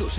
los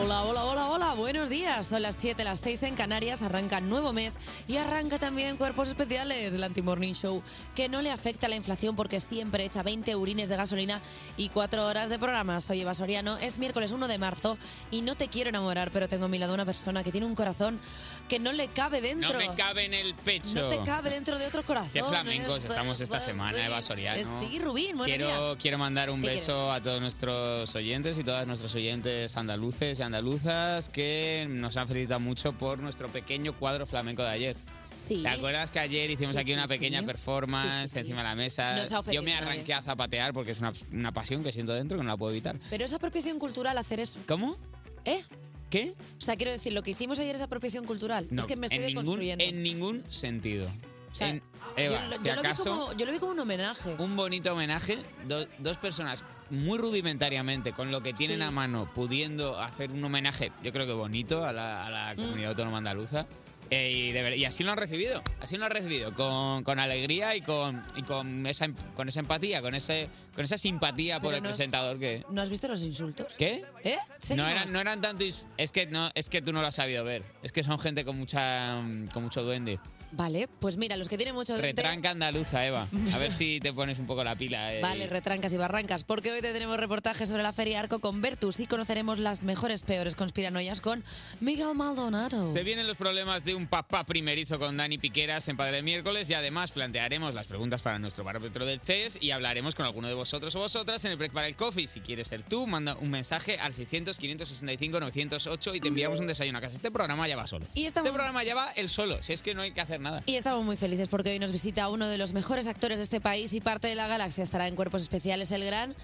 Hola, hola, hola, hola, buenos días. Son las 7, las 6 en Canarias, arranca nuevo mes y arranca también Cuerpos Especiales, el Anti-Morning Show, que no le afecta a la inflación porque siempre echa 20 urines de gasolina y 4 horas de programa. Soy Eva Soriano, es miércoles 1 de marzo y no te quiero enamorar, pero tengo a mi lado una persona que tiene un corazón que no le cabe No dentro. me cabe en el pecho. No te cabe dentro de otro corazón. ¿eh? Qué flamencos Esto- estamos esta esto- semana, Eva Soriano. Sí, Rubín, buenos días. Quiero, quiero mandar un ¿Qué beso a todos nuestros oyentes y todas nuestros oyentes andaluces y andaluzas que nos han felicitado mucho por nuestro pequeño cuadro flamenco de ayer. Sí. ¿Te acuerdas que ayer hicimos Sí, aquí sí, una sí. pequeña performance encima de la mesa? Nos ha Yo ofendido me nadie. arranqué a zapatear porque es una, una pasión que siento dentro que no la puedo evitar. Pero es apropiación cultural hacer eso, ¿Cómo? ¿eh? ¿Qué? O sea, quiero decir, lo que hicimos ayer es apropiación cultural. No, es que me estoy en ningún, deconstruyendo. en ningún sentido. O sea, en- Eva, yo, lo- si yo lo vi acaso- como, yo lo vi como un homenaje. un bonito homenaje. do- dos personas muy rudimentariamente, con lo que tienen Sí. a mano, pudiendo hacer un homenaje, yo creo que bonito, a la, a la Mm. comunidad autónoma andaluza. Eh, y, de ver- y así lo han recibido, así lo han recibido, con, con alegría y con, y con esa em- con esa empatía, con ese con esa simpatía por Pero el no es- presentador que. ¿No has visto los insultos? ¿Qué? ¿Eh? No Seguimos. eran, no eran tanto ins- es que no, es que tú no lo has sabido ver. Es que son gente con mucha mm, con mucho duende. Vale, pues mira, los que tienen mucho... dente- Retranca andaluza, Eva. A ver si te pones un poco la pila. eh. Vale, retrancas y barrancas, porque hoy te tenemos reportajes sobre la Feria Arco con Bertus y conoceremos las mejores, peores conspiranoias con Miguel Maldonado. Se vienen los problemas de un papá primerizo con Dani Piqueras en Padre Miércoles y además plantearemos las preguntas para nuestro barómetro del CES y hablaremos con alguno de vosotros o vosotras en el Break para el Coffee. Si quieres ser tú, manda un mensaje al 600-565-908 y te enviamos un desayuno a casa. Este programa ya va solo. Y estamos- Este programa ya va el solo, si es que no hay que hacer nada. Y estamos muy felices porque hoy nos visita uno de los mejores actores de este país y parte de la galaxia. Estará en cuerpos especiales el gran.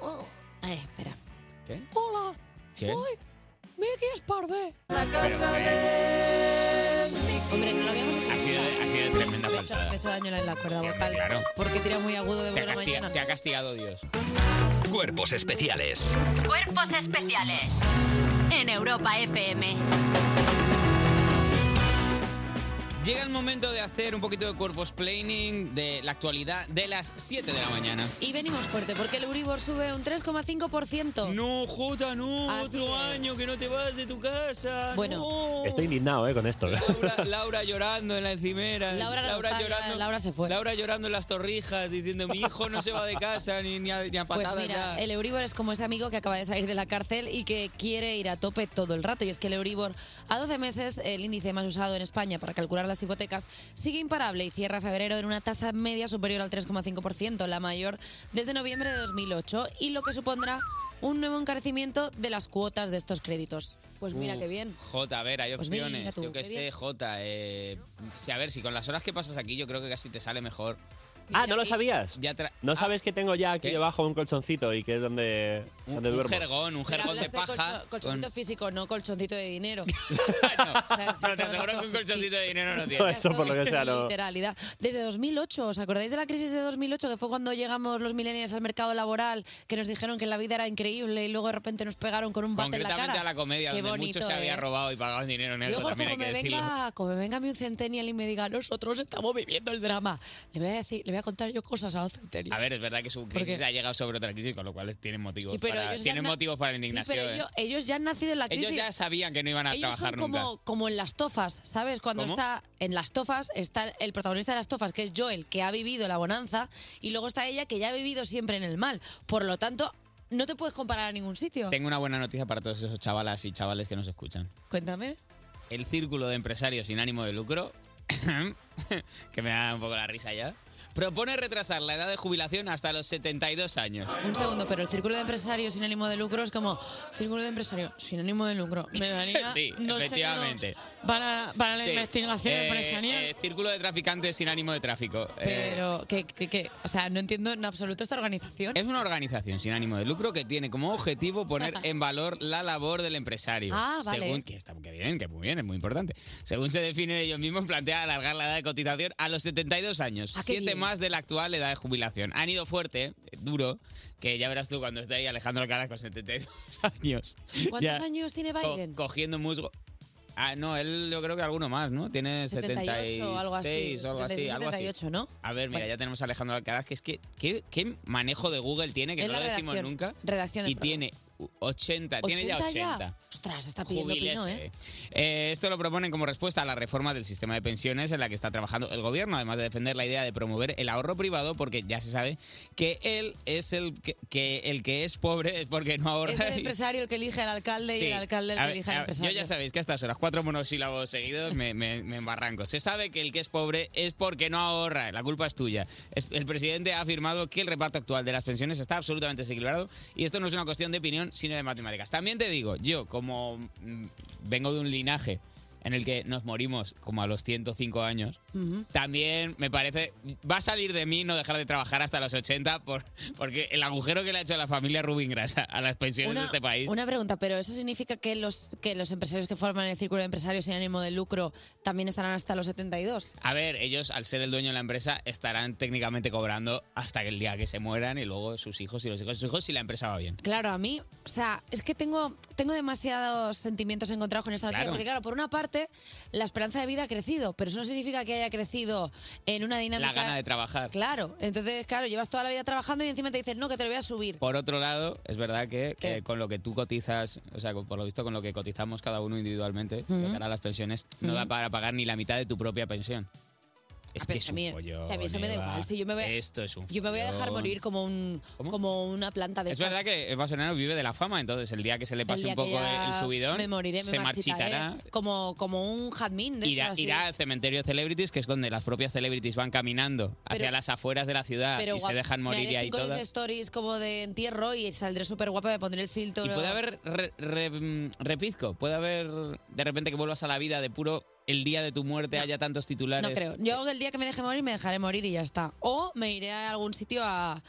Oh, eh, espera. ¿Qué? Hola, ¿Qué? soy Miki Esparvé. Hombre, no lo habíamos hecho. Ha sido, de- ha sido de tremenda Me he hecho- faltada. me he hecho daño en la cuerda vocal. claro. Porque tira muy agudo de Te ha buena castiga- mañana. te ha castigado Dios. Cuerpos especiales. Cuerpos especiales en Europa FM. Llega el momento de hacer un poquito de cuerpos planning de la actualidad de las 7 de la mañana. Y venimos fuerte porque el Euribor sube un 3,5%. No, Jota, no, Así otro es. año que no te vas de tu casa. Bueno. no. Estoy indignado eh, con esto. ¿eh? Laura, Laura llorando en la encimera. Laura no está, ya, Laura se fue. Laura llorando en las torrijas, diciendo mi hijo no se va de casa ni, ni a, ni a Pues patadas mira, ya". el Euribor es como ese amigo que acaba de salir de la cárcel y que quiere ir a tope todo el rato. Y es que el Euribor, a 12 meses, el índice más usado en España para calcular las hipotecas, sigue imparable y cierra febrero en una tasa media superior al 3,5%, la mayor desde noviembre de 2008, y lo que supondrá un nuevo encarecimiento de las cuotas de estos créditos. Pues mira Uf, qué bien. Jota, a ver, hay Pues mira opciones. tú, yo qué qué bien. sé, Jota. eh, si- a ver, si con las horas que pasas aquí, yo creo que casi te sale mejor. Ah, ¿no lo sabías? Ya tra- ¿No sabes que tengo ya aquí ¿Qué? debajo un colchoncito y que es donde, un, donde un duermo? jergón, un Pero jergón de hablas de paja. colcho- colchoncito con- físico, no colchoncito de dinero. No, O sea, pero te todo aseguro que un rato- colchoncito de dinero no No, tienes. eso por lo que sea no. Literalidad. Desde 2008, ¿os acordáis de la crisis de 2008? Que fue cuando llegamos los millennials al mercado laboral, que nos dijeron que la vida era increíble y luego de repente nos pegaron con un bate en la Concretamente cara. a la comedia, Qué donde mucho bonito, se ¿eh? había robado y pagaban dinero negro Luego, también, como hay que me, decirlo. venga, como me venga mi un centennial y me diga, nosotros estamos viviendo el drama, le voy a decir, le voy a contar yo cosas a un centennial. A ver, es verdad que su crisis Porque- ha llegado sobre otra crisis, con lo cual tienen motivos, Sí, pero para, ellos ya tienen na- motivos para la Sí, indignación. pero ¿eh? ellos, ellos ya han nacido en la crisis. Ellos ya sabían que no iban a Ellos trabajar son como, nunca. como en las tofas, ¿sabes? Cuando ¿Cómo? está en las tofas, está el protagonista de las tofas, que es Joel, que ha vivido la bonanza, y luego está ella, que ya ha vivido siempre en el mal. Por lo tanto, no te puedes comparar a ningún sitio. Tengo una buena noticia para todos esos chavalas y chavales que nos escuchan. Cuéntame. El círculo de empresarios sin ánimo de lucro, que me da un poco la risa ya, propone retrasar la edad de jubilación hasta los 72 años. Un segundo, pero el círculo de empresarios sin ánimo de lucro es como círculo de empresarios sin ánimo de lucro. Me daría Sí, dos efectivamente. euros para, para la Sí. investigación Eh, empresarial. eh, círculo de traficantes sin ánimo de tráfico. Eh, pero que, que- que- o sea, no entiendo en absoluto esta organización. Es una organización sin ánimo de lucro que tiene como objetivo poner en valor la labor del empresario. Ah, vale. Según, que está que bien, que muy bien, es muy importante. Según se definen ellos mismos, plantea alargar la edad de cotización a los 72 años. Ah, qué siete bien. más de la actual edad de jubilación. Han ido fuerte, eh, duro, que ya verás tú cuando esté ahí Alejandro Alcaraz con 72 años. ¿Cuántos Eh, Ya Oh. años tiene co- Biden? cogiendo musgo. Ah, no, él yo creo que alguno más, ¿no? Tiene 76 o algo así. o algo así. 76, algo así. 78, ¿no? A ver, mira, Bueno. ya tenemos a Alejandro Alcaraz, que es que, ¿qué, qué manejo de Google tiene? Que Es no la lo decimos redacción. nunca. Redacción del Y tiene 80, tiene ya 80 80. Ostras, está pidiendo Jubilese. pino, ¿eh? Eh, esto lo proponen como respuesta a la reforma del sistema de pensiones en la que está trabajando el gobierno, además de defender la idea de promover el ahorro privado, porque ya se sabe que él es el que, que el que es pobre es porque no ahorra. Es el y- empresario el que elige al alcalde y Sí. el alcalde el A que ver, elige al a ver, empresario. Yo ya sabéis que a estas horas, cuatro monosílabos seguidos, me, me- me embarranco. Se sabe que el que es pobre es porque no ahorra, la culpa es tuya. Es- El presidente ha afirmado que el reparto actual de las pensiones está absolutamente desequilibrado y esto no es una cuestión de opinión, sino de matemáticas. También te digo, yo como mm, vengo de un linaje en el que nos morimos como a los 105 años, Ujú. también me parece, va a salir de mí no dejar de trabajar hasta los 80 por, porque el agujero que le ha hecho a la familia Rubin Grasa a las pensiones de este país. una pregunta, pero ¿eso significa que los, que los empresarios que forman el círculo de empresarios sin ánimo de lucro también estarán hasta los 72? A ver, ellos al ser el dueño de la empresa estarán técnicamente cobrando hasta el día que se mueran y luego sus hijos y los hijos de sus hijos si la empresa va bien. Claro, a mí, o sea, es que tengo, tengo demasiados sentimientos encontrados con esta noticia, Claro. porque claro, por una parte, la esperanza de vida ha crecido, pero eso no significa que haya crecido en una dinámica... La gana de trabajar. Claro, entonces, claro, llevas toda la vida trabajando y encima te dicen, no, que te lo voy a subir. Por otro lado, es verdad que, que con lo que tú cotizas, o sea, con- por lo visto con lo que cotizamos cada uno individualmente, Ujú. de cara a las pensiones, no Ujú. da para pagar ni la mitad de tu propia pensión. Es que Ah, pero es si a un mí- follón, si a mí eso me da Eva. igual, si yo me voy a- Esto es un Yo me voy a dejar follón. morir como un como una planta de Es esas. verdad que Bassonero vive de la fama, entonces el día que se le El pase día un que poco ya el subidón, me moriré, me se marchitaré, marchitará como como un jazmín de irá, estos, así. irá al cementerio de celebrities, que es donde las propias celebrities van caminando hacia Pero- las afueras de la ciudad y guap- se dejan me morir haré ahí cinco todas. stories como de entierro y saldré súper guapa, me pondré el filtro. Y puede haber re- re- mm, repizco, puede haber de repente que vuelvas a la vida de puro el día de tu muerte haya tantos titulares. No creo. Yo el día que me deje morir, me dejaré morir y ya está. O me iré a algún sitio a,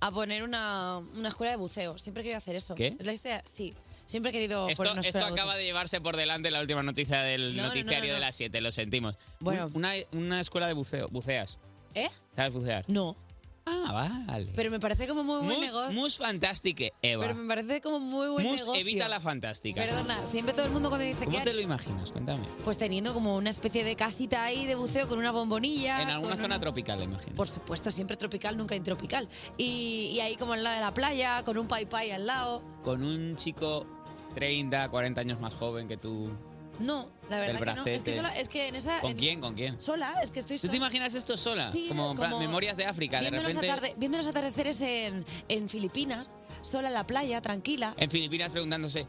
a poner una, una escuela de buceo. Siempre he querido hacer eso. ¿Qué? Es la historia- sí. Siempre he querido poner Esto, una esto escuela de acaba buceo. de llevarse por delante la última noticia del No, no, no, noticiario no, no. de las 7, lo sentimos. Bueno. Un- Una, una escuela de buceo, buceas. ¿Eh? ¿Sabes bucear? No. Ah, vale. Pero me parece como muy buen Mus, negocio. mus fantastique, Eva. Pero me parece como muy buen mus negocio. evita la fantástica. Perdona, siempre todo el mundo cuando dice que ¿Cómo te lo imaginas? Cuéntame. pues teniendo como una especie de casita ahí de buceo con una bombonilla. En alguna Ah, con zona un- tropical, imagino. Por supuesto, siempre tropical, nunca intropical. Y, y ahí como al lado de la playa, con un pai pai al lado. Con un chico 30, 40 años más joven que tú. No, la Del verdad que no. Es que, bracete. sola, es que en esa... ¿Con en- quién? ¿Con quién? Sola, es que estoy ¿Tú sola. te imaginas esto sola? Sí, como, en plan, como memorias de África, de viendo, repente. los atarde- viendo los atardeceres en, en Filipinas, sola en la playa, tranquila. En Filipinas preguntándose,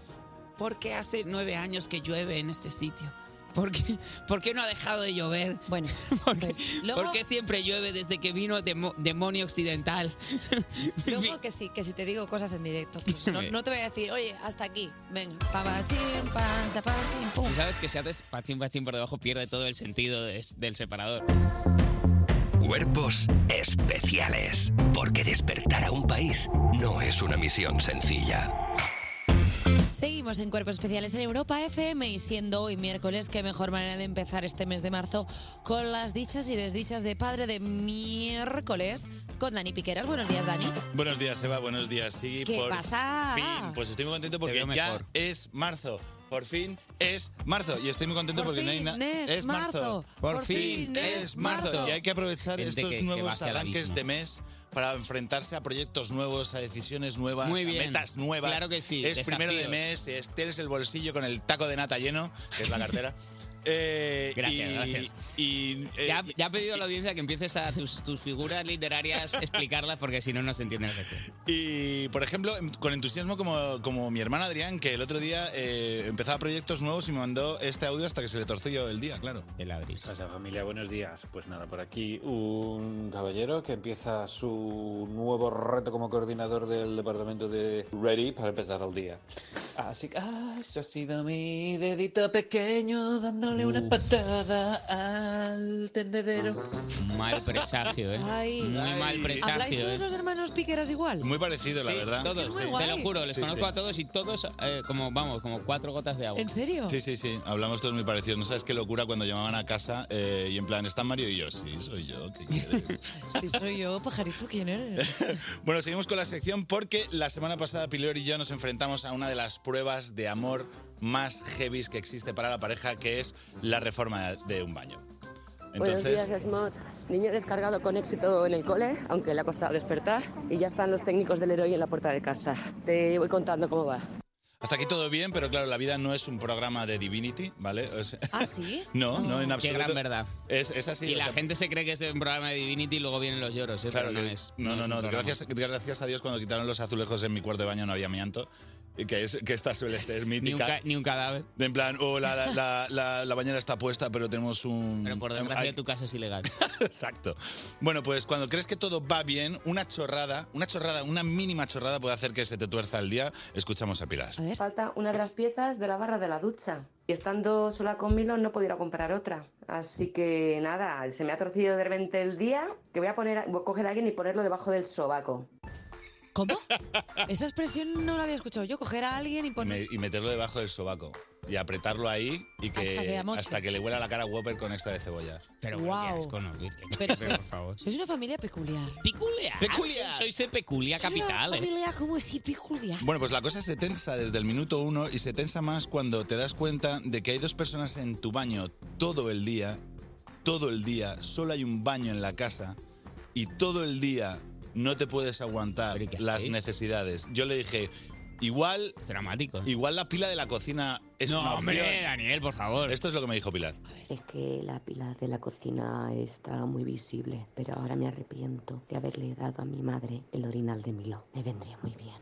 ¿por qué hace nueve años que llueve en este sitio? ¿Por qué, por qué no ha dejado de llover? Bueno, ¿Por qué, pues, luego- por qué siempre llueve desde que vino demo- demonio occidental? Luego que sí, que si te digo cosas en directo, pues no, no te voy a decir, oye, hasta aquí, venga. Pa, pa, chin, pan, cha, pan, chin, pum. Tú sabes que si haces pachín pachín por debajo pierde todo el sentido des- del separador. Cuerpos especiales. Porque despertar a un país no es una misión sencilla. Seguimos en Cuerpos Especiales en Europa FM y siendo hoy miércoles, qué mejor manera de empezar este mes de marzo con las dichas y desdichas de padre de miércoles con Dani Piqueras. Buenos días, Dani. Buenos días, Eva. Buenos días, Sigui. ¿Qué por pasa? fin. Pues estoy muy contento Te porque veo ya mejor. es marzo. Por fin es marzo. Y estoy muy contento Por porque no hay fin nada. es marzo. Por fin Es marzo. Y hay que aprovechar Gente estos que- que va nuevos hacia el abismo. arranques de mes para enfrentarse a proyectos nuevos, a decisiones nuevas, Muy a bien. metas nuevas. Claro que sí, Es primero de desafíos. mes, es, tienes el bolsillo con el taco de nata lleno, que es la cartera. Eh, Gracias, y- gracias. y, eh, Ya, y- ya ha pedido a la audiencia que empieces a tus, tus figuras literarias explicarlas porque si no, no se entiende el efecto. Y, por ejemplo, em- con entusiasmo como, como mi hermano Adrián, que el otro día eh, empezaba proyectos nuevos y me mandó este audio hasta que se le torció el día, claro. El ladrillo. Casa familia, buenos días. Pues nada, por aquí un caballero que empieza su nuevo reto como coordinador del departamento de Ready para empezar el día. Así que, ah, eso ha sido mi dedito pequeño dándole una patada al tendedero. Mal presagio, ¿eh? Ay. Muy mal Ay. ¿Habláis presagio, todos ¿eh? los hermanos piqueras igual? Muy parecido, la Sí, verdad. Todos, muy sí. guay. te lo juro, les Sí, conozco sí. a todos y todos, eh, como vamos, como cuatro gotas de agua. ¿En serio? Sí, sí, sí. Hablamos todos muy parecidos. ¿No sabes qué locura cuando llamaban a casa eh, y en plan, ¿está Mario? Y yo, sí, soy yo. ¿qué quieres?". Si soy yo, pajarito, ¿quién eres? bueno, seguimos con la sección porque la semana pasada Pilar y yo nos enfrentamos a una de las pruebas de amor más heavies que existe para la pareja, que es la reforma de un baño. Buenos Entonces, días, Smot. Niño descargado con éxito en el cole, aunque le ha costado despertar. Y ya están los técnicos del héroe en la puerta de casa. Te voy contando cómo va. hasta aquí todo bien, pero claro, la vida no es un programa de Divinity, ¿vale? O sea, ¿Ah, sí? no, no, en Qué absoluto. gran verdad. Es, es así. Y o la sea, gente se cree que este es de un programa de Divinity y luego vienen los lloros, ¿eh? Claro, Pero no que- es. No, es no, un no. programa. Gracias, gracias a Dios cuando quitaron los azulejos en mi cuarto de baño no había amianto. y Que, es, que esta suele ser Ni un, ca- mítica. ni un cadáver. De en plan, oh, la, la, la- la- la bañera está puesta, pero tenemos un. Pero por desgracia Ay, tu casa es ilegal. Exacto. Bueno, pues cuando crees que todo va bien, una chorrada, una chorrada, una mínima chorrada puede hacer que se te tuerza el día. Escuchamos a Pilar. Falta una de las piezas de la barra de la ducha. Y estando sola con Milo no pudiera comprar otra. Así que nada, se me ha torcido de repente el día que voy a poner, voy a coger a alguien y ponerlo debajo del sobaco. ¿Cómo? Esa expresión no la había escuchado yo. Coger a alguien y poner... Me- y meterlo debajo del sobaco. Y apretarlo ahí y que, Hasta que amoche. hasta que le huela la cara a Whopper con extra de cebolla. Pero Guau. bueno, qué asco, no, qué- Pero- pero, por favor. Sois una familia peculiar. ¡Peculia! Peculiar. Sois de peculia capital, Una ¿eh? familia como si peculiar. Bueno, pues la cosa se tensa desde el minuto uno y se tensa más cuando te das cuenta de que hay dos personas en tu baño todo el día, todo el día, solo hay un baño en la casa y todo el día no te puedes aguantar ¿Pero y qué las hacéis? necesidades. Yo le dije, igual, Es dramático. ¿eh? igual la pila de la cocina es no, una opción. hombre, Daniel, por favor. Esto es lo que me dijo Pilar. Es que la pila de la cocina está muy visible, pero ahora me arrepiento de haberle dado a mi madre el orinal de Milo. Me vendría muy bien.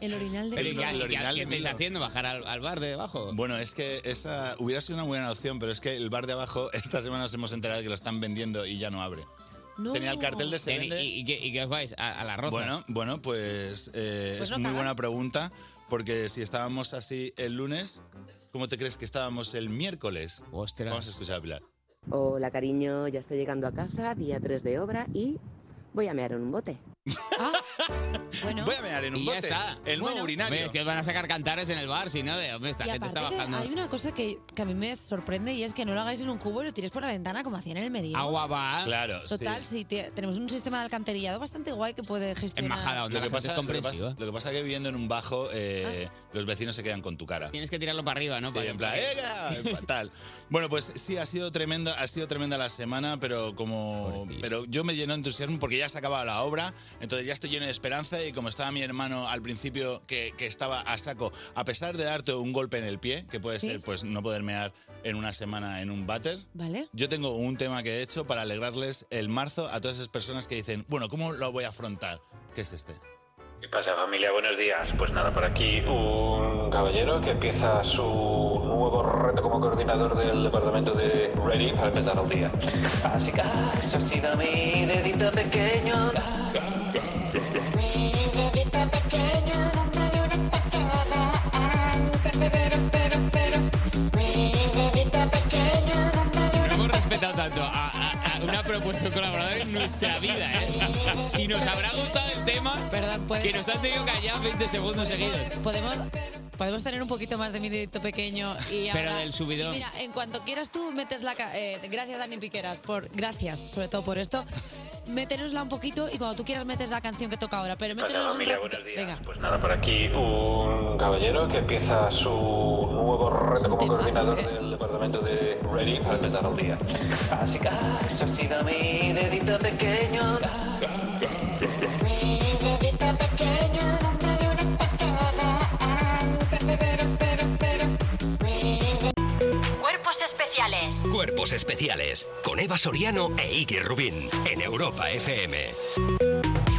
El orinal Pero de... El- ¿y a- y a- original ¿qué de estáis Milo. haciendo? ¿Bajar al, al bar de debajo? Bueno, es que esta hubiera sido una buena opción, pero es que el bar de abajo esta semana nos hemos enterado que lo están vendiendo y ya no abre. No. Tenía el cartel de se Ven, ¿Y, vende. y, qué- y qué os vais? ¿A, a la roza? Bueno, bueno, pues, eh, Pues es no muy cagan. buena pregunta, porque si estábamos así el lunes, ¿cómo te crees que estábamos el miércoles? Ostras. Vamos a escuchar a Pilar. Hola cariño, ya estoy llegando a casa, día 3 de obra y voy a mear en un bote. Ah, bueno. Voy a mear en un Y ya bote. está. El nuevo Bueno. urinario. Hombre, es que os van a sacar cantares en el bar, si no, de, hombre, esta Y gente aparte está que bajando. hay una cosa que, que a mí me sorprende y es que no lo hagáis en un cubo y lo tiréis por la ventana como hacían en el Merino. Agua va. Claro. Total, sí. sí, te- tenemos un sistema de alcantarillado bastante guay que puede En gestionar. majada onda, la Lo que, gente pasa, es lo, que pasa, comprensiva. Ah. lo que pasa que viviendo en un bajo, eh, los vecinos se quedan con tu cara. Tienes que tirarlo para arriba, ¿no? Sí, Para- en plan, eh, "Ega", tal. Bueno, pues sí, ha sido tremenda, ha sido tremenda la semana, pero como Pobrecillo. pero yo me lleno de entusiasmo porque ya se acababa la obra, entonces ya estoy lleno de esperanza y como estaba mi hermano al principio que, que estaba a saco, a pesar de darte un golpe en el pie, que puede Sí. ser pues no poder mear en una semana en un váter, ¿Vale? yo tengo un tema que he hecho para alegrarles el marzo a todas esas personas que dicen, bueno, ¿cómo lo voy a afrontar? ¿Qué es este? ¿Qué pasa familia? Buenos días. Pues nada, por aquí un caballero que empieza su nuevo reto como coordinador del departamento de Ready para empezar el día. Así que ah, eso ha sido mi dedito pequeño. Ah, No hemos respetado tanto a, a- a una propuesta de colaborador en nuestra vida, ¿eh? Si nos habrá gustado el tema, Perdón, que ¿puedes- nos han tenido callar 20 segundos seguidos. podemos, podemos tener un poquito más de mi dedito pequeño y Pero ahora- del subidón. y mira, en cuanto quieras tú metes la... ca- eh, gracias, Dani Piqueras, por, gracias sobre todo por esto. Métenosla un poquito y cuando tú quieras metes la canción que toca ahora, pero ¿Qué pasa métenos un familia? ratito. Buenos días. Venga. Pues nada, por aquí un caballero que empieza su nuevo reto como Temazo, coordinador ¿eh? del departamento de Ready para empezar el día. Así que ah, eso ha sido mi dedito pequeño. Ah, Cuerpos especiales. Cuerpos especiales con Eva Soriano e Iggy Rubín en Europa FM.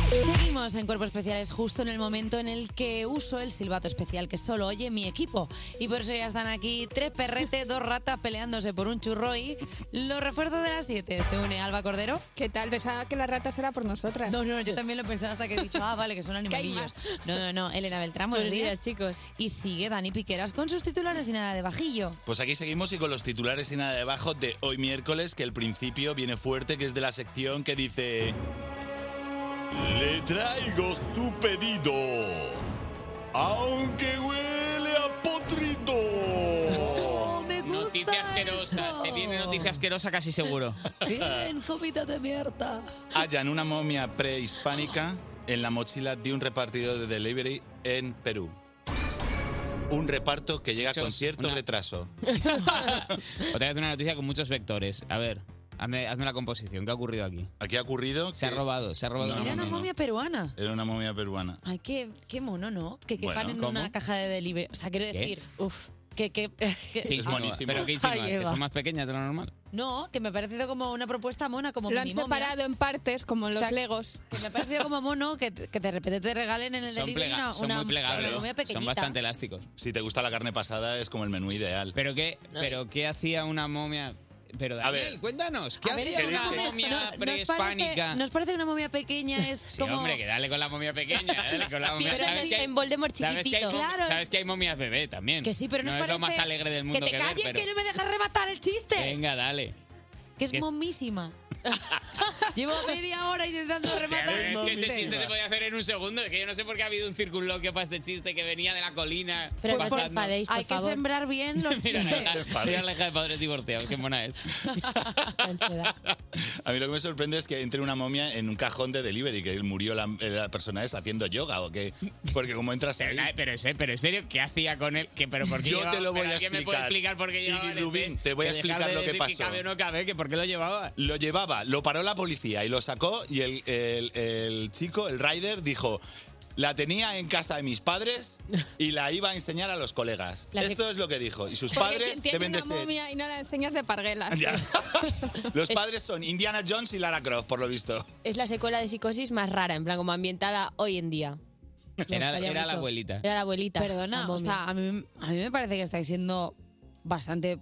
Seguimos estamos en Cuerpo Especial es justo en el momento en el que uso el silbato especial que solo oye mi equipo. Y por eso ya están aquí tres perretes, dos ratas peleándose por un churro y los refuerzos de las siete. Se une Alba Cordero. ¿Qué tal? Pensaba que la rata será por nosotras. No, no, yo también lo pensaba hasta que he dicho, ah, vale, que son animalillos. No, no, no. Elena Beltrán, buenos, Buenos días, chicos. Y sigue Dani Piqueras con sus titulares y nada de bajillo. Pues aquí seguimos y con los titulares y nada debajo de hoy miércoles, que el principio viene fuerte, que es de la sección que dice... Le traigo su pedido, aunque huele a potrito. Noticia asquerosa. Se viene noticia asquerosa casi seguro. Bien, copita de mierda. Hallan una momia prehispánica en la mochila de un repartidor de delivery en Perú. Un reparto que llega con cierto retraso. Otra vez una noticia con muchos vectores. A ver, hazme, hazme la composición. ¿Qué ha ocurrido aquí? Aquí ha ocurrido. Se ha robado, se ha robado Era una momia peruana. Era una momia peruana. Ay, qué, qué mono, ¿no? Que Bueno, quepan en ¿cómo? una caja de delivery. O sea, quiero ¿Qué? decir, uff, que, que, que- ah, Qué insinúa. Eh, ah, Pero qué insinúas, Ay, que Eva. son más pequeñas de lo normal. No, que me ha parecido como una propuesta mona, como Lo han mini momia. separado en partes, como los O sea, legos. Que me ha parecido como mono que, que de repente te regalen en el Son, delivery plega- una, son una- muy una momia plegables. pequeñita. Son bastante elásticos. Si te gusta la carne pasada, es como el menú ideal. ¿Pero qué, pero qué hacía una momia? Pero A Daniel, cuéntanos, ¿qué A ver, hacía es una una momia- momia no- nos prehispánica? parece- Nos parece que una momia pequeña es Sí, como... hombre, que dale con la momia pequeña, dale con la momia. Piensas en- que hay- en Voldemort sabes que hay chiquitito. mom- Claro, Sabes que hay momias bebé también. Que sí, pero no nos es lo más parece alegre del mundo que te ver, calles, pero- que no me dejas rematar el chiste. Venga, dale. Que es Que es- momísima. Llevo media hora intentando rematar el Es que chiste. este chiste se podía hacer en un segundo. Es que yo no sé por qué ha habido un circunloquio para este chiste que venía de la colina. Pero pasando. por- Hay que sembrar bien los Mira la, chistes. hija, mira la hija de padres divorciados, qué mona es. A mí lo que me sorprende es que entre una momia en un cajón de delivery, que murió la, eh, la persona es haciendo yoga o que Porque como entras ahí... Pero, sé- pero en serio, ¿qué hacía con él? ¿Qué- pero por qué Yo llevaba- te lo voy pero a ¿Quién me puede explicar explicar. por qué Iggy llevaba este- Rubín, te voy a que dejar explicar de lo que decir pasó. cabe o no cabe, que por qué lo llevaba. Lo llevaba, lo paró la policía y lo sacó y el, el- el chico, el rider, dijo... La tenía en casa de mis padres y la iba a enseñar a los colegas. La que- Esto es lo que dijo. Y sus Porque padres ti- tiene deben de una ser... momia y no la enseñas de parguelas. Ya. Los padres son Indiana Jones y Lara Croft, por lo visto. Es la secuela de psicosis más rara, en plan como ambientada hoy en día. Me Era, gustaría era la mucho. abuelita. Era la abuelita. Perdona, o sea, a mí, a mí me parece que estáis siendo bastante...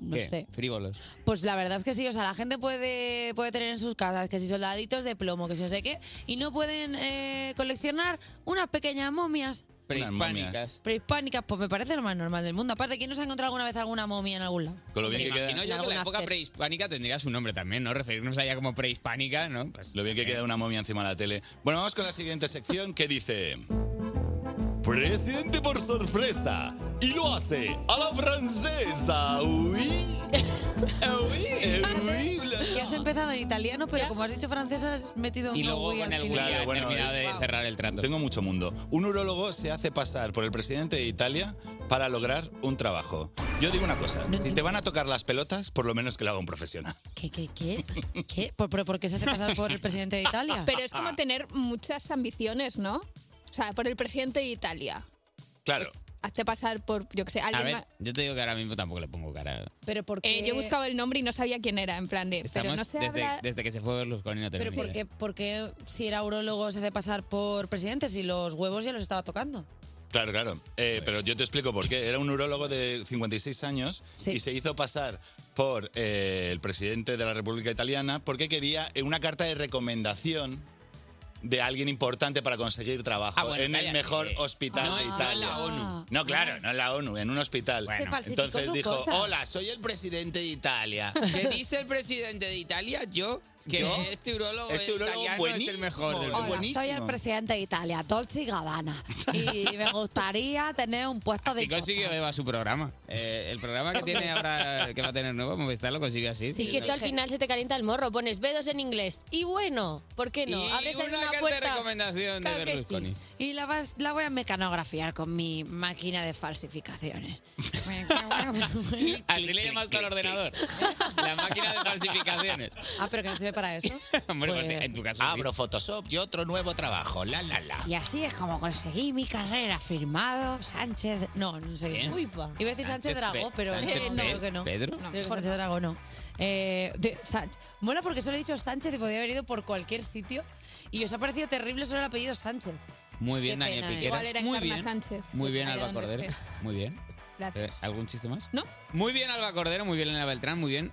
No ¿Qué? sé. Frívolos. Pues la verdad es que sí, o sea, la gente puede, puede tener en sus casas que si soldaditos de plomo, que si no sé qué, y no pueden eh, coleccionar unas pequeñas momias Prehispánicas. prehispánicas, pues me parece lo más normal del mundo. Aparte, ¿quién no se ha encontrado alguna vez alguna momia en algún lado? Con lo bien que queda... Imagino yo que la época prehispánica tendría su nombre también, ¿no? Referirnos a ella como prehispánica, ¿no? Pues, Lo bien que queda una momia encima de la tele. Bueno, vamos con la siguiente sección que dice... Presidente por sorpresa y lo hace a la francesa. Uy. Eh, uy, bla, Que has empezado en italiano, pero como has dicho francesa, has metido Y un luego oui con al el final. Claro, Willy ha bueno, terminado es- de Wow. cerrar el trato. Tengo mucho mundo. Un urólogo se hace pasar por el presidente de Italia para lograr un trabajo. Yo digo una cosa, si te van a tocar las pelotas, por lo menos que lo haga un profesional. ¿Qué, qué, qué? ¿Qué? ¿Por, por, por qué se hace pasar por el presidente de Italia? Ah, Pero es Ah. como tener muchas ambiciones, ¿no? O sea, por el presidente de Italia. Claro. Hazte pasar por, yo qué sé, alguien pues, a ver, más. yo te digo que ahora mismo tampoco le pongo cara. Pero Eh, yo buscaba el nombre y no sabía quién era, en plan de. Estamos pero no sé desde, habla- desde que se fue Berlusconi no tenemos ¿Pero ni por idea. qué, por qué si era urologo se hace pasar por presidente si los huevos ya los estaba tocando? Claro, claro. Eh, pero yo te explico por qué. Era un urólogo de 56 años y se hizo pasar por eh, el presidente de la República Italiana porque quería eh, una carta de recomendación de alguien importante para conseguir trabajo Ah, bueno, en vaya, el mejor eh, hospital no, de no en Italia. la ONU. No, claro, no en la ONU, en un hospital. Bueno. falsificó Entonces su dijo, cosa. hola, soy el presidente de Italia. ¿Qué dice el presidente de Italia? Yo, que ¿Yo? este urólogo Este urólogo italiano es el buenísimo, mejor del es mundo. Hola, soy el presidente de Italia, Dolce y Gabbana. Y me gustaría tener un puesto Así de... consiguió Eva su programa. Eh, el programa que tiene ahora, que va a tener nuevo, Movistar lo consiguió así. Sí, que esto al final se te calienta el morro. Pones B2 en inglés. Y bueno, ¿por qué no? Y Abres ahí una una, carta de puerta. recomendación Claro de que Berlusconi. Y la, vas- la voy a mecanografiar con mi máquina de falsificaciones. Así le llamas al ordenador. La máquina de falsificaciones. Ah, pero que no se me para eso. Hombre, pues, en tu caso. Abro Photoshop y otro nuevo trabajo. La, la, la. Y así es como conseguí mi carrera, firmado Sánchez. No, no sé. Uy, pa. Iba a decir Sánchez, Dragó, pero eh, no, creo que no. No, creo que Sánchez Dragó no. Eh, de- Sánchez. Mola porque solo he dicho Sánchez y podía haber ido por cualquier sitio. Y os ha parecido terrible solo el apellido Sánchez. Muy bien, Qué Daniel pena, ¿eh? Piqueras. Igual era Muy Encarna bien. Sánchez. Muy bien, Ahí Alba donde Cordero. esté. Muy bien. Gracias. Eh, ¿Algún chiste más? No. Muy bien, Alba Cordero. Muy bien, Elena Beltrán. Muy bien.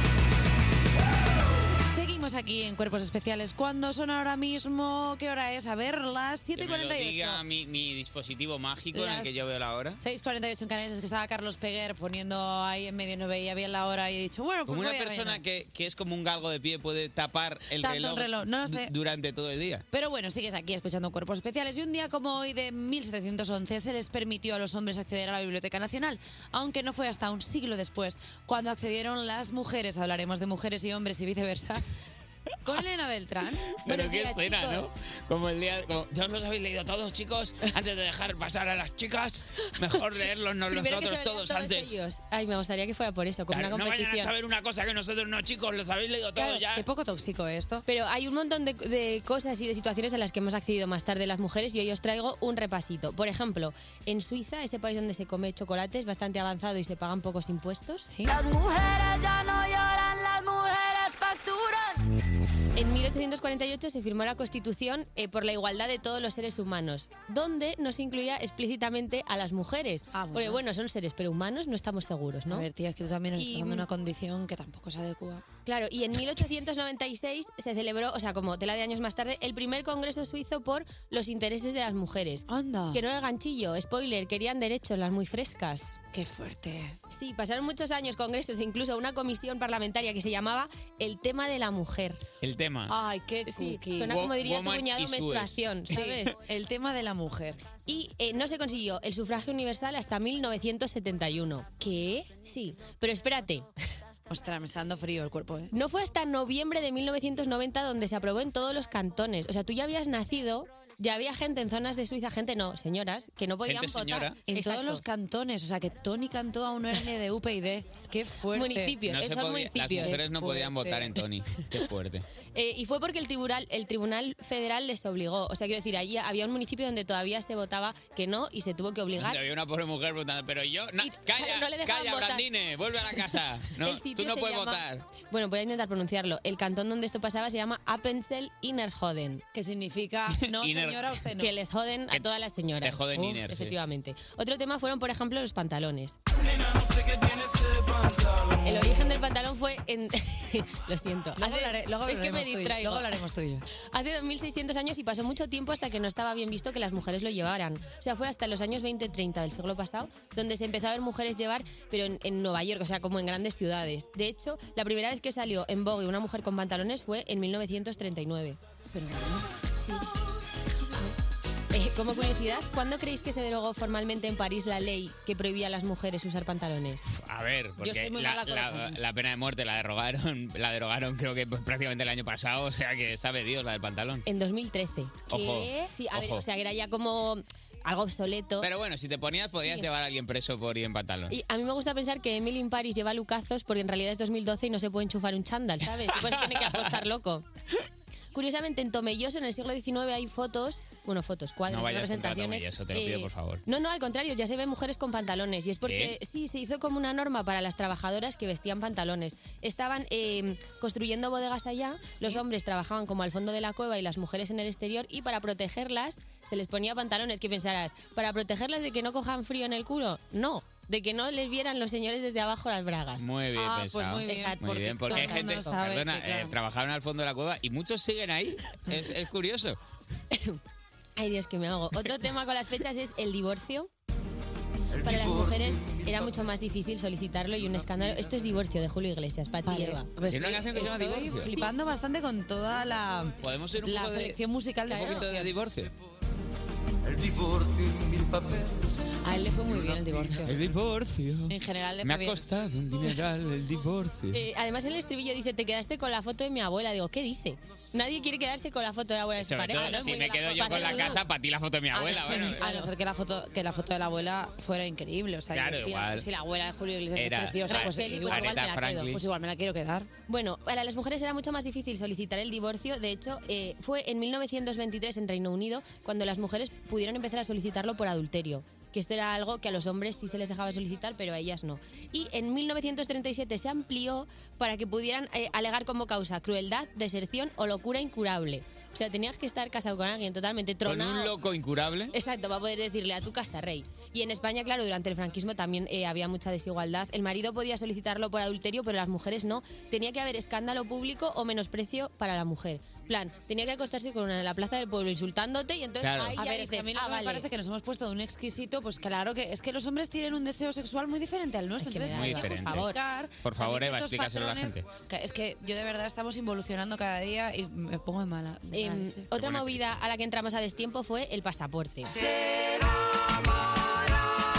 Seguimos aquí en Cuerpos Especiales. ¿Cuándo son ahora mismo? ¿Qué hora es? A ver, las Que me lo 7.48. diga mi, mi dispositivo mágico en el Las- que yo veo la hora. 6.48 en Canarias, es que estaba Carlos Peguer poniendo ahí en medio, no veía bien la hora y he dicho, bueno, pues Como una voy a rellenar. persona que, que es como un galgo de pie puede tapar el Tanto el reloj, reloj, no lo sé. du- durante todo el día. Pero bueno, sigues aquí escuchando Cuerpos Especiales y un día como hoy de 1711 se les permitió a los hombres acceder a la Biblioteca Nacional, aunque no fue hasta un siglo después cuando accedieron las mujeres, hablaremos de mujeres y hombres y viceversa, con Elena Beltrán. Pero Buenos qué días, escena, chicos. ¿no? Como el día. Como, ya os los habéis leído todos, chicos. Antes de dejar pasar a las chicas, mejor leerlos Primero que se nosotros lo lean todos, antes. ellos. Ay, me gustaría que fuera por eso, como Claro, una no vayan a competición. saber una cosa que nosotros no, chicos, los habéis leído todos Claro, ya. qué poco tóxico esto. Pero hay un montón de, de cosas y de situaciones a las que hemos accedido más tarde las mujeres y hoy os traigo un repasito. Por ejemplo, en Suiza, ese país donde se come chocolate es bastante avanzado y se pagan pocos impuestos. Las mujeres ya no lloran, las mujeres facturan. En 1848 se firmó la Constitución eh, por la igualdad de todos los seres humanos, donde no se incluía explícitamente a las mujeres. Porque bueno, son seres, pero humanos no estamos seguros, ¿no? Ah, A ver, tía, es que tú también nos Y- mm, estás dando una condición que tampoco es adecua. Claro, y en 1896 se celebró, o sea, como tela de años más tarde, el primer congreso suizo por los intereses de las mujeres. Anda. Que no era el ganchillo, spoiler, querían derechos, las muy frescas. Qué fuerte. Sí, pasaron muchos años, congresos, e incluso una comisión parlamentaria que se llamaba el tema de la mujer. El tema. Ay, qué Sí, cookie. suena como diría tu cuñado menstruación, Sí, ¿sabes? el tema de la mujer. Y eh, no se consiguió el sufragio universal hasta 1971. ¿Qué? Sí, pero espérate. Ostras, me está dando frío el cuerpo, ¿eh? No fue hasta noviembre de 1990 donde se aprobó en todos los cantones. O sea, tú ya habías nacido, ya había gente en zonas de Suiza, gente no, señoras, que no podían Gente señora. votar. En todos los cantones, o sea, que Tony cantó a un RN de UPyD. Qué fuerte. Municipios, No se esos podía- las municipios. mujeres no Qué podían fuerte. votar en Tony. Qué fuerte. Eh, y fue porque el tribunal, el tribunal federal les obligó. O sea, quiero decir, allí había un municipio donde todavía se votaba que no y se tuvo que obligar. Donde había una pobre mujer votando, pero yo. no, calla, claro, no le dejaban calla, votar. Brandine, vuelve a la casa. No, El sitio tú no se puedes llama- votar. Bueno, voy a intentar pronunciarlo. El cantón donde esto pasaba se llama Appenzell Innerhoden. Que significa, no, Inner- señora, usted no. Que les joden a todas las señoras. te joden Uf, inner, sí. Efectivamente. Otro tema fueron, por ejemplo, los pantalones. El origen del pantalón fue en... Lo siento. Luego, Hace- hablaré- luego ¿Ves que me hablaremos tú y yo, distraigo? luego hablaremos tú y yo. Hace 2600 años y pasó mucho tiempo hasta que no estaba bien visto que las mujeres lo llevaran. O sea, fue hasta los años 20-30 del siglo pasado donde se empezó a ver mujeres llevar, pero en, en Nueva York, o sea, como en grandes ciudades. De hecho, la primera vez que salió en Vogue una mujer con pantalones fue en 1939. Pero Eh, como curiosidad, ¿cuándo creéis que se derogó formalmente en París la ley que prohibía a las mujeres usar pantalones? A ver, porque soy muy la, mala con la- los años. la pena de muerte la derogaron, la derogaron creo que pues, prácticamente el año pasado, o sea que sabe Dios la del pantalón. En 2013. Ojo, Sí, a ver, ojo. o sea, que era ya como algo obsoleto. Pero bueno, si te ponías podías Sí. llevar a alguien preso por ir en pantalón. Y a mí me gusta pensar que Emily in Paris lleva lucazos porque en realidad es 2012 y no se puede enchufar un chándal, ¿sabes? Y pues tiene que apostar loco. Curiosamente, en Tomelloso, en el siglo XIX, hay fotos, bueno, fotos, cuadros, No vayas contra representaciones. Tomelloso, te lo pido, por favor. ¿Eh? No, no, al contrario, ya se ven mujeres con pantalones y es porque ¿Qué? sí, se hizo como una norma para las trabajadoras que vestían pantalones. Estaban eh, construyendo bodegas allá, los hombres trabajaban como al fondo de la cueva y las mujeres en el exterior y para protegerlas se les ponía pantalones. ¿Qué pensarás? ¿Para protegerlas de que no cojan frío en el culo? No, de que no les vieran los señores desde abajo las bragas. Muy bien pues pensado. Exacto, Muy bien, porque hay todo el gente, mundo sabe perdona, que, claro. eh, trabajaron al fondo de la cueva y muchos siguen ahí. Es, es curioso. Ay, Dios, que me hago. Otro tema con las fechas es el divorcio. Para las mujeres era mucho más difícil solicitarlo y un escándalo. Esto es divorcio de Julio Iglesias, Pati y Eva. Tiene una canción que se llama Estoy Divorcio. flipando bastante con toda la, Podemos ir un la poco de- selección musical de Un poquito de divorcio. El divorcio y mil papeles. A A él le fue muy bien el divorcio. El divorcio. En general le Me fue ha bien. costado un dineral el divorcio. Eh, además, en el estribillo dice: Te quedaste con la foto de mi abuela. Digo, ¿qué dice? Nadie quiere quedarse con la foto de la abuela de su Sobre pareja. todo, ¿no? si Muy me bien, quedo yo foto Ah, con la de- casa, para ti la foto de mi abuela. bueno, A no ser que la foto que la foto de la abuela fuera increíble, o sea, Claro, yo decía, igual. si la abuela de Julio Iglesias Era- es preciosa, Era- pues Areta igual, igual me la Franklin. quedo, pues igual me la quiero quedar. Bueno, para las mujeres era mucho más difícil solicitar el divorcio. De hecho, eh, fue en 1923 en Reino Unido cuando las mujeres pudieron empezar a solicitarlo por adulterio. Que esto era algo que a los hombres sí se les dejaba solicitar, pero a ellas no. Y en 1937 se amplió para que pudieran eh, alegar como causa crueldad, deserción o locura incurable. O sea, tenías que estar casado con alguien totalmente Con tronado. un loco incurable. Exacto, va a poder decirle a tu casa rey. Y en España, claro, durante el franquismo también eh, había mucha desigualdad. El marido podía solicitarlo por adulterio, pero las mujeres no. Tenía que haber escándalo público o menosprecio para la mujer. Plan, tenía que acostarse con una de la plaza del pueblo insultándote y entonces ahí a ya ver, es que a dices, mí lo "Ah, que me vale". parece que nos hemos puesto de un exquisito, pues claro que es que los hombres tienen un deseo sexual muy diferente al nuestro. me entonces, da Muy hay que diferente. buscar Por favor, también Eva, estos explícaselo a la patrones gente. que- es que yo de verdad estamos involucionando cada día y me pongo de mala. de mala Em, leche. otra movida a la que entramos a destiempo fue el pasaporte. Un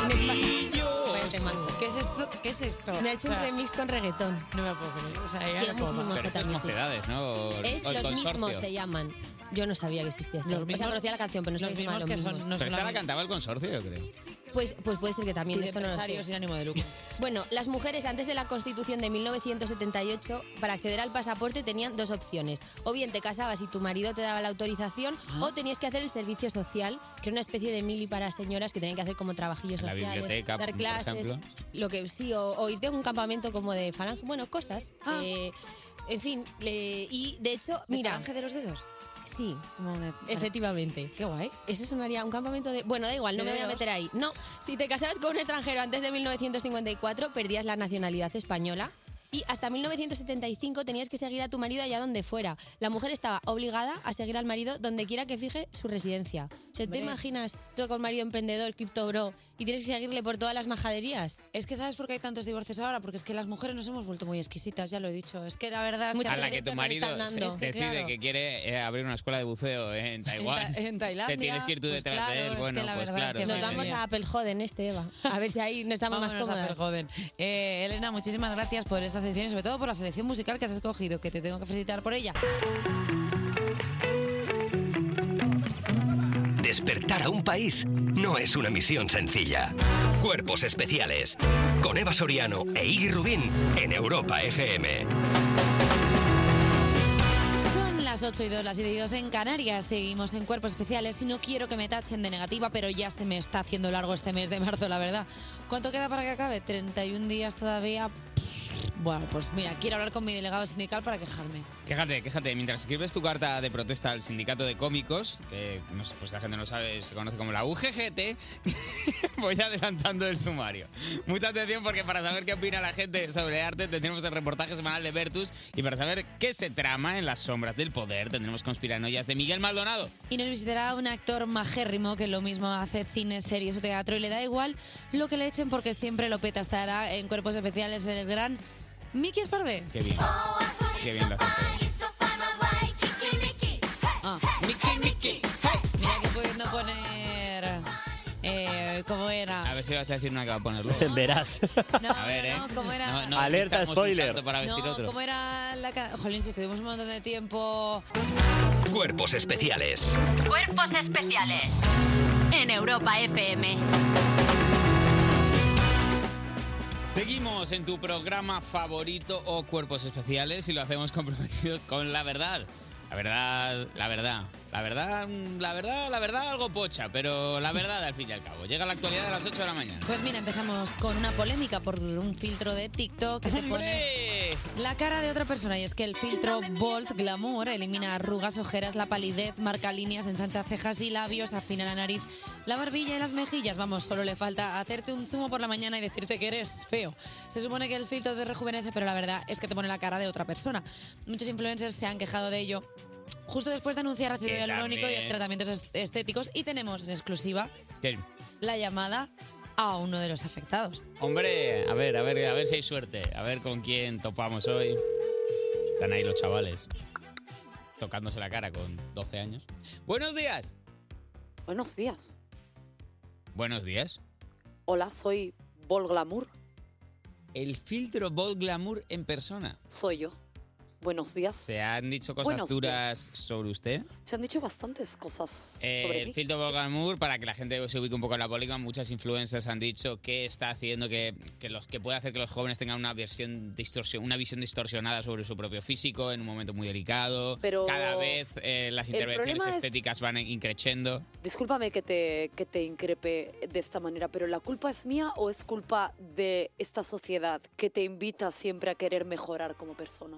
espa- Vaya pues, tema. ¿Qué es esto? ¿Qué es esto? Me ha hecho O sea, un remix con reggaetón. No me puedo creer. O sea, ya Tiene no muchísimo puedo Pero más. esto es también, sí. mocedades, ¿no? O- Es o el los mismos consorcio. se llaman. Yo no sabía que existía esto. Los O sea, mismos- conocía la canción, pero no los sabía que se llamaban mismos que los son- mismos. Pero esta la cantaba el consorcio, yo creo. Pues, pues puede ser que también. Sin esto no lo empresario, sé. sin ánimo de lucro. Bueno, las mujeres antes de la Constitución de 1978, para acceder al pasaporte tenían dos opciones. O bien te casabas y tu marido te daba la autorización, Ah. o tenías que hacer el servicio social, que era una especie de mili para señoras que tenían que hacer como trabajillos En la sociales, biblioteca, dar por clases, ejemplo. lo que sí, o, o irte a un campamento como de falange, bueno, cosas. eh, en fin, le- y de hecho, ¿De mira... falange de los dedos? Sí, efectivamente. Qué guay. Eso sonaría un campamento de... Bueno, da igual, no ¿De me voy a dedos? meter ahí. No, si te casabas con un extranjero antes de 1954, perdías la nacionalidad española. Y hasta 1975 tenías que seguir a tu marido allá donde fuera. La mujer estaba obligada a seguir al marido donde quiera que fije su residencia. O sea, ¿te Hombre. imaginas tú con marido emprendedor, cripto bro, y tienes que seguirle por todas las majaderías? Es que ¿sabes por qué hay tantos divorcios ahora? Porque es que las mujeres nos hemos vuelto muy exquisitas, ya lo he dicho. Es que la verdad es a la que tu marido se- Es que, decide claro, que quiere eh, abrir una escuela de buceo en Taiwán. en, Ta- en Tailandia. Te tienes que ir tú pues detrás claro, de es él. que Bueno, la pues verdad es claro. que Nos madre vamos mía. a Apple Joden este, Eva. A ver si ahí no estamos más Vámonos a cómodas. Perjoden. Eh, Elena, muchísimas gracias por esta sección y sobre todo por la selección musical que has escogido, que te tengo que felicitar por ella. Despertar a un país no es una misión sencilla. Cuerpos especiales. Con Eva Soriano e Iggy Rubín en Europa FM. Son las 8 y 2, las 7 y 2 en Canarias. Seguimos en cuerpos especiales y no quiero que me tachen de negativa, pero ya se me está haciendo largo este mes de marzo, la verdad. ¿Cuánto queda para que acabe? 31 días todavía. Bueno, pues mira, quiero hablar con mi delegado sindical para quejarme. Quéjate, quéjate. Mientras escribes tu carta de protesta al sindicato de cómicos, que no sé, pues la gente no sabe, se conoce como la UGGT, voy adelantando el sumario. Mucha atención porque para saber qué opina la gente sobre arte tendremos el reportaje semanal de Vertus y para saber qué se trama en las sombras del poder tendremos conspiranoias de Miguel Maldonado. Y nos visitará un actor majérrimo que lo mismo hace cine, series o teatro y le da igual lo que le echen porque siempre lo peta. Estará en cuerpos especiales el gran Miki Esparve. Qué bien. Qué bien lo hace. Ah, Miki, Miki. hey. Mira que pudiendo poner. Eh, ¿Cómo era? A ver si vas a decir una que va a poner luego. Verás. a ver, ¿eh? No, ¿cómo era? No, no, Alerta, necesitamos un spoiler. salto para vestir No, otro. ¿cómo era la ca- Jolín, si estuvimos un montón de tiempo. Cuerpos especiales. Cuerpos especiales en Europa FM. Seguimos en tu programa favorito o cuerpos especiales y lo hacemos comprometidos con la verdad. La verdad, la verdad, la verdad, mm, la verdad, la verdad, algo pocha, pero la verdad al fin y al cabo. Llega la actualidad a las 8 de la mañana. Pues mira, empezamos con una polémica por un filtro de TikTok que te pone la cara de otra persona. Y es que el filtro Bolt Glamour elimina arrugas, ojeras, la palidez, marca líneas, ensancha cejas y labios, afina la nariz, la barbilla y las mejillas. Vamos, solo le falta hacerte un zumo por la mañana y decirte que eres feo. Se supone que el filtro te rejuvenece, pero la verdad es que te pone la cara de otra persona. Muchos influencers se han quejado de ello. Justo después de anunciar ácido Que hialurónico y también. tratamientos est- estéticos, y tenemos en exclusiva Que- la llamada a uno de los afectados. Hombre, a ver, a ver, a ver si hay suerte. A ver con quién topamos hoy. Están ahí los chavales. Tocándose la cara con 12 años. Buenos días. Buenos días. Buenos días. Hola, soy Vol Glamour, El filtro Bold Glamour en persona. soy yo. Buenos días. ¿Se han dicho cosas Buenos duras sobre usted? Se han dicho bastantes cosas Eh, sobre mí. el filtro Bold Glamour, para que la gente se ubique un poco en la política, muchas influencers han dicho que está haciendo que, que los, que puede hacer que los jóvenes tengan una, versión distorsión, una visión distorsionada sobre su propio físico en un momento muy delicado. Pero Cada vez eh, las el intervenciones problema es- estéticas van increciendo. Discúlpame que te, que te increpe de esta manera, pero ¿la culpa es mía o es culpa de esta sociedad que te invita siempre a querer mejorar como persona?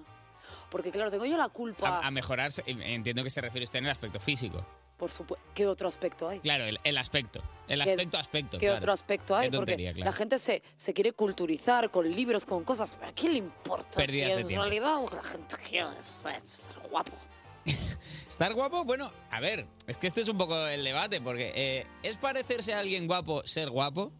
Porque claro, tengo yo la culpa, A, a mejorarse, entiendo que se refiere usted en el aspecto físico. por supuesto. ¿Qué otro aspecto hay? Claro, el, el aspecto. El ¿Qué- aspecto, aspecto. ¿Qué claro. otro aspecto hay? Qué tontería, Porque claro. la gente se, se quiere culturizar con libros, con cosas. ¿Pero ¿A quién le importa? Pérdidas si de en tiempo. realidad la gente quiere ser ser guapo. ¿Estar guapo? Bueno, a ver, es que este es un poco el debate, porque eh, ¿es parecerse a alguien guapo ser guapo?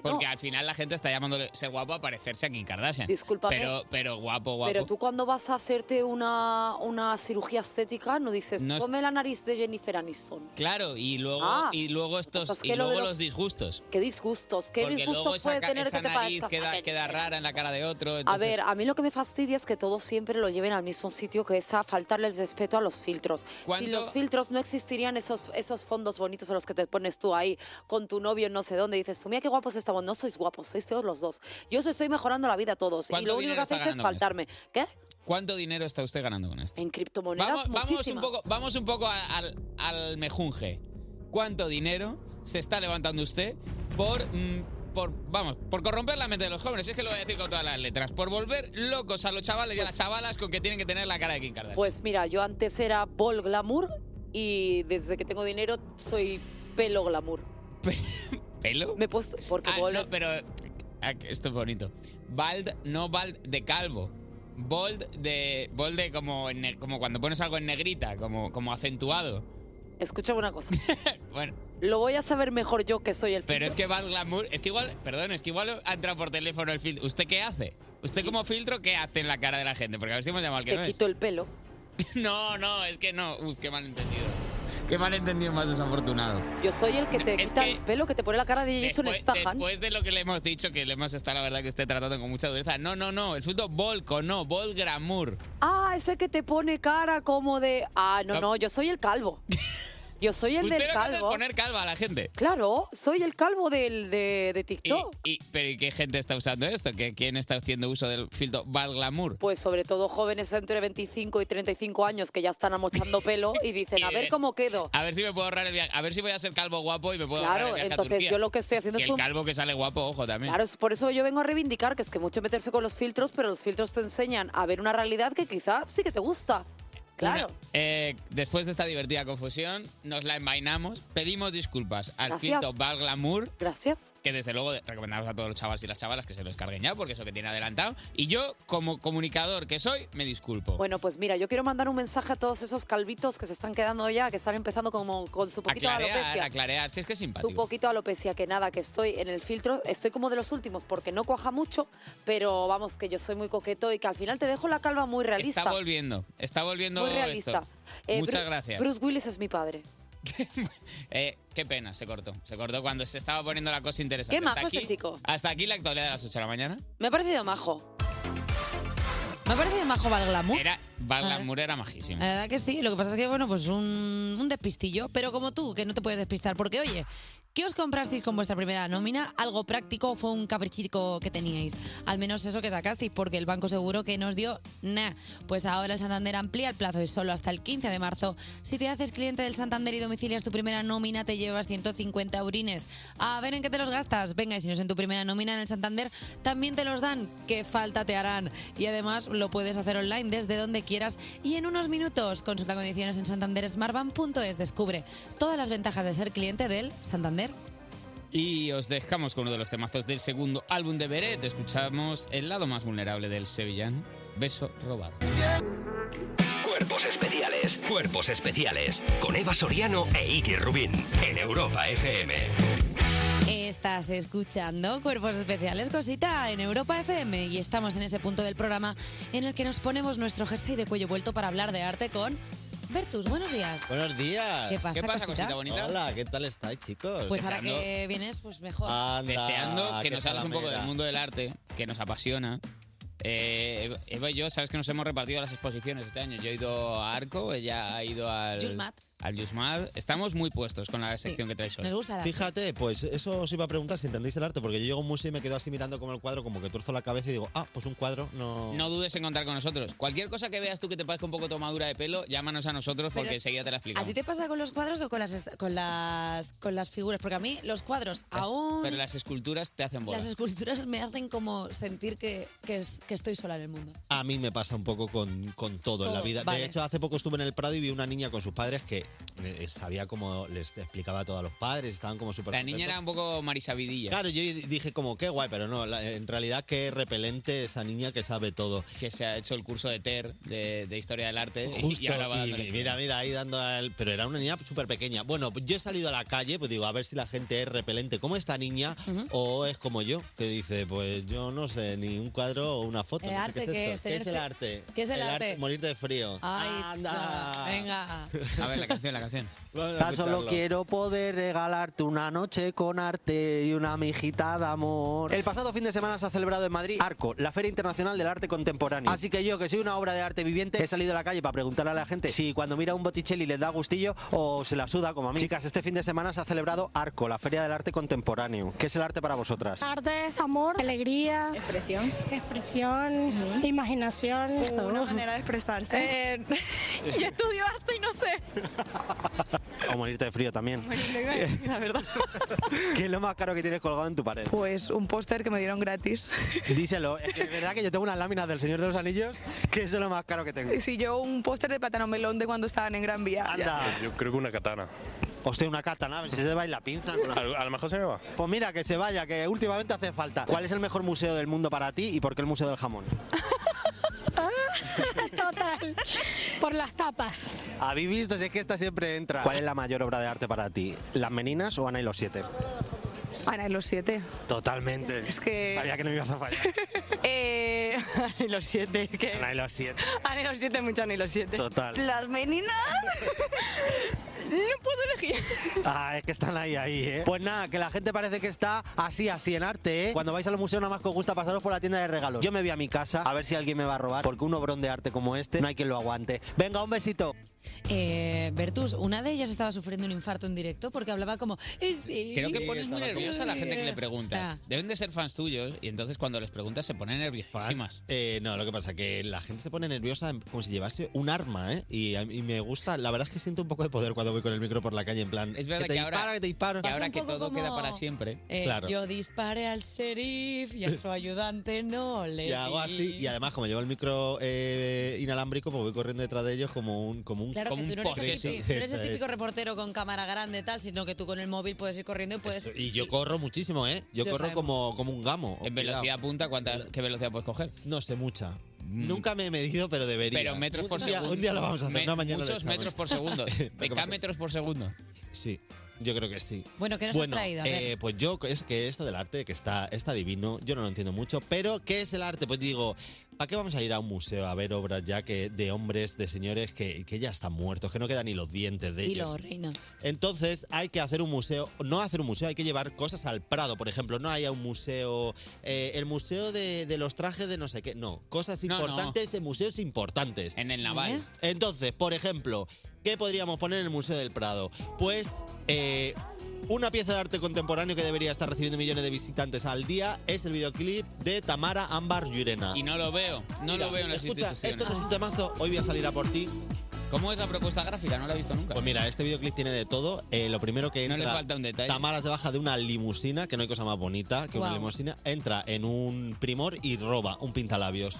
Porque al final la gente está llamándole ser guapo a parecerse a Kim Kardashian. Discúlpame. Pero, pero guapo, guapo. Pero tú cuando vas a hacerte una, una cirugía estética no dices, No es- come la nariz de Jennifer Aniston. Claro, y luego, Ah, y luego estos, pues es y que lo de luego los los- disgustos. Qué disgustos, qué porque disgustos luego esa, puede ca- tener esa que te nariz parezcas queda, a queda Jennifer. rara en la cara de otro. A entonces- ver, a mí lo que me fastidia es que todos siempre lo lleven al mismo sitio, que es a faltarle el respeto a los filtros. ¿Cuánto- Si los filtros no existirían esos, esos fondos bonitos a los que te pones tú ahí con tu novio en no sé dónde, y dices tú, mira qué guapos estamos. No sois guapos, sois feos los dos. Yo os estoy mejorando la vida a todos y ¿Cuánto lo único que dinero está hacéis es ganando con esto? faltarme. ¿Qué? ¿Cuánto dinero está usted ganando con esto? En criptomonedas Vamos, vamos un muchísimas. poco, vamos un poco a- al, al mejunje. ¿Cuánto dinero se está levantando usted por, mm, por, vamos, por corromper la mente de los jóvenes? Es que lo voy a decir con todas las letras. Por volver locos a los chavales y a las chavalas con que tienen que tener la cara de Kim Kardashian. Pues mira, yo antes era bol glamour y desde que tengo dinero soy pelo glamour. ¿Pelo? Me he puesto... Porque Ah, no, pero... ah, Esto es bonito. Bald, no bald de calvo. Bold de, bold de como, en ne- como cuando pones algo en negrita, como, como acentuado. Escúchame una cosa. Bueno. Lo voy a saber mejor yo que soy el Pero filtro. es que Bad Glamour, es que igual, perdón, es que igual ha entrado por teléfono el filtro. ¿Usted qué hace? ¿Usted como filtro qué hace en la cara de la gente? Porque a ver si hemos llamado al que Te no es. quito el pelo. No, no, es que no. Uf, qué malentendido. Qué malentendido más desafortunado. Yo soy el que te Es quita que- el pelo, que te pone la cara de Jason Después, Statham. después de lo que le hemos dicho, que le hemos estado, la verdad, que usted tratando con mucha dureza. No, no, no, el filtro Volco, no, Vol Glamour. Ah, ese que te pone cara como de... Ah, no, No. no, yo soy el calvo. Yo soy el Usted del no puede calvo. poner calva a la gente. Claro, soy el calvo del, de, de Y, TikTok. y- pero ¿y qué gente está usando esto? ¿Qué- ¿Quién está haciendo uso del filtro Bad Glamour? Pues sobre todo jóvenes entre 25 y 35 años que ya están amochando pelo y dicen, a ver cómo quedo. A ver si me puedo ahorrar el viaje. A ver si voy a ser calvo guapo y me puedo ahorrar el Claro, viaje a entonces Turquía. yo lo que estoy haciendo Y es el un... calvo que sale guapo, ojo también. Claro, es por eso yo vengo a reivindicar que es que mucho meterse con los filtros, pero los filtros te enseñan a ver una realidad que quizá sí que te gusta. Claro. Una- eh, después de esta divertida confusión, nos la envainamos, pedimos disculpas al Gracias. filtro Val Glamour. Gracias. Que desde luego recomendamos a todos los chavales y las chavalas que se lo descarguen ya, porque eso que tiene adelantado. Y yo, como comunicador que soy, me disculpo. Bueno, pues mira, yo quiero mandar un mensaje a todos esos calvitos que se están quedando ya, que están empezando como con su a poquito de clarear, alopecia. a clarear, si es que es Su simpático. poquito de alopecia, que nada, que estoy en el filtro, estoy como de los últimos porque no cuaja mucho, pero vamos, que yo soy muy coqueto y que al final te dejo la calva muy realista. Está volviendo, está volviendo muy realista. esto. Eh, Muchas Bru- gracias. Bruce Willis es mi padre. Eh, qué pena, se cortó. Se cortó cuando se estaba poniendo la cosa interesante. Qué majo Hasta este aquí- chico. Hasta aquí la actualidad de las 8 de la mañana. Me ha parecido majo. Me ha parecido majo Valglamour. Era, Ah. Baglamur era majísimo. La verdad que sí, lo que pasa es que, bueno, pues un, un despistillo, pero como tú, que no te puedes despistar, porque oye, ¿qué os comprasteis con vuestra primera nómina? ¿Algo práctico o fue un caprichico que teníais? Al menos eso que sacasteis, porque el Banco Seguro que nos dio nada. Pues ahora el Santander amplía el plazo y solo hasta el 15 de marzo. Si te haces cliente del Santander y domicilias tu primera nómina, te llevas 150 eurines. A ver en qué te los gastas. Venga, y si no es en tu primera nómina en el Santander, también te los dan. ¿Qué falta te harán? Y además lo puedes hacer online desde donde quieras y en unos minutos. Consulta condiciones en santandersmartbank.es. Descubre todas las ventajas de ser cliente del Santander. Y os dejamos con uno de los temazos del segundo álbum de Beret. Escuchamos el lado más vulnerable del sevillano. Beso robado. Cuerpos especiales. Cuerpos especiales. Con Eva Soriano e Iggy Rubín. En Europa FM. Estás escuchando Cuerpos Especiales Cosita en Europa FM y estamos en ese punto del programa en el que nos ponemos nuestro jersey de cuello vuelto para hablar de arte con Bertus, buenos días. Buenos días. ¿Qué pasa, ¿Qué pasa, cosita? cosita bonita? Hola, ¿qué tal estáis, chicos? Pues ahora que vienes, pues mejor. Anda, Deseando que qué nos hables un poco talamera. del mundo del arte, que nos apasiona. Eh, Eva y yo, sabes que nos hemos repartido las exposiciones este año. Yo he ido a Arco, ella ha ido al Yusmat. al Yusmad. Estamos muy puestos con la sección que traes hoy. nos gusta el arte. Fíjate, pues eso os iba a preguntar si entendéis el arte, porque yo llego a un museo y me quedo así mirando como el cuadro, como que tuerzo la cabeza y digo, ah, pues un cuadro no. No dudes en contar con nosotros. Cualquier cosa que veas tú que te parezca un poco tomadura de pelo, llámanos a nosotros porque Pero, enseguida te la ¿A explicamos. ti te pasa con los cuadros o con las, est- con las, con las figuras? Porque a mí los cuadros aún... Pero las esculturas te hacen bolas. Las esculturas me hacen como sentir que, que, es- que estoy sola en el mundo. A mí me pasa un poco con, con todo, en la Todo, vida. vale. De hecho, hace poco estuve en el Prado y vi una niña con sus padres que eh, sabía cómo les explicaba todo a todos los padres, estaban como súper La niña contentos. era un poco marisavidilla. Claro, yo dije como qué guay, pero no, la- en realidad qué repelente esa niña que sabe todo. Que se ha hecho el curso de TER de, de Historia del Arte y- Justo, y ahora va y dándole. mira, mira, ahí dando al... Pero era una niña súper pequeña. Bueno, pues yo he salido a la calle, pues digo, a ver si la gente es repelente como esta niña o es como yo, que dice, pues yo no sé, ni un cuadro o una foto. ¿El no sé arte qué es qué esto. es? ¿Qué es Tener el fri- arte? ¿Qué es el arte? Morir de frío. Ay, nada. Venga. A ver, la canción, la canción. Tan solo quiero poder regalarte una noche con arte y una mijita de amor. El pasado fin de semana se ha celebrado en Madrid Arco, la Feria Internacional del Arte Contemporáneo. Así que yo, que soy una obra de arte viviente, he salido a la calle para preguntarle a la gente si cuando mira un Botticelli les da gustillo o se la suda como a mí. Chicas, este fin de semana se ha celebrado Arco, la Feria del Arte Contemporáneo. ¿Qué es el arte para vosotras? Arte es amor, alegría, expresión, expresión, imaginación. Una manera de expresarse. yo estudio arte y no sé. O morirte de frío también. La verdad. ¿Qué es lo más caro que tienes colgado en tu pared? Pues un póster que me dieron gratis. Díselo, es que es verdad que yo tengo unas láminas del Señor de los Anillos, que es lo más caro que tengo. Si yo un póster de plátano melón de cuando estaban en Gran Vía. Yo creo que una katana. Hostia, una katana, a ver si se te va a ir la pinza. A, lo mejor se me va. Pues mira, que se vaya, que últimamente hace falta. ¿Cuál es el mejor museo del mundo para ti y por qué el Museo del Jamón? Ah, Total. Por las tapas. ¿Habéis visto? Si es que esta siempre entra. ¿Cuál es la mayor obra de arte para ti? ¿Las meninas o Ana y los siete? Ana, y los siete. Totalmente. Es que... Sabía que no me ibas a fallar. Eh, y los siete. ¿qué? Ana y los siete. Ah, ni los siete, mucho ni los siete. Total. Las meninas. no puedo elegir. Ah, es que están ahí, ahí, ¿eh? Pues nada, que la gente parece que está así, así en arte, ¿eh? Cuando vais al museo nada más que os gusta pasaros por la tienda de regalos. Yo me voy a mi casa a ver si alguien me va a robar, porque un obrón de arte como este no hay quien lo aguante. Venga, un besito. Eh, Bertus, una de ellas estaba sufriendo un infarto en directo porque hablaba como... "Eh, sí". Creo que pones muy nerviosa a la gente que le O preguntas. sea, Deben de ser fans tuyos y entonces cuando les preguntas se ponen nerviosísimas. Eh, no, lo que pasa que la gente se pone nerviosa como si llevase un arma, ¿eh? Y, a- y me gusta, la verdad es que siento un poco de poder cuando voy con el micro por la calle, en plan... Es verdad te que ahora- disparo, te disparo. que ahora que un poco todo como- queda para siempre. eh, Claro. Yo disparé al sheriff y a su ayudante no le... Y hago di". así, y además como llevo el micro eh, inalámbrico, pues voy corriendo detrás de ellos como un como un Claro como que tú un no eres, el, poseso. típico, tú eres el Eso es. típico reportero con cámara grande y tal, sino que tú con el móvil puedes ir corriendo y puedes... Y yo corro muchísimo, ¿eh? Yo Lo corro sabemos. como, como un gamo. En velocidad punta, ¿cuánta, ¿qué velocidad puedes coger? Mm. No sé, mucha. Nunca me he medido, pero debería. Pero metros un por día, segundo. Un día lo vamos a hacer, Me- no, mañana lo Muchos echamos. metros por segundo. Lo que De pasa- K metros por segundo. Sí, yo creo que sí. Bueno, ¿qué nos has traído? A ver. eh, pues yo, es que esto del arte, que está, está divino, yo no lo entiendo mucho, pero ¿qué es el arte? Pues digo, ¿para qué vamos a ir a un museo a ver obras ya que de hombres, de señores que, que ya están muertos, que no quedan ni los dientes de Y ellos? lo reina. Entonces hay que hacer un museo, no hacer un museo, hay que llevar cosas al Prado, por ejemplo, no haya un museo, eh, el museo de, de los trajes de no sé qué, no, cosas No, no. importantes en museos importantes. En el Naval. ¿Eh? Entonces, por ejemplo, ¿qué podríamos poner en el Museo del Prado? Pues eh, una pieza de arte contemporáneo que debería estar recibiendo millones de visitantes al día es el videoclip de Tamara Ámbar Llurena. Y no lo veo. No Mira, lo veo en las escucha, instituciones. esto no es un temazo, hoy voy a salir a por ti. ¿Cómo es la propuesta gráfica? No la he visto nunca. Pues mira, este videoclip tiene de todo. Eh, lo primero que No entra. le falta un detalle. Tamara se baja de una limusina, que no hay cosa más bonita que una Guau. limusina. Entra en un primor y roba un pintalabios.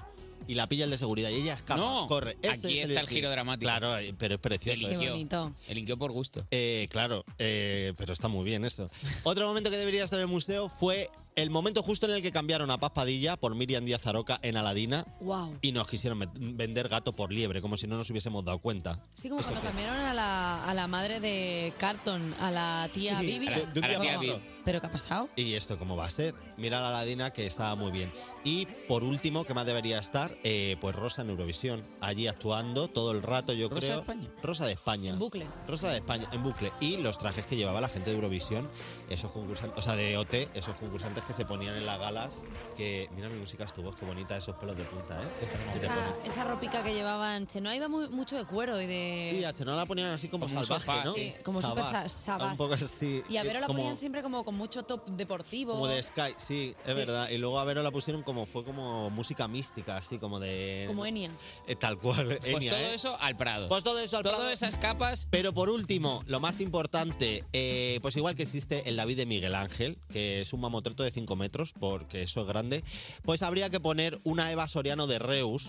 Y la pilla el de seguridad. Y ella escapa, No, corre. Este aquí es está el videoclip. giro dramático. Claro, eh, pero es precioso. Eligió. Qué bonito. Eligió por gusto. Eh, claro, eh, pero está muy bien eso. Otro momento que debería estar en el museo fue el momento justo en el que cambiaron a Paz Padilla por Miriam Díaz Aroca en Aladina. Wow. Y nos quisieron met- vender gato por liebre, como si no nos hubiésemos dado cuenta. Sí, como cuando cambiaron a la, a la madre de Carton, a la tía Sí, Vivi. de- de un día Como, para otro. ¿Pero qué ha pasado? ¿Y esto cómo va a ser? Mira la Aladina que estaba muy bien. Y por último, que más debería estar, Eh, pues Rosa en Eurovisión. Allí actuando todo el rato, yo ¿Rosa creo. de España? Rosa de España. En bucle. Rosa de España, en bucle. Y los trajes que llevaba la gente de Eurovisión, esos concursantes, o sea, de OT, esos concursantes que se ponían en las galas, que mira mi música es tu voz, qué bonita esos pelos de punta, ¿eh? Que te Esa, ponen. esa ropica que llevaban Chenoa iba mu- mucho de cuero y de... Sí, a Chenoa la ponían así como, salvaje, Ah. sofá, ¿no? sí, como súper sa- sabaz. Un poco así. eh, Y a Vero la como- ponían siempre como con mucho top deportivo. Como de Sky, sí, es Sí. verdad. Y luego a Vero la pusieron como fue como música mística, así como de. como Enya. Eh, tal cual. Pues Enya, todo ¿eh? eso al Prado. Pues todo eso al Todas Prado. esas capas. Pero por último, lo más importante, eh, pues igual que existe el David de Miguel Ángel, que es un mamotreto de 5 metros, porque eso es grande, pues habría que poner una Eva Soriano de Reus,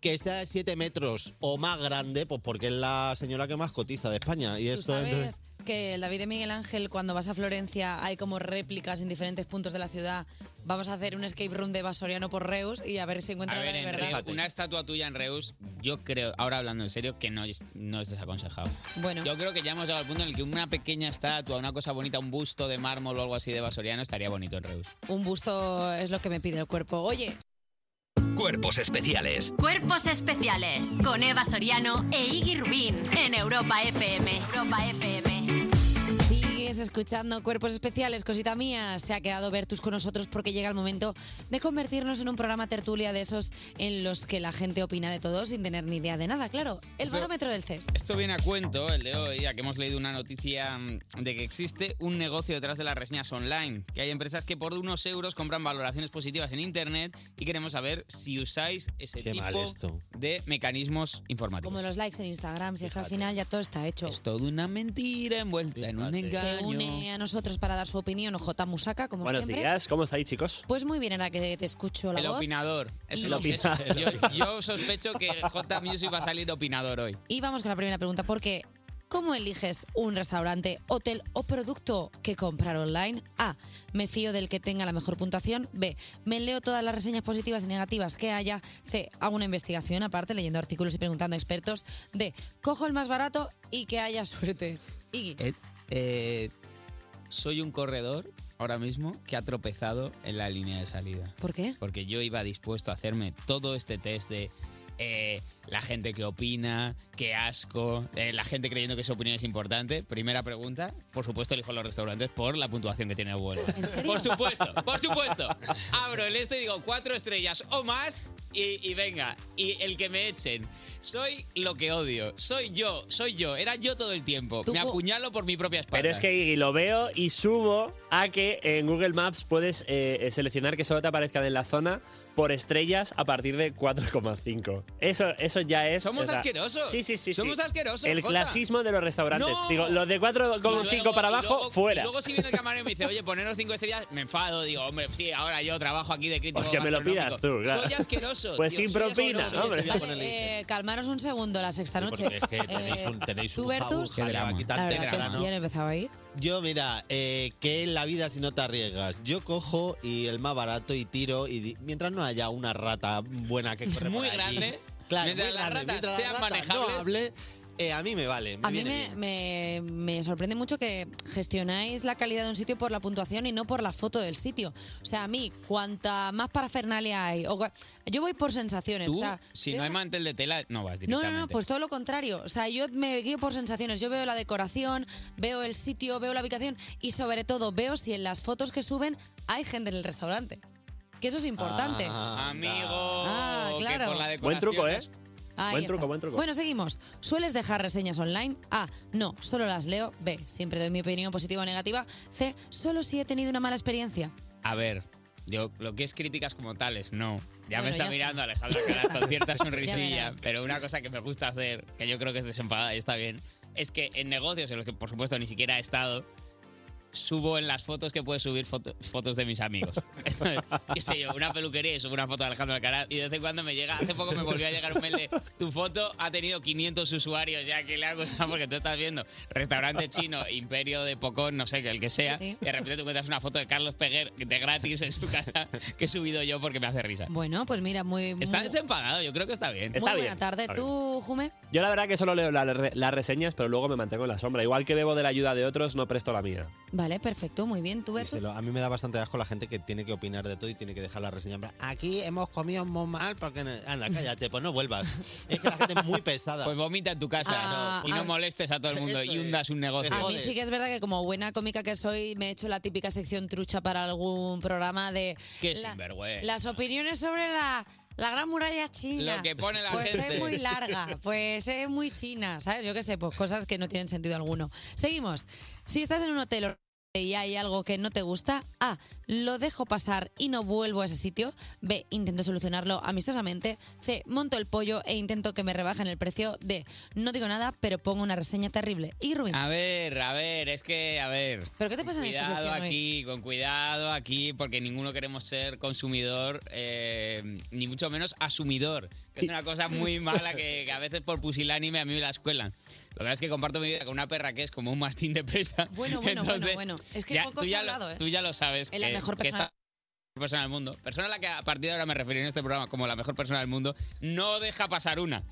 que sea de 7 metros o más grande, pues porque es la señora que más cotiza de España. Y esto entonces- ¿Sabes que el David de Miguel Ángel, cuando vas a Florencia, hay como réplicas en diferentes puntos de la ciudad? Vamos a hacer un escape room de Vasoriano por Reus y a ver si A encuentran ver, la de en verdad. Reus, una estatua tuya en Reus, yo creo, ahora hablando en serio, que no es, no es desaconsejado. Bueno. Yo creo que ya hemos llegado al punto en el que una pequeña estatua, una cosa bonita, un busto de mármol o algo así de Basoriano estaría bonito en Reus. Un busto es lo que me pide el cuerpo. Oye, Cuerpos especiales Cuerpos especiales con Eva Soriano e Iggy Rubín en Europa FM. Europa FM. Sigues escuchando Cuerpos Especiales, cosita mía. Se ha quedado Bertus con nosotros porque llega el momento de convertirnos en un programa tertulia de esos en los que la gente opina de todo sin tener ni idea de nada. Claro, el barómetro del E CES. Esto viene a cuento, el de hoy, ya que hemos leído una noticia mm, de que existe un negocio detrás de las reseñas online, que hay empresas que por unos euros compran valoraciones positivas en Internet y queremos saber si usáis ese Qué tipo mal esto. de mecanismos informáticos. Como los likes en Instagram, si es que al final ya todo está hecho. Es toda una mentira envuelta en un engaño. Se une a nosotros para dar su opinión OJ Musaka, como Buenos siempre. días, ¿cómo estáis, chicos? Pues muy bien, ahora que te escucho la El voz. opinador. Es Y- un El opi- opinador. es- Yo, yo sospecho que J Music va a salir opinador hoy. Y vamos con la primera pregunta, porque ¿cómo eliges un restaurante, hotel o producto que comprar online? A. Me fío del que tenga la mejor puntuación. B. Me leo todas las reseñas positivas y negativas que haya. C. Hago una investigación aparte, leyendo artículos y preguntando a expertos. D. Cojo el más barato y que haya suerte. Iggy. Eh, eh, soy un corredor ahora mismo que ha tropezado en la línea de salida. ¿Por qué? Porque yo iba dispuesto a hacerme todo este test de eh, la gente que opina, qué asco, eh, la gente creyendo que su opinión es importante. Primera pregunta, por supuesto elijo los restaurantes por la puntuación que tiene Google. Por supuesto, por supuesto. Abro el este y digo cuatro estrellas o más y, y venga, y el que me echen. Soy lo que odio, soy yo, soy yo, era yo todo el tiempo. Me apuñalo por mi propia espalda. Pero es que Iggy, lo veo y subo a que en Google Maps puedes eh, eh, seleccionar que solo te aparezcan en la zona por estrellas a partir de 4,5. Eso, eso ya es. Somos o sea, asquerosos. Sí, sí, sí. Somos sí. asquerosos, El Jota. clasismo de los restaurantes. No. Digo, los de 4,5 para Y luego- abajo, y luego- fuera. Y luego si viene el camarero y me dice, oye, poneros cinco estrellas, me enfado, digo, hombre, sí, ahora yo trabajo aquí de crítico Porque me lo pidas gastronómico". tú, claro. Soy asqueroso. Pues tío, sin soy propina, asqueroso. hombre. Eh, calmaros un segundo la sexta noche. Porque es que tenéis Eh, un, tenéis ¿Tú, un Bertus? agujero aquí tan La verdad que temprano. sí, ya no empezaba ahí. Yo, mira, eh, que en la vida si no te arriesgas, yo cojo y el más barato y tiro y di- mientras no haya una rata buena que corre Muy por allí, grande. claro, mientras muy las grande, ratas mientras sean las ratas no manejables. hable, eh, a mí me vale, me A mí viene me, bien. me- me sorprende mucho que gestionáis la calidad de un sitio por la puntuación y no por la foto del sitio. O sea, a mí, cuanta más parafernalia hay, o cua- yo voy por sensaciones. Tú, o sea, si no hay mantel de tela, ¿eh? no vas no, directamente. no, no, pues todo lo contrario. O sea, yo me guío por sensaciones. Yo veo la decoración, veo el sitio, veo la ubicación y sobre todo veo si en las fotos que suben hay gente en el restaurante. Que eso es importante. Ah, Amigo, Ah, claro. que por la decoración Buen truco, ¿eh? es- Ahí buen está. truco, buen truco. Bueno, seguimos. ¿Sueles dejar reseñas online? A. No, solo las leo. B. Siempre doy mi opinión positiva o negativa. C. Solo si he tenido una mala experiencia. A ver, yo, lo que es críticas como tales, no. Ya Bueno, me está ya mirando Alejandro Alcaraz con cierta Ya sonrisilla, verás. pero una cosa que me gusta hacer, que yo creo que es desenfadada y está bien, es que en negocios en los que por supuesto ni siquiera he estado, subo en las fotos que puedes subir foto- fotos de mis amigos. Qué sé yo, una peluquería y subo una foto de Alejandro Alcaraz y de vez en cuando me llega, hace poco me volvió a llegar un mail de tu foto ha tenido 500 usuarios ya que le ha gustado porque tú estás viendo restaurante chino, imperio de Pocón, no sé, que el que sea, Sí. y de repente tú encuentras una foto de Carlos Peguer de gratis en su casa que he subido yo porque me hace risa. Bueno, pues mira, muy. muy- Está desenfadado, yo creo que está bien. muy buena tarde. ¿Tú, Jume? Yo la verdad que solo leo la- las reseñas, pero luego me mantengo en la sombra. Igual que bebo de la ayuda de otros, no presto la mía. Vale, perfecto, muy bien. Tú, Berto? Díselo. A mí me da bastante asco la gente que tiene que opinar de todo y tiene que dejar la reseña. en plan, Aquí hemos comido muy mal porque... no-". Anda, cállate, pues no vuelvas. Es que la gente es muy pesada. Pues vomita en tu casa Ah, y no ah. molestes a todo el mundo y hundas un negocio. A mí sí que es verdad que como buena cómica que soy, me he hecho la típica sección trucha para algún programa de... Qué la- sinvergüenza. Las opiniones sobre la, la gran muralla china. Lo que pone la pues gente. es muy larga, pues es muy china, ¿sabes? Yo qué sé, pues cosas que no tienen sentido alguno. Seguimos. Si estás en un hotel o- y hay algo que no te gusta, A. Lo dejo pasar y no vuelvo a ese sitio. B. Intento solucionarlo amistosamente. C. Monto el pollo e intento que me rebajen el precio. D. No digo nada, pero pongo una reseña terrible. Y Rubén. A ver, a ver, es que, a ver. ¿Pero qué te pasa en esta Cuidado sección hoy? aquí, con cuidado aquí, porque ninguno queremos ser consumidor, eh, ni mucho menos asumidor. Que es una cosa muy mala que, que a veces por pusilánime a mí me la escuelan. Lo que pasa es que comparto mi vida con una perra que es como un mastín de presa. Bueno, bueno, Entonces, bueno, bueno. Es que ya- poco tú, se ha ya hablado, lo, ¿eh? tú ya lo sabes. Es la que- mejor que persona- esta persona del mundo. Persona a la que a partir de ahora me referiré en este programa como la mejor persona del mundo, no deja pasar una.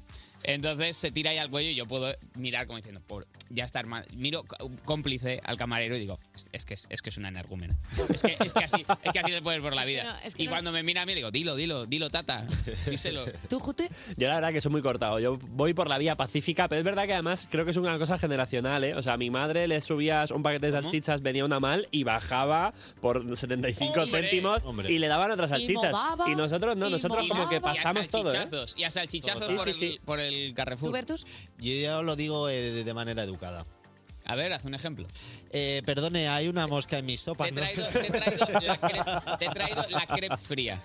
Entonces se tira ahí al cuello y yo puedo mirar como diciendo, "Pobre, ya está hermano. Miro c- cómplice al camarero y digo, "Es- es que es, es que es una energúmena. Es que, es que así, es que así se puede ir por la Es que vida. no, es que y no- cuando me mira a mí digo, dilo, dilo, dilo, tata. Díselo. ¿Tú, Jute? Yo la verdad que soy muy cortado. Yo voy por la vía pacífica, pero es verdad que además creo que es una cosa generacional, ¿eh? O sea, a mi madre le subías un paquete de salchichas, venía una mal y bajaba por 75 Hombre. céntimos Hombre. y le daban otras Y salchichas. movaba, Y, nosotros no, y nosotros como que movaba. Y a pasamos todo, ¿eh? salchichazos, Y a salchichazos Sí, por, sí, el, por el Carrefour. Yo ya lo digo eh, de, de manera educada. A ver, haz un ejemplo. Eh, perdone, hay una mosca en mi sopa. ¿no? Te he traído la crepe fría.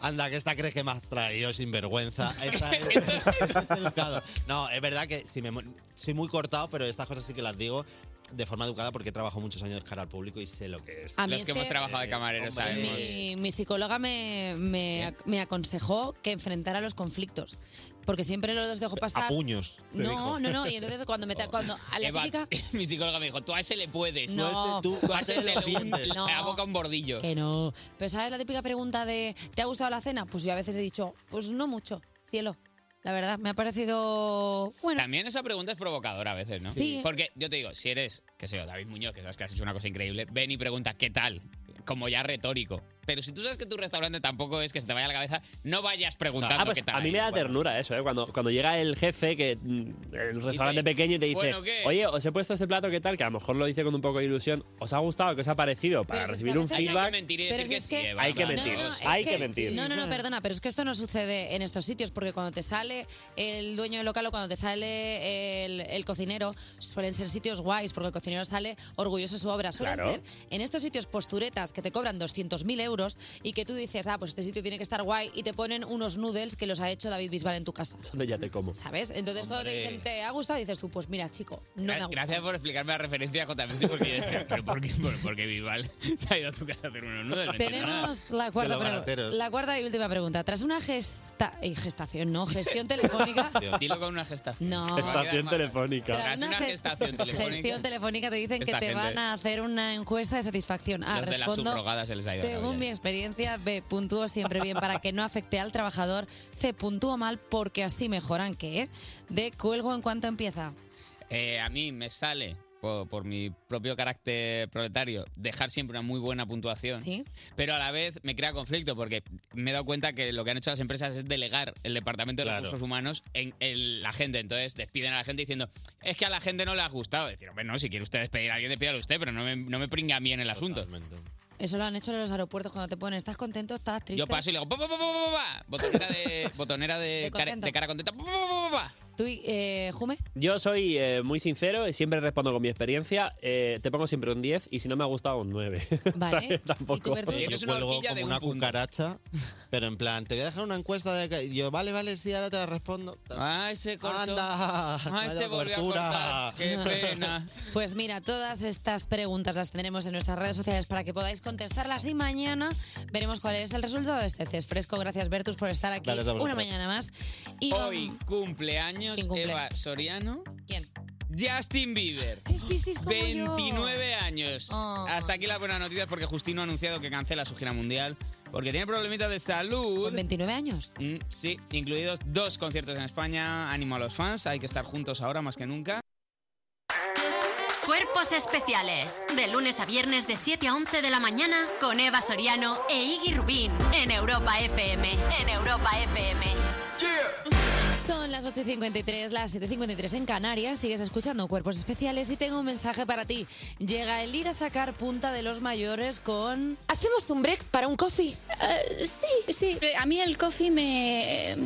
Anda, que esta crees que me has traído sinvergüenza. Esta es, esto es educado. No, es verdad que si me mu- soy muy cortado, pero estas cosas sí que las digo de forma educada porque he trabajado muchos años cara al público y sé lo que es. Eh, A mí Los es que hemos que- trabajado de camarero sabemos. Mi, mi psicóloga me, me, ac- me aconsejó que enfrentara los conflictos. Porque siempre los dejo pasar. A puños, te No, dijo. Oh. no, no. Y entonces cuando me. ta- Cuando, a la Eva, típica. mi psicóloga me dijo, tú a ese le puedes. No. tú, a ese Pásale te los lo hundes. dientes. No. La boca un bordillo. Que no. Pero ¿sabes la típica pregunta de. ¿Te ha gustado la cena? Pues yo a veces he dicho, pues no mucho, cielo. La verdad, me ha parecido. Bueno. También esa pregunta es provocadora a veces, ¿no? Sí. Porque yo te digo, si eres, qué sé yo, David Muñoz, que sabes que has hecho una cosa increíble, ven y pregunta, ¿qué tal? Como ya retórico. Pero si tú sabes que tu restaurante tampoco es que se te vaya a la cabeza, no vayas preguntando Ah, pues qué tal. a mí ahí. me da ternura eso, ¿eh? Cuando, cuando llega el jefe, que mm, el restaurante pequeño y te dice, "Bueno, ¿qué?". oye, os he puesto este plato, ¿qué tal? Que a lo mejor lo dice con un poco de ilusión. ¿Os ha gustado? ¿Qué os ha parecido? Para Pero si es que recibir a un veces- feedback... Pero si es que- Hay que No, no, mentir, no, es hay que mentir. No, no, no, perdona, pero es que esto no sucede en estos sitios, porque cuando te sale el dueño del local o cuando te sale el, el cocinero, suelen ser sitios guays, porque el cocinero sale orgulloso de su obra. Suelen Claro. ser en estos sitios posturetas que te cobran 200.000 euros y que tú dices, ah, pues este sitio tiene que estar guay y te ponen unos noodles que los ha hecho David Bisbal en tu casa. Eso no ya te como. ¿Sabes? Entonces cuando te Hombre. dicen, ¿te ha gustado? Dices tú, pues mira, chico, no me ha Gra- gustado. Gracias por explicarme la referencia, JMS, porque yo decía, ¿pero por qué, por, por qué Vival se ha ido a tu casa a hacer unos nudos? No entiendo nada. Tenemos la cuarta, pregu- la cuarta y última pregunta. Tras una gesta eh, gestación, no, gestión telefónica. Dilo con una gestación. No. Me va a quedar Estación mal. telefónica. Tras una gest- gestación telefónica. Gestión telefónica te dicen que Esta te gente. van a hacer una encuesta de satisfacción. A, Los de las respondo. subrogadas se les ha ido la Según mi experiencia, B, puntúo siempre bien para que no afecte al trabajador. C, puntúo mal porque así mejoran que. D, cuelgo en cuanto empieza. Eh, a mí me sale, por, por mi propio carácter proletario, dejar siempre una muy buena puntuación. Pero a la vez me crea conflicto porque me he dado cuenta que lo que han hecho las empresas es delegar el departamento de Claro. recursos humanos en el- la gente. Entonces despiden a la gente diciendo, es que a la gente no le ha gustado. Decir, hombre, no, si quiere usted despedir a alguien, despídalo usted, pero no me, no me pringa a mí en el asunto. Eso lo han hecho en los aeropuertos cuando te ponen, ¿estás contento? ¿Estás triste? Yo paso y le digo, "Pa, pa, pa, pa, pa, pa". Botonera de, botonera de, cara, contento. de cara contenta. "Pa, pa, pa, pa, pa, pa". ¿Tú, eh, Jume? Yo soy eh, muy sincero y siempre respondo con mi experiencia. Eh, te pongo siempre un 10 y si no me ha gustado un 9. Vale. Tampoco. Eh, yo cuelgo como una cucaracha, pero en plan, te voy a dejar una encuesta de... que- y yo, vale, vale, sí, ahora te la respondo. Ah, ese cortó. Anda, Ah, ese vaya volvió a tortura. cortar. Qué pena. Pues mira, todas estas preguntas las tendremos en nuestras redes sociales para que podáis contestarlas y mañana veremos cuál es el resultado de este CES Fresco. Gracias, Bertus, por estar aquí Gracias a vosotros. una mañana más. Y Hoy vam- cumpleaños ¿Quién cumple? Eva Soriano. ¿Quién? Justin Bieber. ¿Es piscis como yo? Oh. 29 años. Hasta aquí las buenas noticias porque Justino ha anunciado que cancela su gira mundial porque tiene problemitas de salud. ¿Con 29 años? Mm, sí, incluidos dos conciertos en España. Ánimo a los fans, hay que estar juntos ahora más que nunca. Cuerpos Cuerpos especiales. De lunes a viernes de 7 a 11 de la mañana con Eva Soriano e Iggy Rubín en Europa FM. En Europa FM. Son las 8 y 53, las 7 y 53 en Canarias. Sigues escuchando Cuerpos Especiales y tengo un mensaje para ti. Llega el ir a sacar punta de los mayores con. ¿Hacemos un break para un coffee? Eh, sí, sí. A mí el coffee me. eh,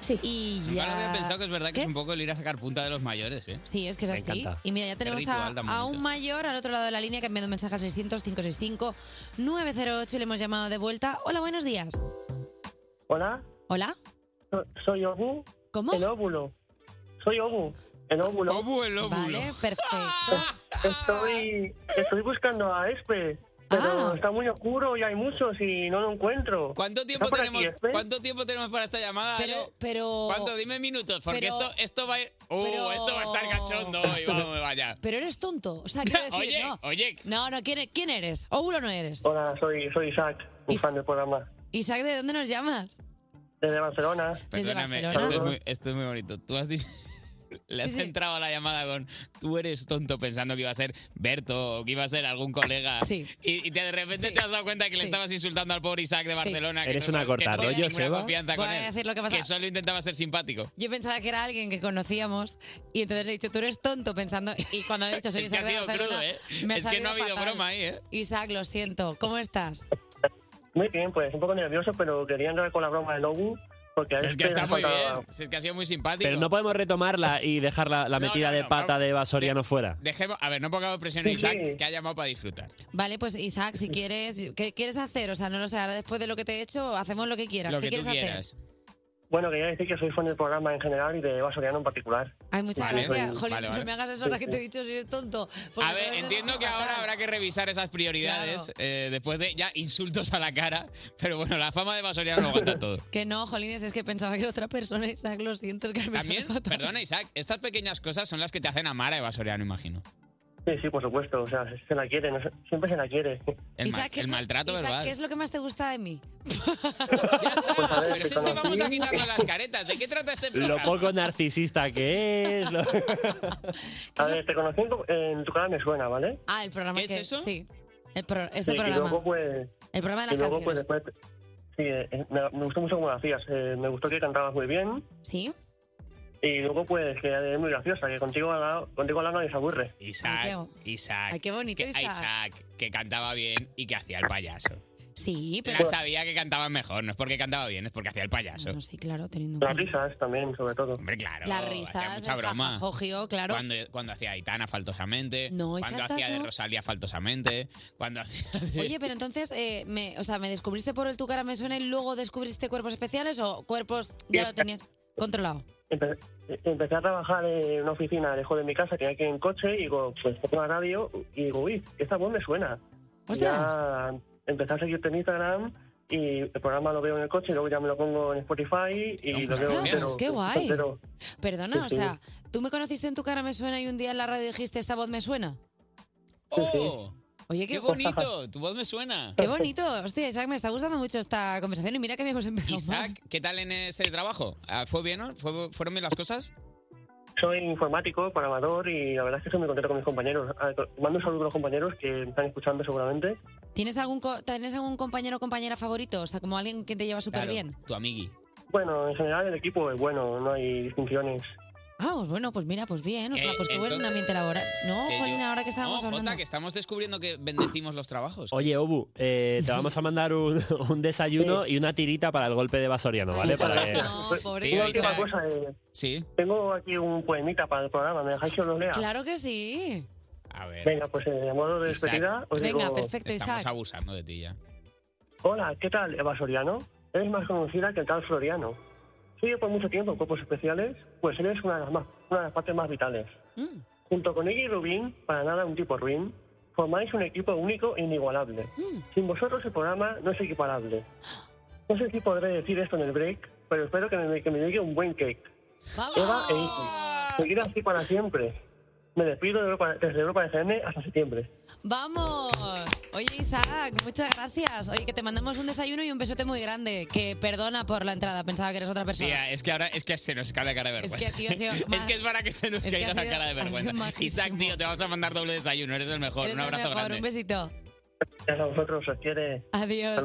Sí. Y ya. Nunca lo había pensado que es verdad que es un poco el ir a sacar punta de los mayores, ¿eh? Sí, es que es Me así. encanta. Y mira, ya Qué tenemos ritual a, tan a bonito. un mayor al otro lado de la línea cambiando mensaje al 600-565-908 y le hemos llamado de vuelta. Hola, buenos días. Hola. Hola. Soy Obu. ¿Cómo? El óvulo. Soy Obu. El óvulo. Obu, el óvulo. Vale, perfecto. Estoy, estoy buscando a Espe. Ah. Pero está muy oscuro y hay muchos y no lo encuentro. ¿Cuánto tiempo, tenemos, ¿Cuánto tiempo tenemos para esta llamada? Ale? Pero. ¿Cuánto? Dime minutos, porque pero- esto, esto va a ir. ¡Uh! pero- Esto va a estar cachondo hoy, vamos, vaya. Pero eres tonto. O sea, quiero decir, Oye, no. oye. No, no, ¿quién, quién eres? Óvulo no eres. Hola, soy, soy Isaac, un fan del programa. Isaac, ¿de dónde nos llamas? Desde Barcelona. Perdóname, Barcelona. esto es, muy, esto es muy bonito. Tú has dicho. Le has entrado a la llamada con tú eres tonto pensando que iba a ser Berto o que iba a ser algún colega. Y, y te- de repente te has dado cuenta que le estabas insultando al pobre Isaac de Barcelona. que Eres no- una que no tenía cortarrollos, ninguna Eva. confianza con Voy a él, decir lo que pasa. Que solo intentaba ser simpático. Yo pensaba que era alguien que conocíamos y entonces le he dicho, tú eres tonto pensando. Y cuando he dicho, soy Es que ha Isaac de sido crudo, Barcelona, ¿eh? me ha Es que no salido ha habido fatal. broma ahí, ¿eh? Isaac, lo siento. ¿Cómo estás? Muy bien, pues un poco nervioso, pero quería entrar con la broma del Obu. Porque a Es que Espe está le muy faltaba- bien. Si es que ha sido muy simpático. Pero no podemos retomarla y dejar la, la metida de pata de Eva Soriano fuera. Dejemos, a ver, no pongamos presión a Sí, Isaac, sí. que ha llamado para disfrutar. Vale, pues Isaac, si quieres, ¿qué quieres hacer? O sea, no lo sé, ahora después de lo que te he hecho, hacemos lo que quieras. Lo ¿Qué que tú quieres hacer? quieras. Bueno, quería decir que soy fan del programa en general y de Eva Soriano en particular. Ay, muchas Vale. gracias. Vale, Jolín, vale. no me hagas eso ahora que te he dicho, si eres tonto. porque a ver, entonces- entiendo que ahora habrá que revisar esas prioridades eh, después de ya insultos a la cara. Pero bueno, la fama de Basoriano lo aguanta todo. Que no, Jolines, es que pensaba que era otra persona, Isaac, lo siento, es que me También, perdona Isaac, estas pequeñas cosas son las que te hacen amar a Eva Soriano, imagino. Sí, sí, por supuesto. O sea, se- se la quiere, no sé, siempre se la quiere. El, ma- Isaac, ¿qué el es lo- maltrato Isaac, verbal. ¿qué es lo que más te gusta de mí? Pues a ver, Pero si es que vamos a quitarnos las caretas. ¿De qué trata este Lo programa? poco narcisista que es. lo- A ver, te conocí en tu, en tu cara me suena, ¿vale? Ah, el programa que... eso? Sí, el pro- ese Sí, programa. Y luego, pues, el programa de las y luego, canciones. pues, después, sí, eh, me, me gustó mucho cómo lo hacías. eh, me gustó que cantabas muy bien. Sí. Y luego, pues, que es muy graciosa, que contigo al lado, contigo al lado nadie se aburre. Isaac, Isaac. Ay, qué bonito, que- a Isaac. Isaac, que cantaba bien y que hacía el payaso. Sí, pero... La sabía que cantaba mejor, no es porque cantaba bien, es porque hacía el payaso. sí, claro, teniendo Las risas también, sobre todo. Hombre, claro. Las hacía risas, mucha el broma. jajajogio, claro. Cuando, cuando hacía Aitana faltosamente. No, Aitana cuando hacía de no. Rosalía faltosamente. Cuando hacía de- Oye, pero entonces, eh, me, o sea, ¿me descubriste por el tu cara me suena y luego descubriste cuerpos especiales o cuerpos ya lo tenías controlado? Empe- eh, empecé a trabajar en una oficina lejos de mi casa, tenía que ir en coche, y digo, pues pongo la radio, y digo, uy, esta voz me suena. Ya empecé a seguirte en Instagram, y el programa lo veo en el coche, y luego ya me lo pongo en Spotify, y lo veo Ostras, entero. qué guay. entero. Perdona, o Sí, sí. sea, ¿tú me conociste en tu cara me suena y un día en la radio dijiste esta voz me suena? ¡Oh! Oye, qué bonito, tu voz me suena. Qué bonito, hostia, Isaac, me está gustando mucho esta conversación y mira que habíamos empezado mal. Isaac, ¿qué tal en ese trabajo? Ah, ¿Fue bien? no? ¿Fue- ¿Fueron bien las cosas? Soy informático, programador, y la verdad es que estoy muy contento con mis compañeros. A ver, Mando un saludo a los compañeros que me están escuchando seguramente. ¿Tienes algún, co- ¿Tienes algún compañero o compañera favorito? O sea, como alguien que te lleva súper Claro. bien. Tu amigui. Bueno, en general el equipo es bueno, no hay distinciones. Ah, pues bueno, pues mira, pues bien, o sea, Eh, pues qué buen entonces- ambiente laboral. No, que yo- Jolín, ahora que estábamos No, Jota, hablando. que estamos descubriendo que bendecimos los trabajos. Oye, Obu, eh, te vamos a mandar un, un desayuno y una tirita para el golpe de Eva Soriano, ¿vale? Para que- pobre Una Isaac. última cosa, eh, Sí. Tengo aquí un poemita para el programa, ¿me dejáis que os lo lea? Claro que sí. A ver. Venga, pues eh, a modo de Isaac, despedida os digo... Estamos abusando de ti ya. Hola, ¿qué tal, Eva Soriano? Eres más conocida que el tal Floriano. Sigue por mucho tiempo en cuerpos especiales, pues eres una de las, más- una de las partes más vitales. Mm. Junto con ella y Rubín, para nada un tipo ruin, formáis un equipo único e inigualable. Mm. Sin vosotros el programa no es equiparable. No sé si podré decir esto en el break, pero espero que me, que me llegue un buen cake. Eva e Isis, seguir así para siempre. Me despido de Europa- desde Europa FM hasta septiembre. ¡Vamos! Oye, Isaac, muchas gracias. Oye, que te mandamos un desayuno y un besote muy grande. Que perdona por la entrada, pensaba que eres otra persona. Tía, es que ahora es que se nos cae la cara de Es vergüenza. que, tío, ha sido es, ma- que es para que se nos es que caiga ha la sido- cara de ha sido vergüenza. majísimo. Isaac, tío, te vamos a mandar doble desayuno. Eres el mejor. Eres un el abrazo mejor, Un grande. besito. Gracias a vosotros, os quiere. Adiós.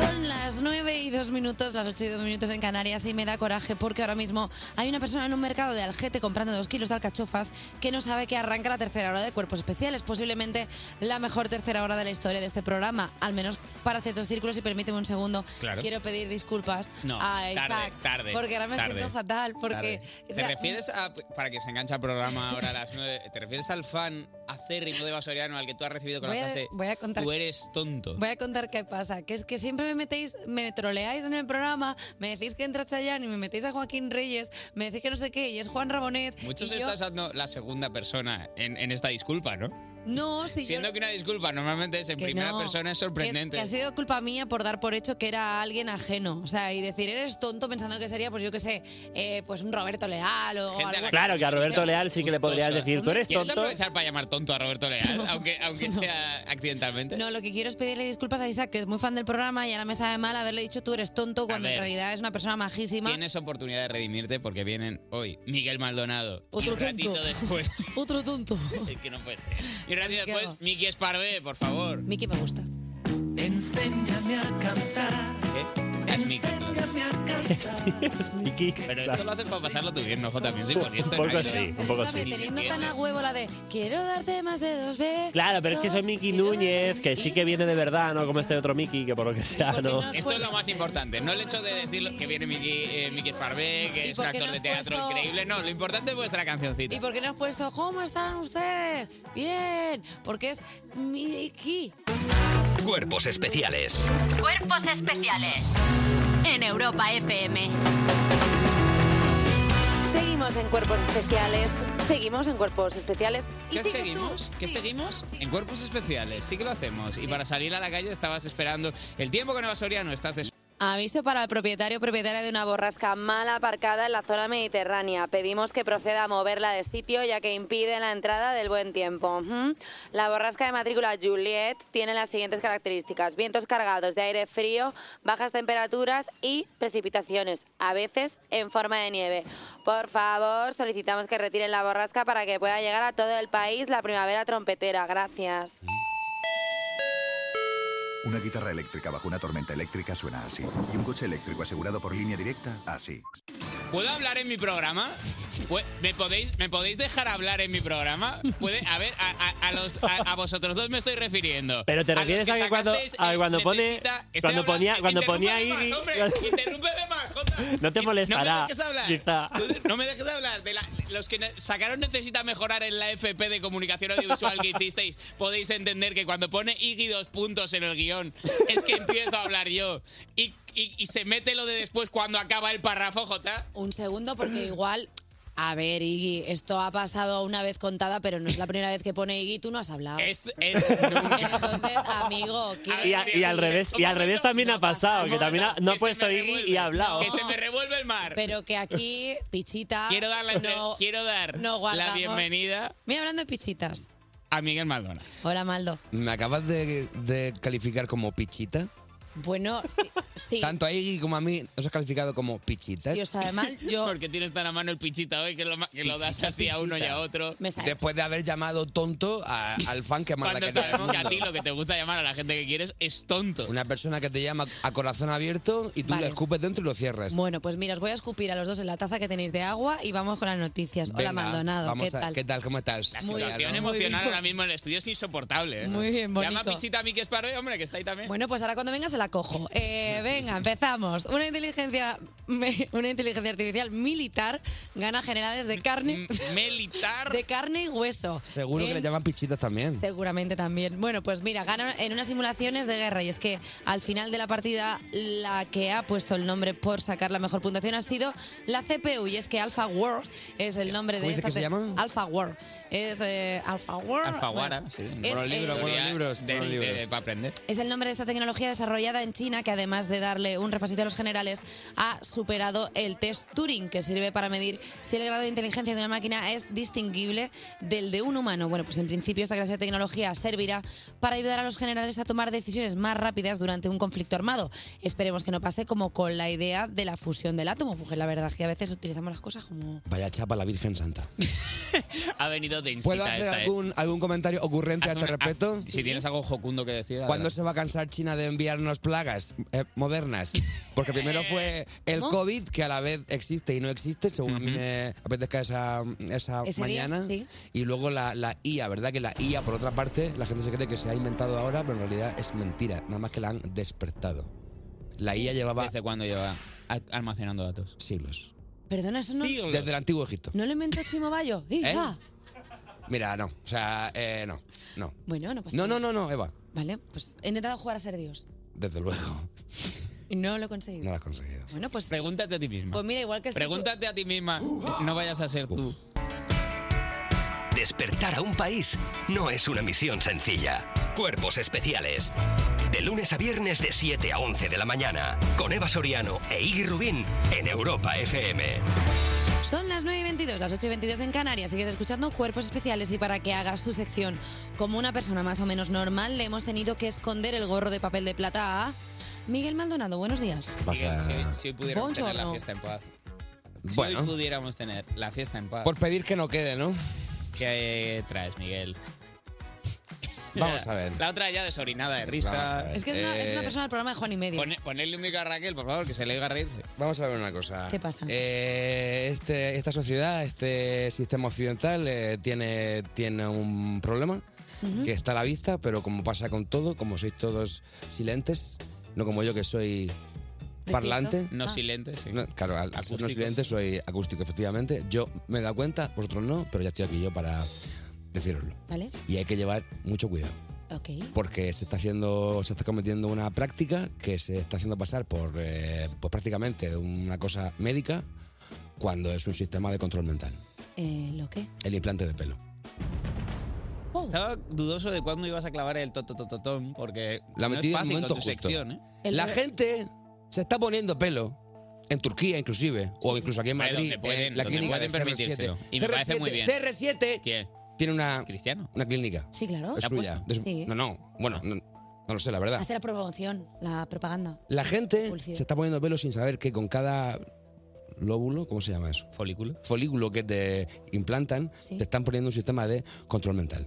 Son las 9 y 2 minutos, las 8 y 2 minutos en Canarias y me da coraje porque ahora mismo hay una persona en un mercado de Algete comprando dos kilos de alcachofas que no sabe que arranca la tercera hora de Cuerpos Especiales, posiblemente la mejor tercera hora de la historia de este programa, al menos para ciertos círculos y permíteme un segundo, Claro. quiero pedir disculpas No, a tarde, Ah, Isaac tarde, porque ahora me tarde. siento fatal porque... Tarde. o ¿Te sea, refieres a. Para que se engancha el programa ahora a las 9. ¿Te refieres al fan acérrimo de Basoriano al que tú has recibido con Voy la a- frase. voy a contar- Tú eres tonto. Voy a contar qué pasa, que es que siempre me metéis, me troleáis en el programa, me decís que entra Chayanne y me metéis a Joaquín Reyes, me decís que no sé qué y es Juan Rabonet. Muchos y yo- estás dando la segunda persona en, en esta disculpa, ¿no? No, si yo- Siendo que una disculpa normalmente es en que primera no, persona es que sorprendente. Que, ha sido culpa mía por dar por hecho que era alguien ajeno. O sea, y decir, eres tonto pensando que sería, pues yo qué sé, eh, pues un Roberto Leal o Gente a algo. la Claro, que a Roberto Leal sí que le podrías Gustosa. decir, tú eres ¿Quieres tonto. aprovechar para llamar tonto a Roberto Leal, aunque, aunque sea accidentalmente? No, lo que quiero es pedirle disculpas a Isaac, que es muy fan del programa y ahora me sabe mal haberle dicho tú eres tonto cuando en ver. realidad es una persona majísima. Tienes oportunidad de redimirte porque vienen hoy Miguel Maldonado. y Otro un ratito tonto. después. Otro tonto. es que no puede ser. Y un ratito ¿Qué después, hago? Miki Esparvé, por favor. Miki me gusta. Enséñame a cantar. ¿Qué? ¿eh? Es Miki. Enséñame a cantar. Es Miki. Pero esto lo haces para pasarlo tú bien, ¿no? Jo, también soy Un corriente. poco ¿no? sí, un Pero poco Escúchame, teniendo tan a huevo la de quiero darte más de dos veces. Claro, pero es que soy Miki Núñez, que sí que viene de verdad, no como este otro Miki, que por lo que sea, no. Esto es lo más importante, no el hecho de decir que viene Miki, eh, Miki Esparvé, que es un por qué actor no de has teatro puesto- increíble. No, lo importante es vuestra cancioncita. ¿Y por qué no has puesto cómo están ustedes? Bien, porque es Miki. Cuerpos especiales. Cuerpos especiales en Europa FM. Seguimos en cuerpos especiales. Seguimos en cuerpos especiales. ¿Qué seguimos? ¿Qué seguimos? En cuerpos especiales, sí que lo hacemos. Y para salir a la calle estabas esperando el tiempo que no va Soriano, estás de Aviso para el propietario o propietaria de una borrasca mal aparcada en la zona mediterránea. Pedimos que proceda a moverla de sitio ya que impide la entrada del buen tiempo. Ujú. La borrasca de matrícula Juliet tiene las siguientes características. Vientos cargados de aire frío, bajas temperaturas y precipitaciones, a veces en forma de nieve. Por favor, solicitamos que retiren la borrasca para que pueda llegar a todo el país la primavera trompetera. Gracias. Una guitarra eléctrica bajo una tormenta eléctrica suena así. Y un coche eléctrico asegurado por línea directa, así. ¿Puedo hablar en mi programa? Pue- ¿Me podéis, ¿Me podéis dejar hablar en mi programa? ¿Puede? A ver, a, a- a los, a, a vosotros dos me estoy refiriendo. Pero te los refieres a que cuando, sacasteis, a que eh, cuando pone, necesita- este Estoy cuando hablando- ponía, cuando ponía interrúmpeme Iggy, más, hombre, interrúmpeme más, Jota. no te No molestará, me dejes hablar. quizá. Tú- No me dejes hablar. De la- los que ne- sacaron necesita mejorar en la FP de comunicación audiovisual que hicisteis, podéis entender que cuando pone Iggy dos puntos en el guión, es que empiezo a hablar yo. Y, y- y se mete lo de después cuando acaba el párrafo, Jota. Un segundo, porque igual. A ver, Iggy, esto ha pasado una vez contada, pero no es la primera vez que pone Iggy, tú no has hablado. Entonces, amigo, ¿qué? Y, a- y al revés, y al revés también ha pasado, que también ha- no ha puesto Iggy y ha hablado. Que se me revuelve el mar. Pero que aquí, Pichita. Quiero dar la, entre- no- quiero dar no la guardamos. bienvenida Mira, hablando de pichitas. a Miguel Maldona. Hola, Maldo. ¿Me acabas de, de calificar como pichita? Bueno, sí. sí. Tanto a Iggy como a mí nos has calificado como pichitas. Yo sabe mal, yo. Porque tienes tan a mano el pichita hoy que lo, ma- que lo das Pichita, así a uno y pichita. a otro. Después de haber llamado tonto a- al fan que más la Cuando que te da el sabemos que a mundo. ti lo que te gusta llamar a la gente que quieres es tonto. Una persona que te llama a corazón abierto y tú Vale. la escupes dentro y lo cierras. Bueno, pues mira, os voy a escupir a los dos en la taza que tenéis de agua y vamos con las noticias. Hola, Venga, Maldonado. vamos ¿Qué a- tal? ¿Qué tal? ¿Cómo estás? La Muy situación bien, ¿no? emocional ahora mismo en el estudio es insoportable. ¿eh? Muy bien, Llama a bonito. Pichita a mí que es paro, hombre, que está ahí también. Bueno, pues ahora cuando vengas se la cojo. Eh, venga, empezamos. Una inteligencia, me- una inteligencia artificial militar gana generales de carne. Militar. De carne y hueso. Seguro que En- le llaman pichitas también. Seguramente también. Bueno, pues mira, gana en unas simulaciones de guerra y es que al final de la partida la que ha puesto el nombre por sacar la mejor puntuación ha sido la CPU y es que Alpha World es el nombre ¿Cómo de dices esta que se te- llama? Alpha World. Es eh, Alpha World. Alfaguara, bueno, sí. es Buenos libros, el- buenos libros, de- buenos de- libros. Para aprender. es el nombre de esta tecnología desarrollada en China que además de darle un repasito a los generales ha superado el test Turing que sirve para medir si el grado de inteligencia de una máquina es distinguible del de un humano. Bueno, pues en principio esta clase de tecnología servirá para ayudar a los generales a tomar decisiones más rápidas durante un conflicto armado. Esperemos que no pase como con la idea de la fusión del átomo, porque la verdad es que a veces utilizamos las cosas como... Vaya chapa la Virgen Santa. Ha venido de ¿Puedo insita hacer esta, ¿eh? algún, algún comentario ocurrente a Haz este una- haz- respecto? Si tienes algo jocundo que decir. ¿Cuándo adelante. se va a cansar China de enviarnos plagas eh, modernas? Porque primero fue el ¿Cómo? COVID, que a la vez existe y no existe, según a mí me apetezca esa, esa Ese día, mañana. sí. Y luego la, la IA, ¿verdad? Que la IA, por otra parte, la gente se cree que se ha inventado ahora, pero en realidad es mentira. Nada más que la han despertado. La IA llevaba... ¿Desde cuándo lleva a- almacenando datos? Siglos. Perdona, eso no... Desde el Antiguo Egipto. ¿No lo inventó Chimo Bayo? ¡Hija! Mira, no. O sea, eh, no. No. Bueno, pues no pasa No, nada. no, no, no, Eva. Vale, pues he intentado jugar a ser Dios Desde luego. Ah. y no lo he conseguido. No lo has conseguido. Bueno, pues... Pregúntate a ti misma. Pues mira, igual que... el Pregúntate a ti misma. No vayas a ser tú. Despertar a un país no es una misión sencilla. Cuerpos especiales. De lunes a viernes de 7 a 11 de la mañana. Con Eva Soriano e Iggy Rubín en Europa FM. Son las 9 y 22, las 8 y 22 en Canarias. Sigues escuchando Cuerpos Especiales y para que haga su sección como una persona más o menos normal, le hemos tenido que esconder el gorro de papel de plata a Miguel Maldonado. Buenos días. ¿Qué pasa? Miguel, si, si hoy pudiéramos tener la Buongiorno. fiesta en paz. Si Bueno. hoy pudiéramos tener la fiesta en paz. Por pedir que no quede, ¿no? ¿Qué traes, Miguel? Vamos a ver. La otra ya desorinada de Vamos a risa. ver. Es que es una, es una Eh, persona del programa de Juan y Medio. Pone- ponerle un micro a Raquel, por favor, que se le oiga reírse. Vamos a ver una cosa. ¿Qué pasa? Eh, este, esta sociedad, este sistema occidental eh, tiene, tiene un problema Ujú. que está a la vista, pero como pasa con todo, como sois todos silentes, no como yo que soy parlante. Ah. No silentes, sí. No, claro, al, al ser no silente soy acústico, efectivamente. Yo me he dado cuenta, vosotros no, pero ya estoy aquí yo para deciroslo. ¿Vale? Y hay que llevar mucho cuidado. Ok. porque se está haciendo se está cometiendo una práctica que se está haciendo pasar por, eh, por prácticamente una cosa médica cuando es un sistema de control mental Eh, ¿Lo qué? el implante de pelo Estaba dudoso de cuándo ibas a clavar el tototototón, porque la no metí en es el fácil momento con tu justo sección, ¿eh? la gente se está poniendo pelo en Turquía inclusive o incluso aquí en Hombre, Madrid donde pueden, en la donde clínica pueden de permitírselo. CR7 Y me parece CR7, muy bien. CR7 ¿Quién? tiene una Cristiano Ah. una clínica Sí, claro. es suya de su- Sí. no no bueno no, no lo sé la verdad Hace la promoción, la propaganda. La gente Publicidad. se está poniendo pelo sin saber que con cada lóbulo, ¿cómo se llama eso? Folículo. Folículo que te implantan, te están poniendo un sistema de control mental.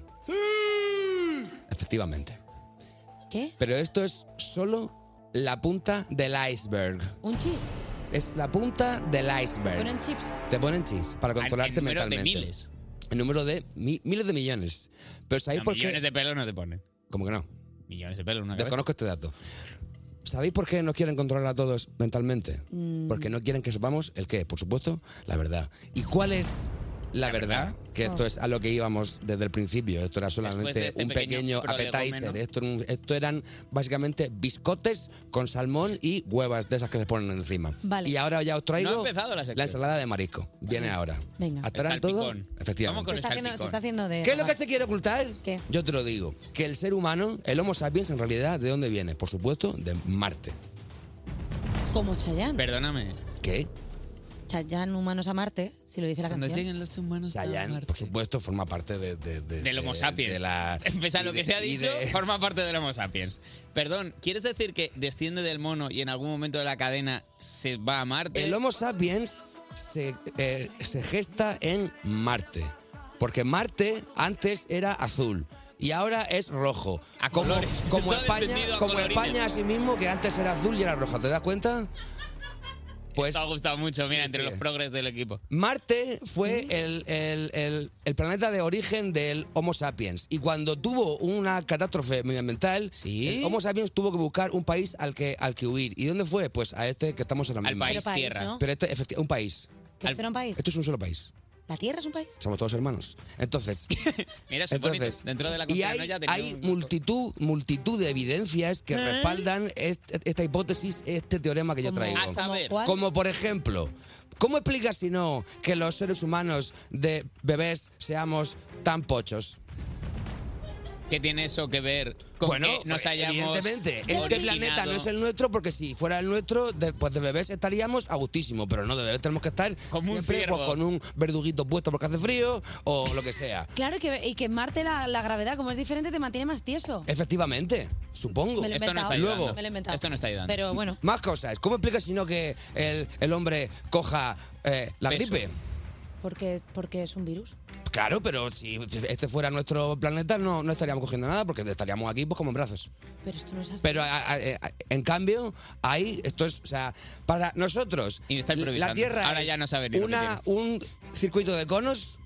Efectivamente. ¿Qué? Pero esto es solo la punta del iceberg. ¿Un chis? Es la punta del iceberg. ¿Ponen chips? Te ponen chips para controlarte el número de mentalmente. miles. El número de mi- miles de millones. Pero ¿sabéis No, por millones qué? de pelos no te ponen. ¿Cómo que no? Millones de pelos en una cabeza. Desconozco este dato. ¿Sabéis por qué nos quieren controlar a todos mentalmente? Mm. Porque no quieren que sepamos el qué, por supuesto, la verdad. ¿Y cuál es la, verdad? Que esto Oh. es a lo que íbamos desde el principio. Esto era solamente de este un pequeño, pequeño prolegómeno. appetizer. Esto, era un- esto eran básicamente biscotes con salmón y huevas de esas que les ponen encima. Vale. Y ahora ya os traigo No ha empezado la la, sección. ensalada de marisco. Viene ahora. Venga. Hasta ahora El en todo. salpicón. Efectivamente. Vamos con Se el está haciendo- se salpicón. está haciendo de- ¿Qué es lo que se quiere ocultar? ¿Qué? Yo te lo digo, que el ser humano, el Homo sapiens, en realidad, ¿de dónde viene? Por supuesto, de Marte. Como Chayanne. Perdóname. ¿Qué? Chayanne, Humanos a Marte, si lo dice la Cuando canción. lleguen los humanos Chayanne, por supuesto, forma parte de, de- de- Del Homo de- sapiens. de la- Pese a y lo que de- se ha y dicho, de- forma parte del Homo sapiens. Perdón, ¿quieres decir que desciende del mono y en algún momento de la cadena se va a Marte? El Homo sapiens se, eh, se gesta en Marte. Porque Marte antes era azul y ahora es rojo. A como, colores. Como Está España, descendido a como colorines. España a sí mismo, que antes era azul y era roja. ¿Te das cuenta? Pues, ha gustado mucho, mira, entre los progres del equipo. Marte fue el, el- el- el planeta de origen del Homo sapiens. Y cuando tuvo una catástrofe medioambiental, el Homo sapiens tuvo que buscar un país al que, al que huir. ¿Y dónde fue? Pues a este que estamos ahora mismo. país Pero país, tierra. ¿no? Pero este, efecti- un país. ¿Que esto era un país? Esto es un solo país. ¿La Tierra es un país? Somos todos hermanos. Entonces, Mira, es bonito. entonces Dentro de la y conspiranoia hay, tenía hay un- multitud, multitud de evidencias que ¿Eh? respaldan est- esta hipótesis, este teorema que yo ¿Cómo- traigo. a saber? ¿Cómo cuál? Como por ejemplo, ¿cómo explicas si no que los seres humanos de bebés seamos tan pochos? ¿Qué tiene eso que ver con Bueno, que nos hayamos Evidentemente, este originado? planeta no es el nuestro porque si fuera el nuestro, de- pues de bebés estaríamos a gustísimo, pero no, de bebés tenemos que estar siempre ciervo. pues, con un verduguito puesto porque hace frío o lo que sea. Claro, que, y que en Marte la, la gravedad, como es diferente, te mantiene más tieso. Efectivamente, supongo. Me lo he Esto no inventado. está ayudando. Luego, Me lo he inventado. Esto no está ayudando. Pero bueno. Más cosas. ¿Cómo explicas si no que el, el hombre coja eh, la Peso. gripe? Porque, porque es un virus. Claro, pero si este fuera nuestro planeta no, no estaríamos cogiendo nada porque estaríamos aquí pues como en brazos. Pero esto no es así. Pero a- a- a- en cambio, ahí, esto es, o sea, para nosotros, la improvisando. Tierra Ahora es ya no sabe ni lo que una, un circuito de conos,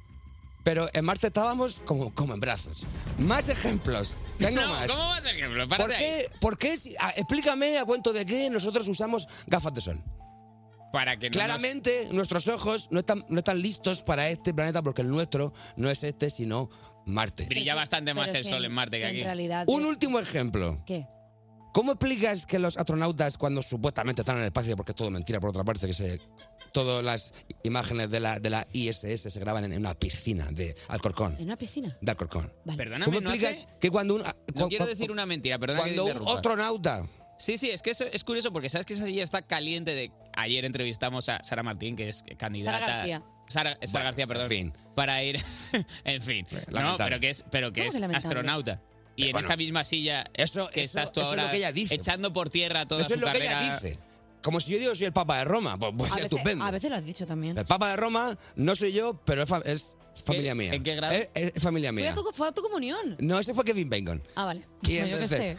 pero en Marte estábamos como, como en brazos. Más ejemplos. Tengo No, más. ¿Cómo vas a ejemplo? ¿Por Párate ahí. qué, por qué si- a- explícame a cuento de qué nosotros usamos gafas de sol? Para que no nos- Claramente nuestros ojos no están, no están listos para este planeta porque el nuestro no es este, sino Marte. brilla bastante más pero el es sol que- en Marte que en aquí. realidad- Un último ejemplo. ¿Qué? ¿Cómo explicas que los astronautas, cuando supuestamente están en el espacio, porque es todo mentira por otra parte, que se, todas las imágenes de la, de la ISS se graban en, en una piscina de Alcorcón? En una piscina. De Alcorcón. ¿Cómo Perdóname, no explicas hace- que cuando un... a- No cu- quiero cu- decir una mentira, perdona que te cuando un interrumpa. astronauta... Sí, sí, es que eso es curioso porque sabes que esa silla está caliente de... Ayer entrevistamos a Sara Martín, que es candidata... Sara García. Sara, Sara García, perdón. Para ir... en fin. No, lamentable. pero que es, pero que ¿Cómo es que lamentable? astronauta. Y Pero en bueno, esa misma silla que eso- estás tú eso es lo ahora que ella dice. echando por tierra toda Eso es su lo que carrera... ella dice. Como si yo digo soy el Papa de Roma. Pues, pues a, veces, estupendo. a veces lo has dicho también. El Papa de Roma no soy yo, pero es, fa- es familia mía. en qué grado? Es, es familia Fue a, mía. tu, fue a tu comunión. No, ese fue Kevin Bacon. Ah, vale. Y Yo qué entonces- sé.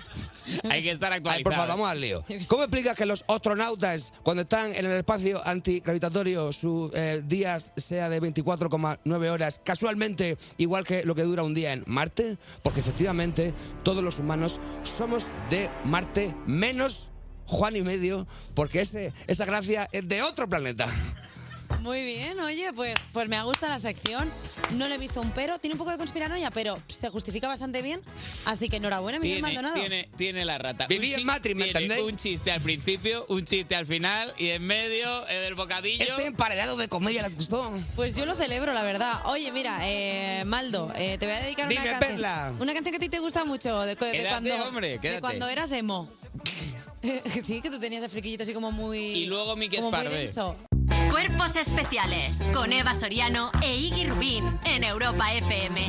Hay que estar actualizados. Ay, por favor, vamos al lío. ¿Cómo explicas que los astronautas, cuando están en el espacio antigravitatorio, sus eh, días sea de 24,9 horas, casualmente igual que lo que dura un día en Marte? Porque efectivamente todos los humanos somos de Marte, menos Juan y medio, porque ese, esa gracia es de otro planeta. Muy bien, oye, pues, pues me ha gustado la sección. No le he visto un pero. Tiene un poco de conspiranoia, pero se justifica bastante bien. Así que enhorabuena, Miguel Tiene, Maldonado. tiene, tiene la rata. Viví Un en chi- Matrix, ¿me tiene entendéis? Un chiste al principio, un chiste al final y en medio el del bocadillo. Este emparedado de comedia les gustó. Pues yo lo celebro, la verdad. Oye, mira, eh, Maldo, eh, te voy a dedicar Dime, una canción. Perla. Una canción que a ti te gusta mucho, de, cu- de Quédate, cuando, hombre, de quédate. cuando eras emo. sí, que tú tenías el friquillito así como muy... Y luego Miki como muy Esparvé. denso. Cuerpos especiales con Eva Soriano e Iggy Rubín en Europa FM.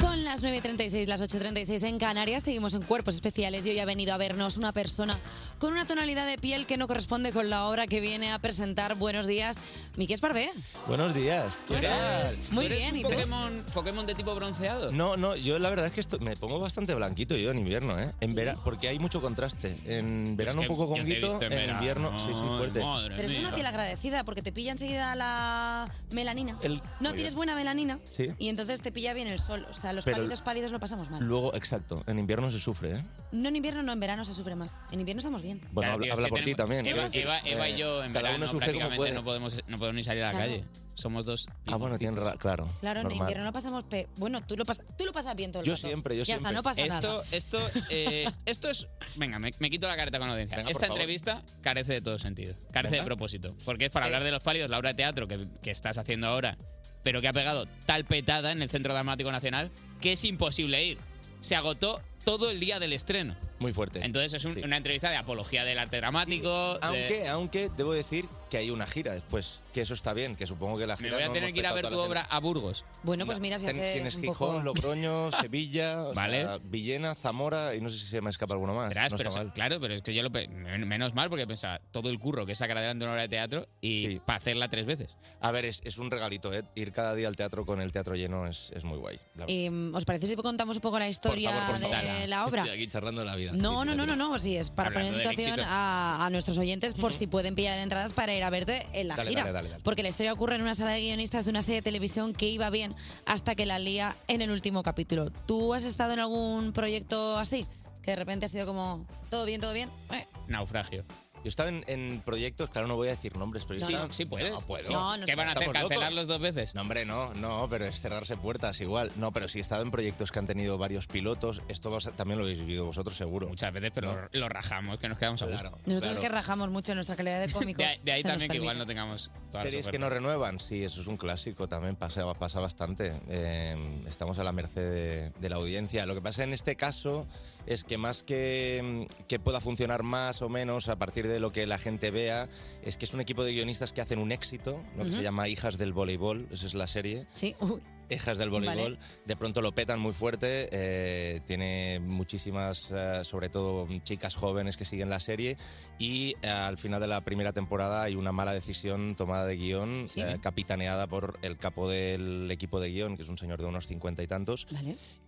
Son las 9.36, las 8.36 en Canarias. Seguimos en Cuerpos Especiales y hoy ha venido a vernos una persona con una tonalidad de piel que no corresponde con la obra que viene a presentar. Buenos días, Miki Esparvé. Buenos días. ¿Qué tal? Muy ¿Tú eres bien, un ¿y tú? Pokémon, Pokémon de tipo bronceado? No, no, yo la verdad es que esto- me pongo bastante blanquito yo en invierno, ¿eh? En vera, porque hay mucho contraste. En verano que un yo poco te he con guito, visto en en, verano. invierno sí, sí, fuerte. Madre Pero es una piel agradecida porque te pilla enseguida la melanina. El- No Muy tienes bien. buena melanina Sí. y entonces te pilla bien el sol. O sea, los Pero- pálidos pálidos lo pasamos mal. Luego, exacto, en invierno se sufre, ¿eh? No en invierno, no en verano se sufre más. En invierno estamos bien. Bueno, habla, Tío, es habla que por ti tenemos- también. Eva, quiero decir, Eva- Eva eh, y yo en cada verano uno sufre como prácticamente puede. no podemos, no podemos ni salir a la Claro. calle. Somos dos. Ah, bueno, tienen ra- claro. Claro, en normal. invierno no pasamos. pe- bueno, tú lo, pas- tú lo pasas bien todo el Yo rato. siempre, yo ya está, siempre. no pasa Esto- nada. Esto, eh, esto es. Venga, me, me quito la careta con la audiencia. Venga, por Esta favor. entrevista carece de todo sentido. Carece Venga. Eh. de propósito. Porque es para hablar de los pálidos, la obra de teatro que, que estás haciendo ahora, pero que ha pegado tal petada en el Centro Dramático Nacional que es imposible ir. Se agotó todo el día del estreno. Muy fuerte. Entonces es un- una entrevista de apología del arte dramático. de- Aunque, ah, aunque debo decir que hay una gira después, que eso está bien, que supongo que la me gira. voy a no tener hemos que ir a ver petado tu toda la obra gente. a Burgos. Bueno, pues mira, si Ten- hace Tienes un Gijón, poco... Logroño, Sevilla, o Vale. sea, Villena, Zamora y no sé si se me escapa alguno más. Verás, no pero está eso- mal. claro, pero es que yo lo pe- men- menos mal porque pensaba todo el curro que es sacar adelante una obra de teatro y para hacerla tres veces. A ver, es, es un regalito, ¿eh? Ir cada día al teatro con el teatro lleno es, es muy guay. la verdad. Eh, ¿Os parece si contamos un poco la historia Por favor, por de favor. la obra? Estoy aquí charlando de la vida. publicidad. No, no, no, no, no, sí, es para Hablando poner en del situación éxito. a, a nuestros oyentes por si pueden pillar entradas para ir a verte en la Dale, gira. dale, dale, dale. Porque la historia ocurre en una sala de guionistas de una serie de televisión que iba bien hasta que la lía en el último capítulo. ¿Tú has estado en algún proyecto así? Que de repente ha sido como, todo bien, todo bien. Eh, Naufragio. Yo estaba en, en proyectos, claro, no voy a decir nombres, pero yo Sí, estaba- sí puedes. No, puedo. No, no ¿Qué van a hacer, ¿Estamos locos? cancelarlos dos veces? No, hombre, no, no, pero es cerrarse puertas igual. No, pero sí he estado en proyectos que han tenido varios pilotos. Esto vos- también lo habéis vivido vosotros seguro. Muchas veces, pero lo rajamos, que nos quedamos a claro, Nosotros claro. que rajamos mucho en nuestra calidad de cómicos. De, de ahí se nos también que permite. igual no tengamos todas las Series que ofertas. no renuevan, sí, eso es un clásico también, pasa, pasa bastante. Eh, estamos a la merced de, de la audiencia. Lo que pasa en este caso es que más que, mm, que pueda funcionar más o menos a partir de lo que la gente vea, es que es un equipo de guionistas que hacen un éxito, lo que Ujú. se llama Hijas del Voleibol, esa es la serie. Sí, uy. Hijas del Vale. voleibol, de pronto lo petan muy fuerte, eh, tiene muchísimas, eh, sobre todo mm, chicas jóvenes que siguen la serie y eh, al final de la primera temporada hay una mala decisión tomada de guión, eh, capitaneada por el capo del equipo de guión, que es un señor de unos cincuenta y tantos,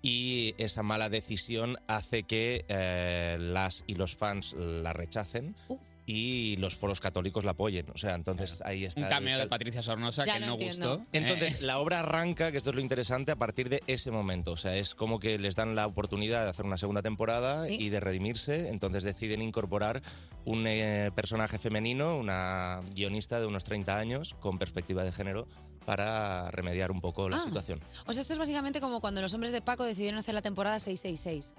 y esa mala decisión hace que eh, las y los fans la rechacen. Y los foros católicos la apoyen. O sea, entonces ahí está. Un el cameo de cal- Patricia Sornosa que no gustó. entonces, Eh, la obra arranca, que esto es lo interesante, a partir de ese momento. O sea, es como que les dan la oportunidad de hacer una segunda temporada Sí. y de redimirse. Entonces deciden incorporar un eh, personaje femenino, una guionista de unos 30 años, con perspectiva de género, para remediar un poco la Ah. situación. O sea, esto es básicamente como cuando los hombres de Paco decidieron hacer la temporada 666.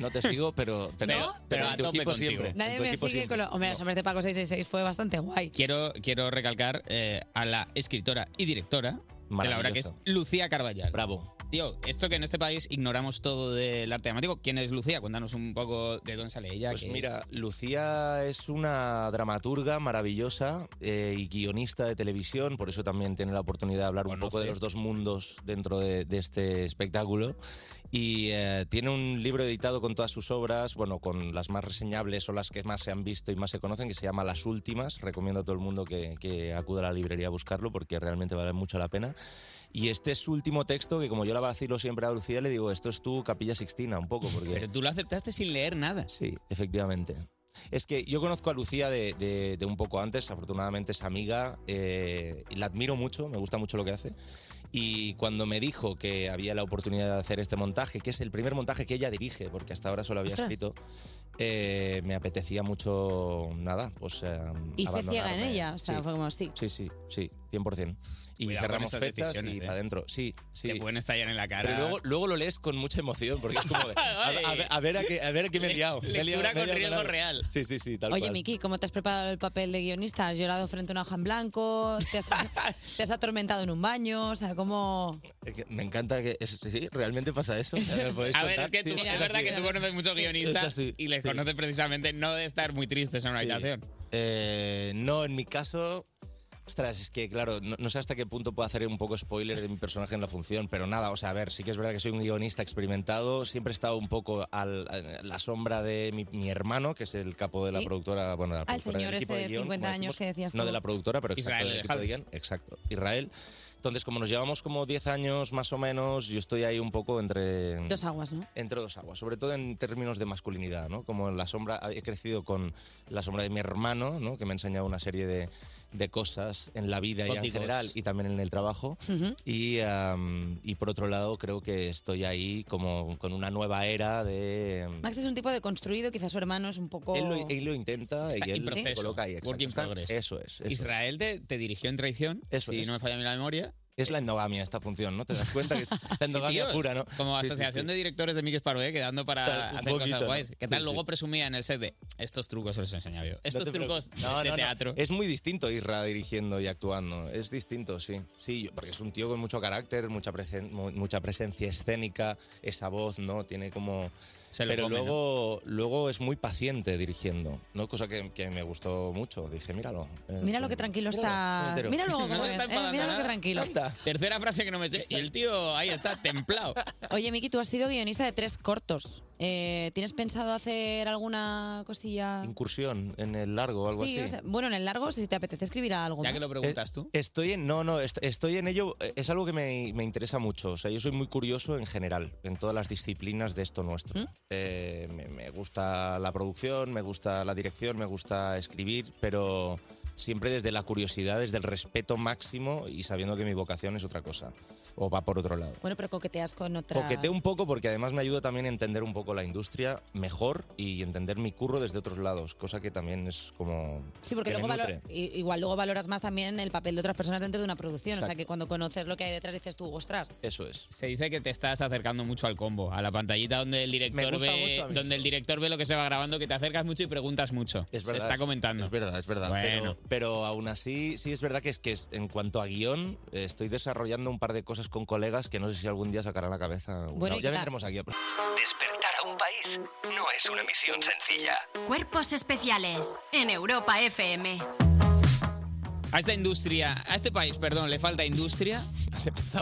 No te sigo, pero, pero, No, pero pero a en tu tope equipo contigo. siempre. Nadie en tu me equipo sigue siempre. con los... Hombre, los hombres de Paco 666 fue bastante guay. quiero, quiero recalcar eh, a la escritora y directora de la obra que es Maravilloso. Lucía Carballal. Bravo. Tío, esto que en este país ignoramos todo del arte dramático. ¿Quién es Lucía? Cuéntanos un poco de dónde sale ella. Pues que- mira, Lucía es una dramaturga maravillosa eh, y guionista de televisión, por eso también tiene la oportunidad de hablar un poco de los dos mundos dentro de, de este espectáculo. Y eh, tiene un libro editado con todas sus obras, bueno, con las más reseñables o las que más se han visto y más se conocen, que se llama Las Últimas. Recomiendo a todo el mundo que, que acuda a la librería a buscarlo porque realmente vale mucho la pena. Y este es su último texto, que como yo la vacilo siempre a Lucía, le digo, esto es tu capilla sixtina, un poco. Porque... Pero tú lo aceptaste sin leer nada. Sí, efectivamente. Es que yo conozco a Lucía de, de- de un poco antes, afortunadamente es amiga, eh, y la admiro mucho, me gusta mucho lo que hace. Y cuando me dijo que había la oportunidad de hacer este montaje, que es el primer montaje que ella dirige, porque hasta ahora solo había Ostras. escrito, eh, me apetecía mucho, nada, pues... eh, Y se ciega en abandonarme. ella, o sea, Sí. fue como sí. Sí, sí, sí, 100%. Y Cuidado con cerramos esas fechas decisiones, y ¿eh? para adentro. Sí, sí. Te pueden estallar en la cara. Pero luego, luego lo lees con mucha emoción, porque es como, de, a, a ver- a ver a qué, a ver a qué me he liado. Me he Lectura liado- me he con liado riesgo algo. real. Sí, sí, sí, tal Oye, cual. Miki, ¿cómo te has preparado el papel de guionista? ¿Has llorado frente a una hoja en blanco? ¿Te has, te has atormentado en un baño? O sea, ¿cómo...? Es que Me encanta que... es- sí, realmente pasa eso. O sea, ¿me lo podéis A ver, contar? es que tú, Sí, es así. verdad que tú conoces muchos Es guionistas así, y les sí. conoces precisamente no de estar muy tristes en una Sí. habitación. Eh, no, en mi caso... Ostras, es que claro, no, no sé hasta qué punto puedo hacer un poco spoiler de mi personaje en la función, pero nada, o sea, a ver, sí que es verdad que soy un guionista experimentado, siempre he estado un poco al- a la sombra de mi, mi hermano, que es el capo de la Sí. productora, bueno, de la Al productora del señor equipo este de de guión, 50 como años decimos, que decías No tú. de la productora, pero exacto, Israel del equipo de Alejandro. guión, exacto, Israel. Entonces, como nos llevamos como 10 años más o menos, yo estoy ahí un poco entre Dos aguas, ¿no? entre dos aguas, sobre todo en términos de masculinidad, ¿no? Como en la sombra, he crecido con la sombra de mi hermano, ¿no? Que me ha enseñado una serie de, de cosas en la vida y en Códigos. general y también en el trabajo. Ujú. y, am, y por otro lado, creo que estoy ahí como con una nueva era de... Max es un tipo de construido, quizás su hermano es un poco... Él lo, él lo intenta Está y en él se proceso, coloca ahí. exacto, work in está- progress. Eso es. eso es. Israel te, te dirigió en traición, Eso si es. no me falla a mí la memoria. Es la endogamia esta función, ¿no? Te das cuenta que es la endogamia Tío, pura, ¿no? Como Sí, sí, asociación sí. de directores de Miguel Paroé, quedando para Tal, un hacer poquito, cosas ¿no? guays. ¿Qué tal? Sí, luego sí. presumía en el set de estos trucos os los he enseñado yo. Estos te trucos preocupes. No, de no, no. teatro. Es muy distinto Isra dirigiendo y actuando. Es distinto, sí. Sí, yo- porque es un tío con mucho carácter, mucha, presen- mu- mucha presencia escénica, esa voz, ¿no? Tiene como... Se lo Pero come, luego, luego es muy paciente dirigiendo, ¿no? Cosa que, que me gustó mucho. Dije, míralo. eh, Mira lo que tranquilo está... entero. Mira luego No cómo se es, está eh, mira lo que tranquilo. Tercera frase que no me sé. Y el tío ahí está templado. Oye, Miki, tú has sido guionista de tres cortos. Eh, ¿Tienes pensado hacer alguna cosilla? Incursión en el largo o algo Sí, así. o sea, bueno, en el largo, si te apetece escribir algo. más. Eh, Estoy en, no, no, est- estoy en ello, eh, es algo que me, me interesa mucho. O sea, yo soy muy curioso en general, en todas las disciplinas de esto ¿Mm? nuestro. Eh, me, me gusta la producción, me gusta la dirección, me gusta escribir, pero siempre desde la curiosidad, desde el respeto máximo y sabiendo que mi vocación es otra cosa, o va por otro lado. Bueno, pero coqueteas con otra. Coqueteo un poco porque además me ayuda también a entender un poco la industria mejor y entender mi curro desde otros lados, cosa que también es como... Sí, porque que me luego valo- nutre. i- igual luego valoras más también el papel de otras personas dentro de una producción. O sea, Exacto. que cuando conoces lo que hay detrás dices tú, ostras. Eso es. Se dice que te estás acercando mucho al combo, a la pantallita donde el director gusta ve mucho a mí. donde el director ve lo que se va grabando, que te acercas mucho y preguntas mucho. Es verdad, se está es- comentando. Es verdad, es verdad. Bueno. Pero, pero aún así, sí es verdad que es que es- en cuanto a guión, eh, estoy desarrollando un par de cosas con colegas que no sé si algún día sacarán la cabeza. Bueno, Bueno, ¿y ya qué tal? vendremos aquí. Despertar a un país no es una misión sencilla. Cuerpos especiales en Europa FM. A esta industria, a este país, perdón, le falta industria.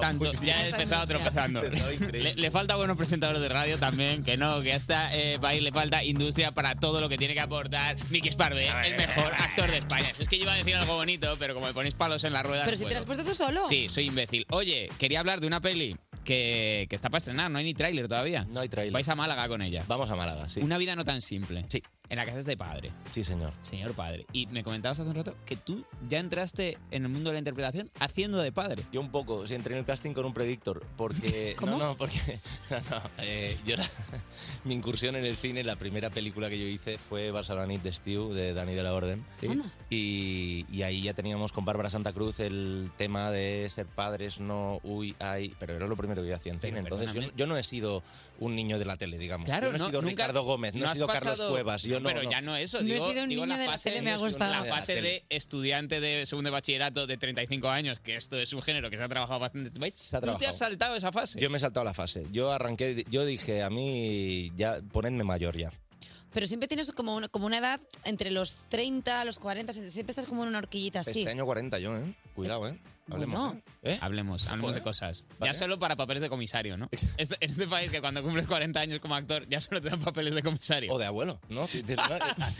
Tanto, ya he Esta empezado industria. tropezando. Le, le falta buenos presentadores de radio también, que no, que a este eh, país le falta industria para todo lo que tiene que aportar Miki Sparve, el mejor actor de España. Es que yo iba a decir algo bonito, pero como me ponéis palos en la rueda. no Pero si te puedo. lo has puesto tú solo. Sí, soy imbécil. Oye, quería hablar de una peli que, que está para estrenar, no hay ni tráiler todavía. No hay tráiler. Vais a Málaga con ella. Vamos a Málaga, sí. Una vida no tan simple. Sí. En la casa es de padre. Sí, señor. Señor padre. Y me comentabas hace un rato que tú ya entraste en el mundo de la interpretación haciendo de padre. Yo un poco, sí, entré en el casting con un predictor, porque... ¿Cómo? Eh, No, no, porque... no, no, eh, yo era- mi incursión en el cine, la primera película que yo hice fue Barcelona de Stew, de Dani de la Orden. Anda. Y, y ahí ya teníamos con Bárbara Santa Cruz el tema de ser padres, no, uy, ay, pero era lo primero que yo hacía en cine. Entonces yo, perdóname. yo no he sido un niño de la tele, digamos. Claro, yo no, no, he sido nunca- Ricardo Gómez, no, no he has sido Carlos pasado- Cuevas, yo no. pero ya no eso. No he digo, sido un digo niño la de la fase- tele, me ha yo soy un- gustado. La fase De la de estudiante de segundo de bachillerato de 35 años, que esto es un género que se ha trabajado bastante en este país. ha Tú te has trabajado. saltado esa fase. Yo me he saltado la fase. Yo arranqué, yo dije, a mí ya ponedme mayor ya. Pero siempre tienes como una, como una edad entre los 30, los 40, o sea, siempre estás como en una horquillita así. Este año 40 yo, ¿eh? Cuidado, ¿eh? Hablemos. Bueno. ¿eh? ¿Eh? Hablemos, hablemos de Joder. cosas. Ya solo para papeles de comisario, ¿no? Este, en este país que cuando cumples 40 años como actor ya solo te dan papeles de comisario. O de abuelo, ¿no? Te- te-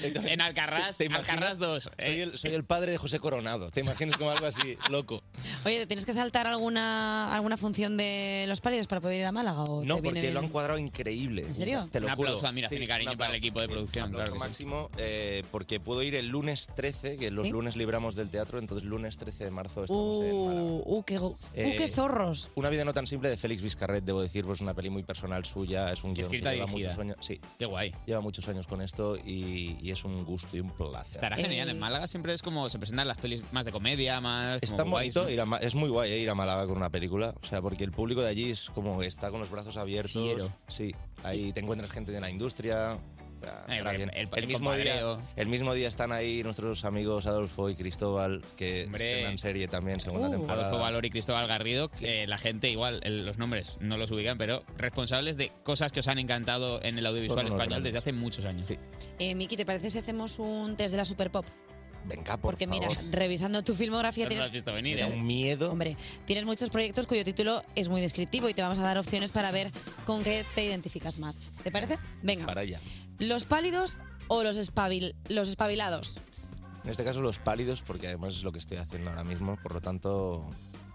en Alcarrás, ¿Te imaginas? Alcarrás eh. 2. Soy el, soy el padre de José Coronado. ¿Te imaginas como algo así, loco? Oye, ¿te ¿tienes que saltar alguna, alguna función de los pálidos para poder ir a Málaga? O No, te viene porque lo bien? han cuadrado increíble. ¿En serio? Te lo Un juro. aplauso a Miración y cariño para el equipo de producción, claro que sí. máximo, eh, porque puedo ir el lunes 13, que los ¿Sí? lunes libramos del teatro, entonces lunes 13 de marzo estamos en Málaga. Uh, uh, qué, go- uh, Eh, qué zorros. Una vida no tan simple de Félix Vizcarret, debo decir, pues una peli muy personal suya, es un guion Escrita que y lleva dirigida. muchos años. Sí. Qué guay. Lleva muchos años con esto y, y es un gusto y un placer. Estará genial. Eh. En Málaga siempre es como se presentan las pelis más de comedia, más. Es como tan guays, bonito, ¿no? ir a Ma- es muy guay eh, ir a Málaga con una película, o sea, porque el público de allí es como que está con los brazos abiertos. Fiero. Sí, ahí te encuentras gente de la industria. ah, El- está bien. Eh, el- el mismo día, compadreo. el mismo día están ahí nuestros amigos Adolfo y Cristóbal, que Hombre. Uh, estrenan serie también, Uh. segunda temporada. Adolfo Valor y Cristóbal Garrido, que la gente igual, el- los nombres no los ubican, pero responsables de cosas que os han encantado en el audiovisual Son unos español grandes. desde hace muchos años. Eh, Miki, ¿te parece si hacemos un test de la Super Pop? Venga, por Porque favor. mira, revisando tu filmografía No lo tienes, has visto venir, Era ¿eh? un miedo. Hombre, Este, tienes muchos proyectos cuyo título es muy descriptivo y te vamos a dar opciones para ver con qué te identificas más. ¿Te parece? Venga. Para allá. ¿Los pálidos o los, espabil, los espabilados? En este caso los pálidos, porque además es lo que estoy haciendo ahora mismo, por lo tanto...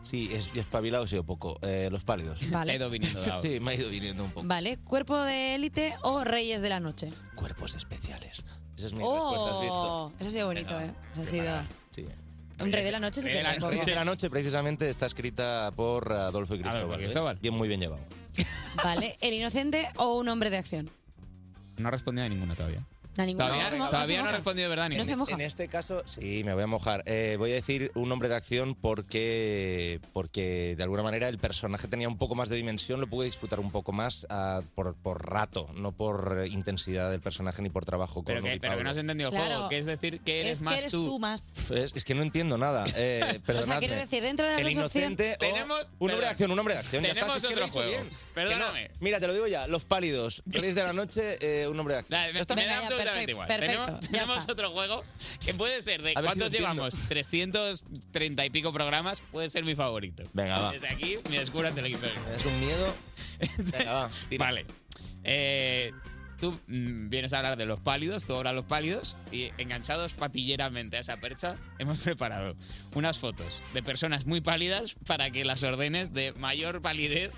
Sí, es, y espabilado he sido poco. Eh, los pálidos. Vale. Te ha ido viniendo dado. Sí, me ha ido viniendo un poco. Vale, ¿cuerpo de élite o reyes de la noche? Cuerpos especiales. Esa es mi respuesta, ¿has visto? ¡Oh! Eso ha sido bonito, ¿eh? Eso ha sido... Sí. Un rey de la noche sí que es Reyes de poco. Eh, la noche precisamente está escrita por Adolfo y Cristóbal. Adolfo y ¿ves? Cristóbal. Bien, muy bien llevado. Vale, ¿el inocente o un hombre de acción? No ha respondido a ninguno todavía. A ninguno. Todavía- No se mo- todavía se no ha moja. respondido de verdad ninguno. No se moja. En este caso, sí, me voy a mojar. Eh, voy a decir un nombre de acción porque, porque de alguna manera el personaje tenía un poco más de dimensión, lo pude disfrutar un poco más ah, por, por rato, no por eh, intensidad del personaje ni por trabajo Pero con que, Uri pero que Pablo. no has entendido el Claro. juego, que es decir, que eres es que más eres tú. tú más. Es, es que no entiendo nada. Eh, O sea, perdonadme. quiero decir, dentro de las el dos inocente opciones... o un hombre de acción, un hombre de acción. ya está, Tenemos si es que lo he otro dicho juego. bien. Que no, Perdóname. mira, te lo digo ya, los pálidos, reyes de la noche, eh, un hombre de acción. Ya está. Me da absolutamente absolutamente perfecto, igual. perfecto, tenemos ya tenemos está. otro juego que puede ser de A ver si cuántos lo entiendo. llevamos, 330 y pico programas, puede ser mi favorito. Venga, va. Desde aquí, mi descubra te lo quito. Es un miedo. Venga, va. Vale. Eh, tú mm, vienes a hablar de los pálidos, tú hablas de los pálidos y enganchados patilleramente a esa percha, hemos preparado unas fotos de personas muy pálidas para que las ordenes de mayor palidez,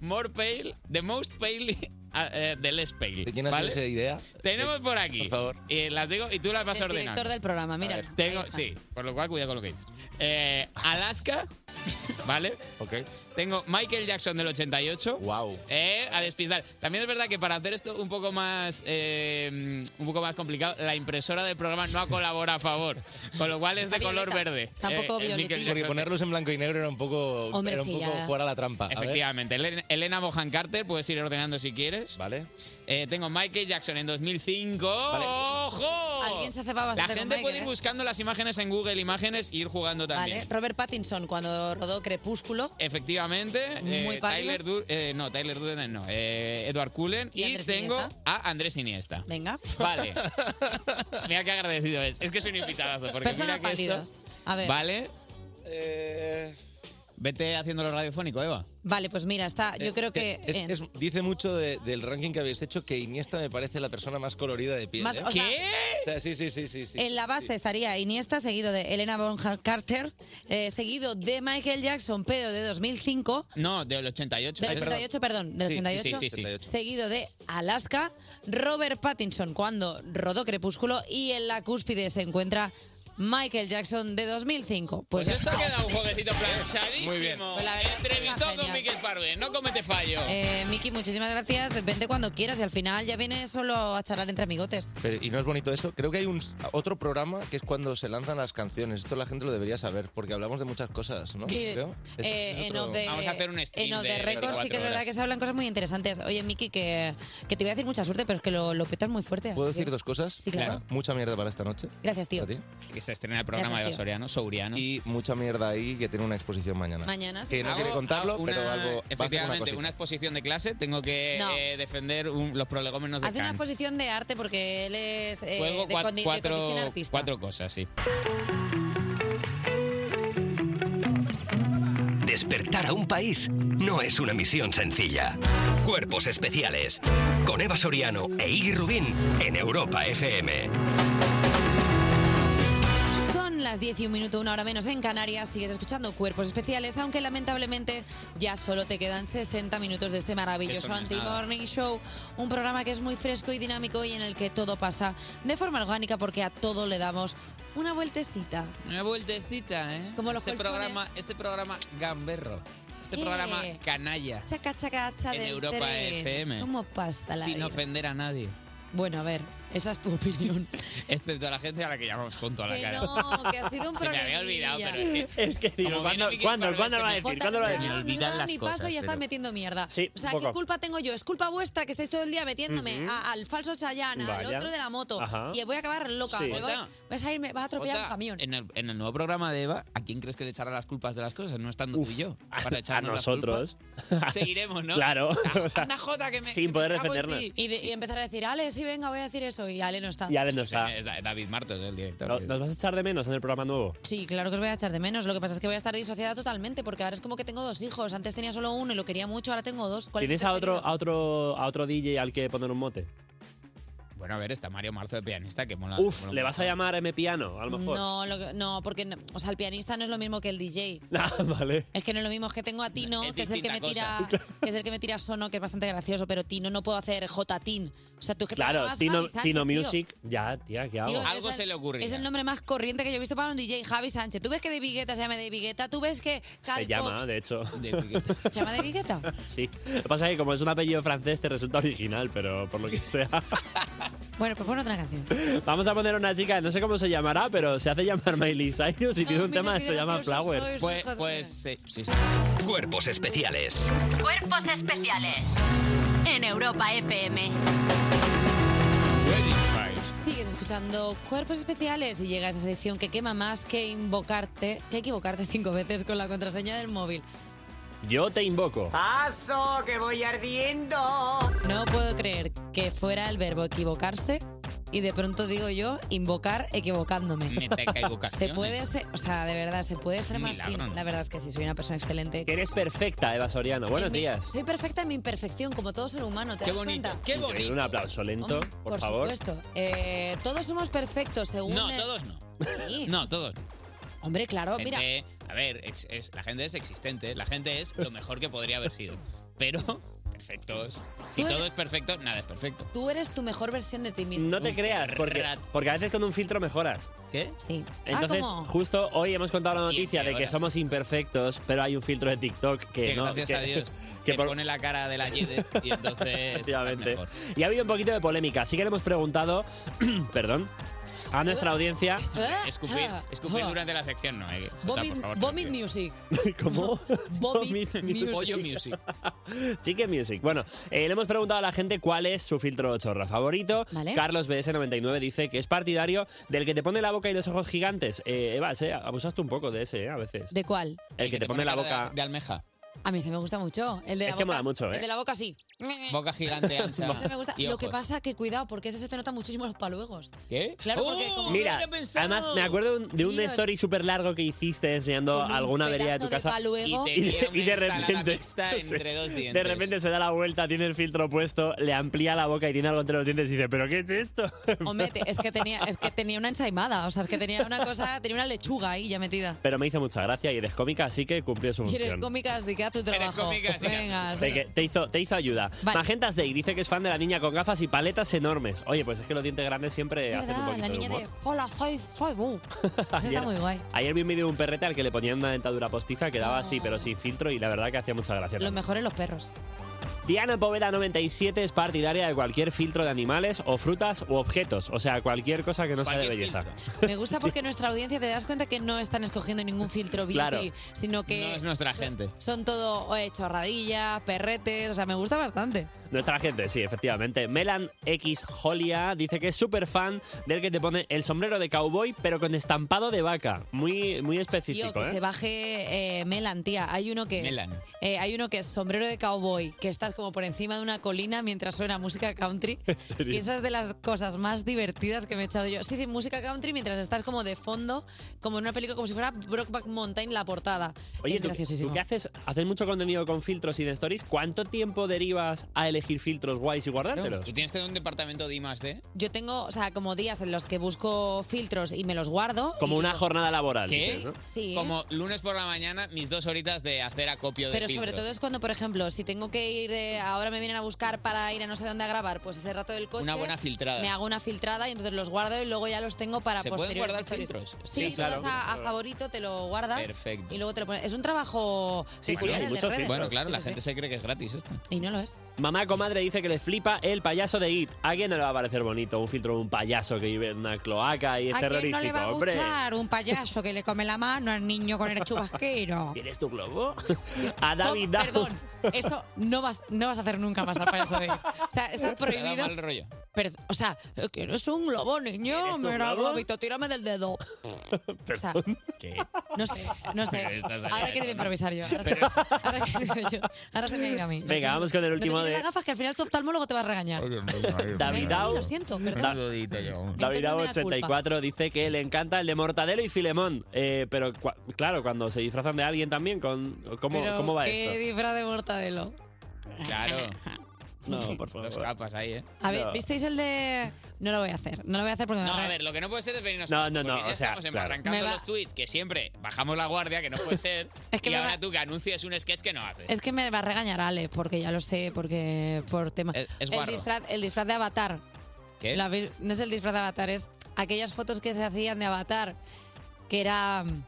more pale, the most pale, a- eh, the less pale. ¿De quién ha sido ¿vale? esa idea? Tenemos por aquí. Por favor. Eh, las digo y tú las vas a El ordenar. director del programa, mira. Tengo, sí, por lo cual cuidado con lo que dices. Eh, Alaska, ¿vale? Ok. Tengo Michael Jackson del 88. Wow. Eh, a despistar. También es verdad que para hacer esto un poco más eh, mm, un poco más complicado, la impresora del programa no ha colaborado a favor, con lo cual es de Está color violeta. verde. Está un Eh, poco el Michael violetilla. Jackson. Porque ponerlos en blanco y negro era un poco, Hombre, era es un que poco ya- jugar a la trampa. A ver. Efectivamente. Elena- Elena Bohan Carter, puedes ir ordenando si quieres. Eh, Vale. tengo Michael Jackson en 2005. ¡Ojo! Alguien se hace babas La con gente Michael, puede ir ¿eh? buscando las imágenes en Google Imágenes y ir jugando también. Vale, Robert Pattinson cuando rodó Crepúsculo. Efectivamente, Muy eh, pálido. Tyler Du- eh, no, Tyler Durden no, eh, Edward Cullen ¿Y y, Andrés tengo Iniesta? a Andrés Iniesta. Venga. Vale. mira qué agradecido es. Es que soy un invitadazo. Porque Personas mira que esto- pálidas. A ver. Vale. Vete haciéndolo radiofónico, Eva. Vale, pues mira, está. Yo Eh, creo que. es- en- es- dice mucho de- del ranking que habéis hecho que Iniesta me parece la persona más colorida de piel. Más- ¿eh? o sea- ¿Qué? O sea, sí, sí, sí, sí, sí. En la base estaría Iniesta, seguido de Elena Bonham Carter, eh, seguido de Michael Jackson, pero de 2005, No, del 88. del Ay, perdón. 88, perdón, del Sí, 88, Sí, sí, sí. seguido de Alaska, Robert Pattinson cuando rodó Crepúsculo y en la cúspide se encuentra Michael Jackson de 2005. Pues, Pues esto ha quedado un jueguecito planchadísimo. Muy bien. Pues la verdad es que Entrevistó está con genial. Miquel Sparve. No comete fallo. eh, Miki, muchísimas gracias. Vente cuando quieras y al final ya vienes solo a charlar entre amigotes. Pero, ¿Y no es bonito eso? Creo que hay un, otro programa que es cuando se lanzan las canciones. Esto la gente lo debería saber, porque hablamos de muchas cosas, ¿no? Sí. Creo. Es- Eh, es en otro- off de- En off de récords sí que es verdad que se hablan cosas muy interesantes. Oye, Miki, que, que te voy a decir mucha suerte, pero es que lo, lo petas muy fuerte. ¿Puedo así que- decir dos cosas? Sí, claro. Claro. Mucha mierda para esta noche. Gracias, tío. A ti. Que se estrena el programa Gracias, de tío. Basoriano, Souriano. Y mucha mierda ahí que tiene una exposición mañana. Mañana, sí. Que no Hago- quiere contarlo, una- pero algo. va a hacer una Efectivamente, cosita. una, exposición de clase, tengo que No. eh, defender un- los prolegómenos de Hace una Kant. exposición de arte porque él es eh, Juego de, cua- condi- de condición cuatro, artista. cuatro cosas, sí. Despertar a un país no es una misión sencilla. Cuerpos especiales. Con Eva Soriano e Iggy Rubín en Europa FM. Son las 10 y un minuto, una hora menos en Canarias. Sigues escuchando Cuerpos Especiales, aunque lamentablemente ya solo te quedan 60 minutos de este maravilloso Eso no es Anti-Morning Show. Un programa que es muy fresco y dinámico y en el que todo pasa de forma orgánica porque a todo le damos una vueltecita. Una vueltecita, ¿eh? Como los este colchones. programa, este programa gamberro. Este Eh. programa canalla. Chaca, chaca, chaca En del Europa tren. FM. ¿Cómo pasa la Sin vida? ofender a nadie. Bueno, a ver, esa es tu opinión. Excepto a la gente a la que llamamos tonto a la Que cara. no, que ha sido un Se me había problemilla. olvidado, pero es que... Es que digo, Como ¿cuándo, viene este Miguel ¿cuándo, Barbero, ¿cuándo se lo va a me decir? corta ¿Cuándo lo va a la decir? señal. No olvidan das las ni cosas, paso y ya estás pero- metiendo mierda. Sí, o sea, un ¿qué poco. culpa tengo yo? Es culpa vuestra que estáis todo el día metiéndome Ujú. a- al falso Chayanne, al Vaya. otro de la moto. Ajá. Y voy a acabar loca. Sí. Me voy, Jota. vas a irme, vas a atropellar Jota, un camión. En el, en el nuevo programa de Eva, ¿a quién crees que le echará las culpas de las cosas? No estando tú y yo. Para A echarnos las nosotros. culpas. Seguiremos, ¿no? Claro. o sea, Anda, Jota, que me. sin poder cago en defendernos. ti. Y, de- y empezar a decir, Ale, sí, venga, voy a decir eso. Y Ale no está. Y Alex no está. Es David Martos, ¿eh? el director. ¿No- ¿Nos vas a echar de menos en el programa nuevo? Sí, claro que os voy a echar de menos. Lo que pasa es que voy a estar disociada totalmente porque ahora es como que tengo dos hijos. Antes tenía solo uno y lo quería mucho, ahora tengo dos. ¿Cuál es ¿Tienes tu a otro, Ah, preferido? a, otro, a otro DJ al que poner un mote? Bueno, a ver, está Mario Marzo de pianista, que mola. Uf, mola ¿le vas a llamar M Piano, a lo mejor? No, lo que- no, porque no- o sea, el pianista no es lo mismo que el DJ. Ah, vale. Es que no es lo mismo, es que tengo a Tino, Es que es el que me distinta tira, que es el que me tira sono, que es bastante gracioso, pero Tino no puedo hacer J Tin. O sea, tú es que te Claro, llamas Tino, Javi Sánchez, Tino tío. Music. Ya, tía, ¿qué hago? Tío, es el- Es el nombre más corriente que yo he visto para un DJ, Javi Sánchez. Tú ves que de Vigueta se llama de Vigueta, tú ves que Se Carl llama, Cox de hecho. se llama de Vigueta. Sí. Lo que pasa es que como es un apellido francés te resulta original, pero por lo que sea. Bueno, pues pon otra canción. Vamos a poner una chica, no sé cómo se llamará, pero se hace llamar Miley Cyrus y tiene un tema que se llama Flower. Pues, pues sí, sí, sí. Cuerpos especiales. Cuerpos especiales en Europa FM. Sigues escuchando Cuerpos Especiales y llega esa sección que quema más que invocarte, que equivocarte cinco veces con la contraseña del móvil. Yo te invoco. ¡Paso, que voy ardiendo! No puedo creer que fuera el verbo equivocarse y de pronto digo yo invocar equivocándome. Meteca evocaciones. Se puede ser, o sea, de verdad, se puede ser Un más milagro, fino. ¿no? La verdad es que sí, soy una persona excelente. Que eres perfecta, Eva Soriano. Buenos En mi- días. Soy perfecta en mi imperfección, como todo ser humano, ¿te das cuenta? Increíble, Un aplauso lento, Hombre, por, favor. supuesto. Eh, todos somos perfectos, según... No, el- todos no. Sí. No, todos. Hombre, claro, Gente- Oh, mira... A ver, ex- es- la gente es existente, la gente es lo mejor que podría haber sido. Pero, perfectos. Si Tú eres- todo es perfecto, nada es perfecto. Tú eres tu mejor versión de ti mismo. No te creas, porque, porque a veces con un filtro mejoras. ¿Qué? Sí. Entonces, Ah, ¿cómo? justo hoy hemos contado la noticia de que empeoras. somos imperfectos, pero hay un filtro de TikTok que, Que Eh, no. gracias que- a Dios que te por- pone la cara de la Jede y entonces... Efectivamente. Y ha habido un poquito de polémica, así que le hemos preguntado, perdón, a nuestra audiencia. Escupir, escupir durante la sección no, eh. Jota, por favor. Ah, Vomit music. ¿Cómo? Vomit music. Pollo Chicken Music. Bueno, eh, le hemos preguntado a la gente cuál es su filtro chorra favorito. Vale. Carlos BS99 dice que es partidario del que te pone la boca y los ojos gigantes. Eh, Eva, sé, abusaste un poco de ese eh, a veces. ¿De cuál? el que te pone la boca. De, almeja. A mí se me gusta mucho. El de la Es que boca, mola mucho, ¿eh? El de la boca sí. Boca gigante, ancha. Ese me gusta. y Lo que ojos. pasa que cuidado, porque ese se te nota muchísimo los paluegos. ¿Qué? ¡Oh! Claro, porque como- Mira, No lo había pensado. además me acuerdo de un, de un Tío, es- story súper largo que hiciste enseñando alguna avería de tu pedazo casa. de paluego. y de, Y y de tenía una repente. Está entre dos dientes. De repente se da la vuelta, tiene el filtro puesto, le amplía la boca y tiene algo entre los dientes y dice, ¿pero qué es esto? Hombre, te- es que tenía, es que tenía una ensaimada, o sea, es que tenía una cosa, tenía una lechuga ahí ya metida. Pero me hizo mucha gracia y eres cómica, así que cumplió su Y eres función. cómica, así que haz tu trabajo. Venga, Te, que- te hizo, te hizo ayuda. Vale. Magentas Day dice que es fan de la niña con gafas y paletas enormes. Oye, pues es que los dientes grandes siempre hacen un ¿verdad? poquito La de niña humor. de, hola, soy, soy Bu. Eso está Ayer- muy guay. Ayer vi un vídeo de un perrete al que le ponían una dentadura postiza que daba así, pero sin filtro, y la verdad que hacía mucha gracia. Lo también. mejor es los perros. Diana Poveda 97 es partidaria de cualquier filtro de animales o frutas u objetos, o sea, cualquier cosa que no sea de belleza. Me gusta porque nuestra audiencia te das cuenta que no están escogiendo ningún filtro beauty, Claro. sino que nuestra gente. son todo eh, chorradillas, perretes, o sea, me gusta bastante. Nuestra gente, sí, efectivamente. Melan X Holia dice que es súper fan del que te pone el sombrero de cowboy, pero con estampado de vaca. Muy, muy específico, Tío, que ¿eh? se baje eh, Melan, tía. Hay uno que es, Melan. eh, hay uno que es sombrero de cowboy, que estás como por encima de una colina mientras suena música country. serio? Y esa es de las cosas más divertidas que me he echado yo. Sí, sí, música country mientras estás como de fondo, como en una película, como si fuera Brokeback Mountain la portada. Oye, es ¿tú, graciosísimo. ¿tú qué haces? ¿Haces mucho contenido con filtros y de stories? ¿Cuánto tiempo derivas a elegir filtros guays y guardártelos? Tú tienes que tener un departamento de I más D. Yo tengo, o sea, como días en los que busco filtros y me los guardo. Como y una digo, jornada laboral. ¿Qué? dices, ¿no? Sí. Como lunes por la mañana, mis dos horitas de hacer acopio de Pero sobre filtros. todo es cuando, por ejemplo, si tengo que ir, eh, ahora me vienen a buscar para ir a no sé dónde a grabar, pues ese rato del coche. Una buena filtrada. Me hago una filtrada y entonces los guardo y luego ya los tengo para ¿Se pueden posteriores. guardar historias. filtros? Sí, Sí, claro. todos a, a favorito te lo guardas. Perfecto. Y luego te lo pones. Es un trabajo peculiar el de redes. Bueno, claro, Sí, la sí, gente sí. se cree que es gratis esto. Y no lo es. Mamá comadre dice que le flipa el payaso de It. ¿A quién no le va a parecer bonito un filtro de un payaso que vive en una cloaca y es ¿A quién terrorífico? no le va a hombre. gustar un payaso que le come la mano al niño con el chubasquero? ¿Tienes tu globo? A David Down. Perdón, eso no vas, no vas a hacer nunca más al payaso de It. O sea, está Te da prohibido. mal rollo. Per- o sea, que no es un globo, niño. ¿Eres tú un Mira, globo? globito, tírame del dedo. O sea, ¿Qué? no sé, no Pero sé. esta salida Ahora de he querido tono. improvisar yo. Ahora, se- ahora he querido yo. Ahora se me ha ido a mí. Lo Venga, siento. vamos con el No te último quites de- las gafas que al final tu oftalmólogo te va a regañar. David Dow. Lo siento, perdón. Da- David Dow Tengo una 84 dice que le encanta el de Mortadelo y Filemón. Eh, pero cua- claro, cuando se disfrazan de alguien también, con, ¿cómo, Pero ¿cómo va qué esto? disfraz de mortadelo. Claro. No, por favor. Dos capas ahí, ¿eh? A ver, ¿visteis el de...? No lo voy a hacer. No lo voy a hacer porque me No, va a a ver, lo que no puede ser es venirnos No, abajo, no, no, porque ya o sea, estamos claro. embarrancando Me va- los tweets, que siempre bajamos la guardia, que no puede ser. Es que y me ahora va- tú que anuncias un sketch que no haces. Es que me va a regañar Ale, porque ya lo sé, porque por tema. es el, guarro. disfraz, el disfraz de Avatar. ¿Qué? Lo habéis- no es el disfraz de Avatar, es aquellas fotos que se hacían de Avatar, que era... mm,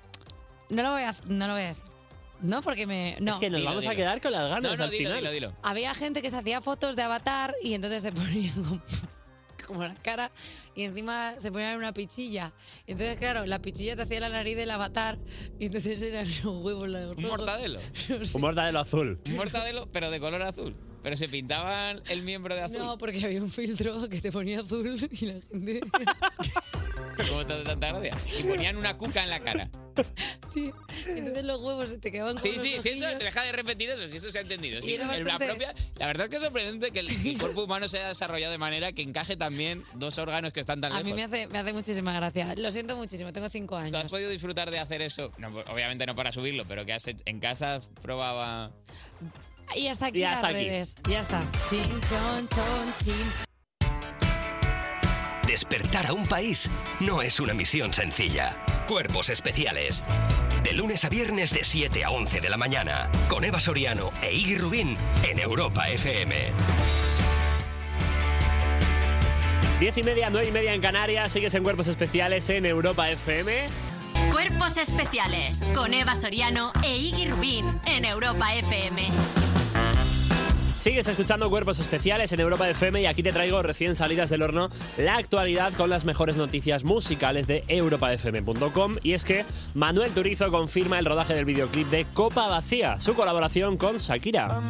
No lo voy a, no lo voy a decir. No, porque me... No. Es que nos vamos a quedar con las ganas No, no, al dilo, final. dilo, dilo. Había gente que se hacía fotos de Avatar y entonces se ponían como, como la cara y encima se ponían una pichilla. Entonces, claro, la pichilla te hacía la nariz del Avatar y entonces eran los huevos. los Un rojos. mortadelo. Un mortadelo azul. Un mortadelo, pero de color azul. Pero se pintaban el miembro de azul. No, porque había un filtro que te ponía azul y la gente. ¿Cómo te hace tanta gracia? Y ponían una cuca en la cara. Sí. Entonces los huevos se te quedaban con Sí, los sí, sí, eso, ojillos. deja de repetir eso, si eso se ha entendido. sí. Y era El- la, bastante- propia- la verdad es que es sorprendente que el, que el cuerpo humano se haya desarrollado de manera que encaje también dos órganos que están tan A lejos. mí me hace, me hace muchísima gracia. Lo siento muchísimo, tengo cinco ¿Tú has años. podido disfrutar de hacer eso? No, pues, obviamente no para subirlo, pero que has hecho- en casa probaba... Y hasta aquí Y hasta las aquí. redes. Ya está. Chin, chon, chon, chin. Despertar a un país no es una misión sencilla. Cuerpos especiales. De lunes a viernes de 7 a 11 de la mañana con Eva Soriano e Iggy Rubín en Europa FM. Diez y media, nueve y media en Canarias, sigues en Cuerpos Especiales en Europa FM. Cuerpos especiales con Eva Soriano e Iggy Rubín en Europa FM. Sigues escuchando Cuerpos Especiales en Europa FM y aquí te traigo recién salidas del horno la actualidad con las mejores noticias musicales de europafm.com y es que Manuel Turizo confirma el rodaje del videoclip de Copa Vacía, su colaboración con Shakira.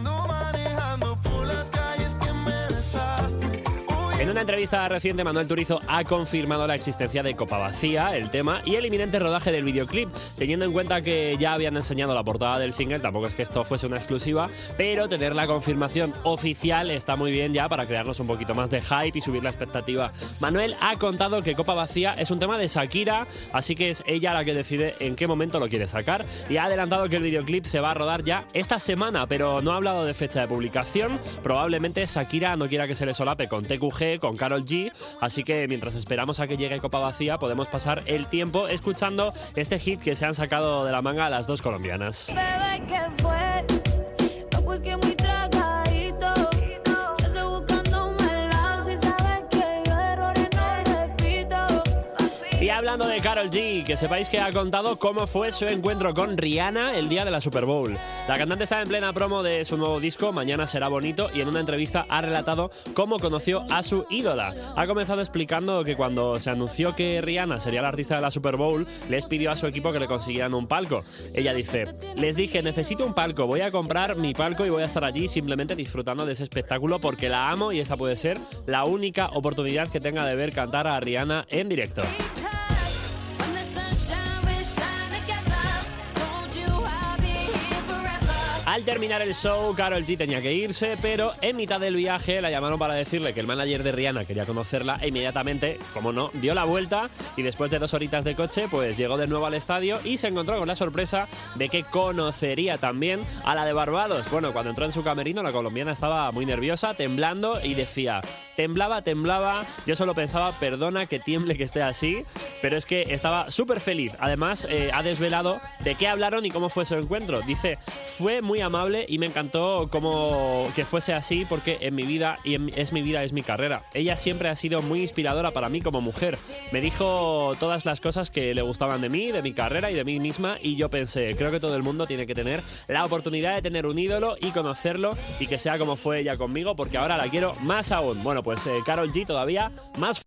En una entrevista reciente, Manuel Turizo ha confirmado la existencia de Copa Vacía, el tema, y el inminente rodaje del videoclip, teniendo en cuenta que ya habían enseñado la portada del single, tampoco es que esto fuese una exclusiva, pero tener la confirmación oficial está muy bien ya para crearnos un poquito más de hype y subir la expectativa. Manuel ha contado que Copa Vacía es un tema de Shakira, así que es ella la que decide en qué momento lo quiere sacar, y ha adelantado que el videoclip se va a rodar ya esta semana, pero no ha hablado de fecha de publicación, probablemente Shakira no quiera que se le solape con TQG, con Carol G, así que mientras esperamos a que llegue Copa Vacía podemos pasar el tiempo escuchando este hit que se han sacado de la manga las dos colombianas. Bebé, que fue? No, pues que muy tragadito. Yo estoy buscando un melao, si sabes que yo errores no repito. Y hablando de Carol G, que sepáis que ha contado cómo fue su encuentro con Rihanna el día de la Super Bowl. La cantante estaba en plena promo de su nuevo disco, Mañana será bonito, y en una entrevista ha relatado cómo conoció a su ídola. Ha comenzado explicando que cuando se anunció que Rihanna sería la artista de la Super Bowl, les pidió a su equipo que le consiguieran un palco. Ella dice, les dije, necesito un palco, voy a comprar mi palco y voy a estar allí simplemente disfrutando de ese espectáculo porque la amo y esta puede ser la única oportunidad que tenga de ver cantar a Rihanna en directo. Al terminar el show, Carol G tenía que irse, pero en mitad del viaje la llamaron para decirle que el manager de Rihanna quería conocerla e inmediatamente, como no, dio la vuelta y después de dos horitas de coche, pues llegó de nuevo al estadio y se encontró con la sorpresa de que conocería también a la de Barbados. Bueno, cuando entró en su camerino, la colombiana estaba muy nerviosa, temblando y decía, temblaba, temblaba, yo solo pensaba, perdona que tiemble que esté así, pero es que estaba súper feliz. Además, eh, ha desvelado de qué hablaron y cómo fue su encuentro. Dice, fue muy amable y me encantó como que fuese así porque en mi vida y en- es mi vida es mi carrera. Ella siempre ha sido muy inspiradora para mí como mujer. Me dijo todas las cosas que le gustaban de mí, de mi carrera y de mí misma y yo pensé, creo que todo el mundo tiene que tener la oportunidad de tener un ídolo y conocerlo y que sea como fue ella conmigo porque ahora la quiero más aún. Bueno, pues eh, Carol G todavía más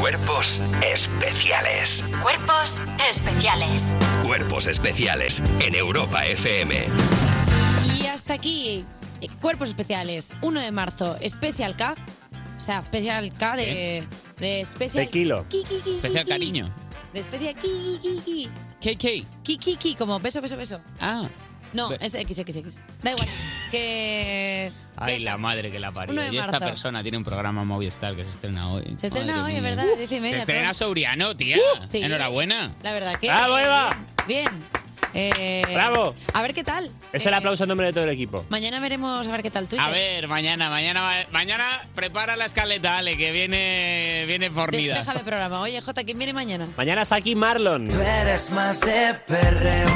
Cuerpos especiales. Cuerpos especiales. Cuerpos especiales en Europa FM. Y hasta aquí, eh, Cuerpos Especiales, 1 de marzo, Special K. O sea, Special K de. De Special. De kilo. Ki, ki, ki, Especial ki, ki. cariño. De Special Ki, ki, ki, KK. ki. Ki, ki, ki, como beso, beso, beso. Ah. No, Ve- es XXX. Da igual. que. Ay, la madre que la parió. Uno de Y esta marzo. persona tiene un programa en Movistar que se estrena hoy. Se Madre estrena hoy, es mía. verdad, a las diez y media. Se estrena Soriano, tía. Uh, sí. Enhorabuena. La verdad que. ¡Bravo, Eva! Bien. Eh, ¡Bravo! A ver qué tal. Es el aplauso en nombre de todo el equipo. Mañana veremos a ver qué tal Twitter. A ver, mañana, mañana, va- mañana prepara la escaleta, Ale, que viene, viene fornida. Despeja de programa. Oye, Jota, ¿quién viene mañana? Mañana está aquí Marlon. eres más de perreo,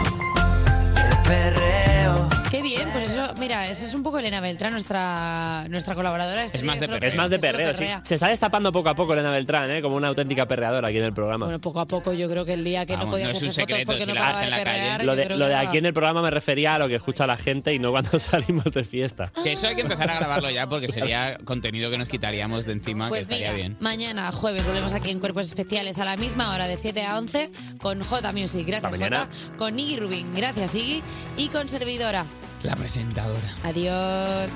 perreo. Qué bien, pues eso, mira, eso es un poco Elena Beltrán, nuestra, nuestra colaboradora. este estrella, solo- Es más de que solo perreo, sí. perrea. Se está destapando poco a poco Elena Beltrán, ¿eh? como una auténtica perreadora aquí en el programa. Bueno, poco a poco yo creo que el día que no Vamos, podía no es hacerse un fotos secreto, porque si no la paraba hacen de en la perrear, yo lo de, creo lo que de era- aquí en el programa me refería a lo que escucha la gente y no cuando salimos de fiesta. Que eso hay que empezar a grabarlo ya porque sería contenido que nos quitaríamos de encima, Pues que estaría mira, bien. mañana jueves volvemos aquí en Cuerpos Especiales a la misma hora de 7 a 11 con J Music, gracias mañana. J, con Iggy Rubin, gracias Iggy, y con Servidora. la presentadora. Adiós.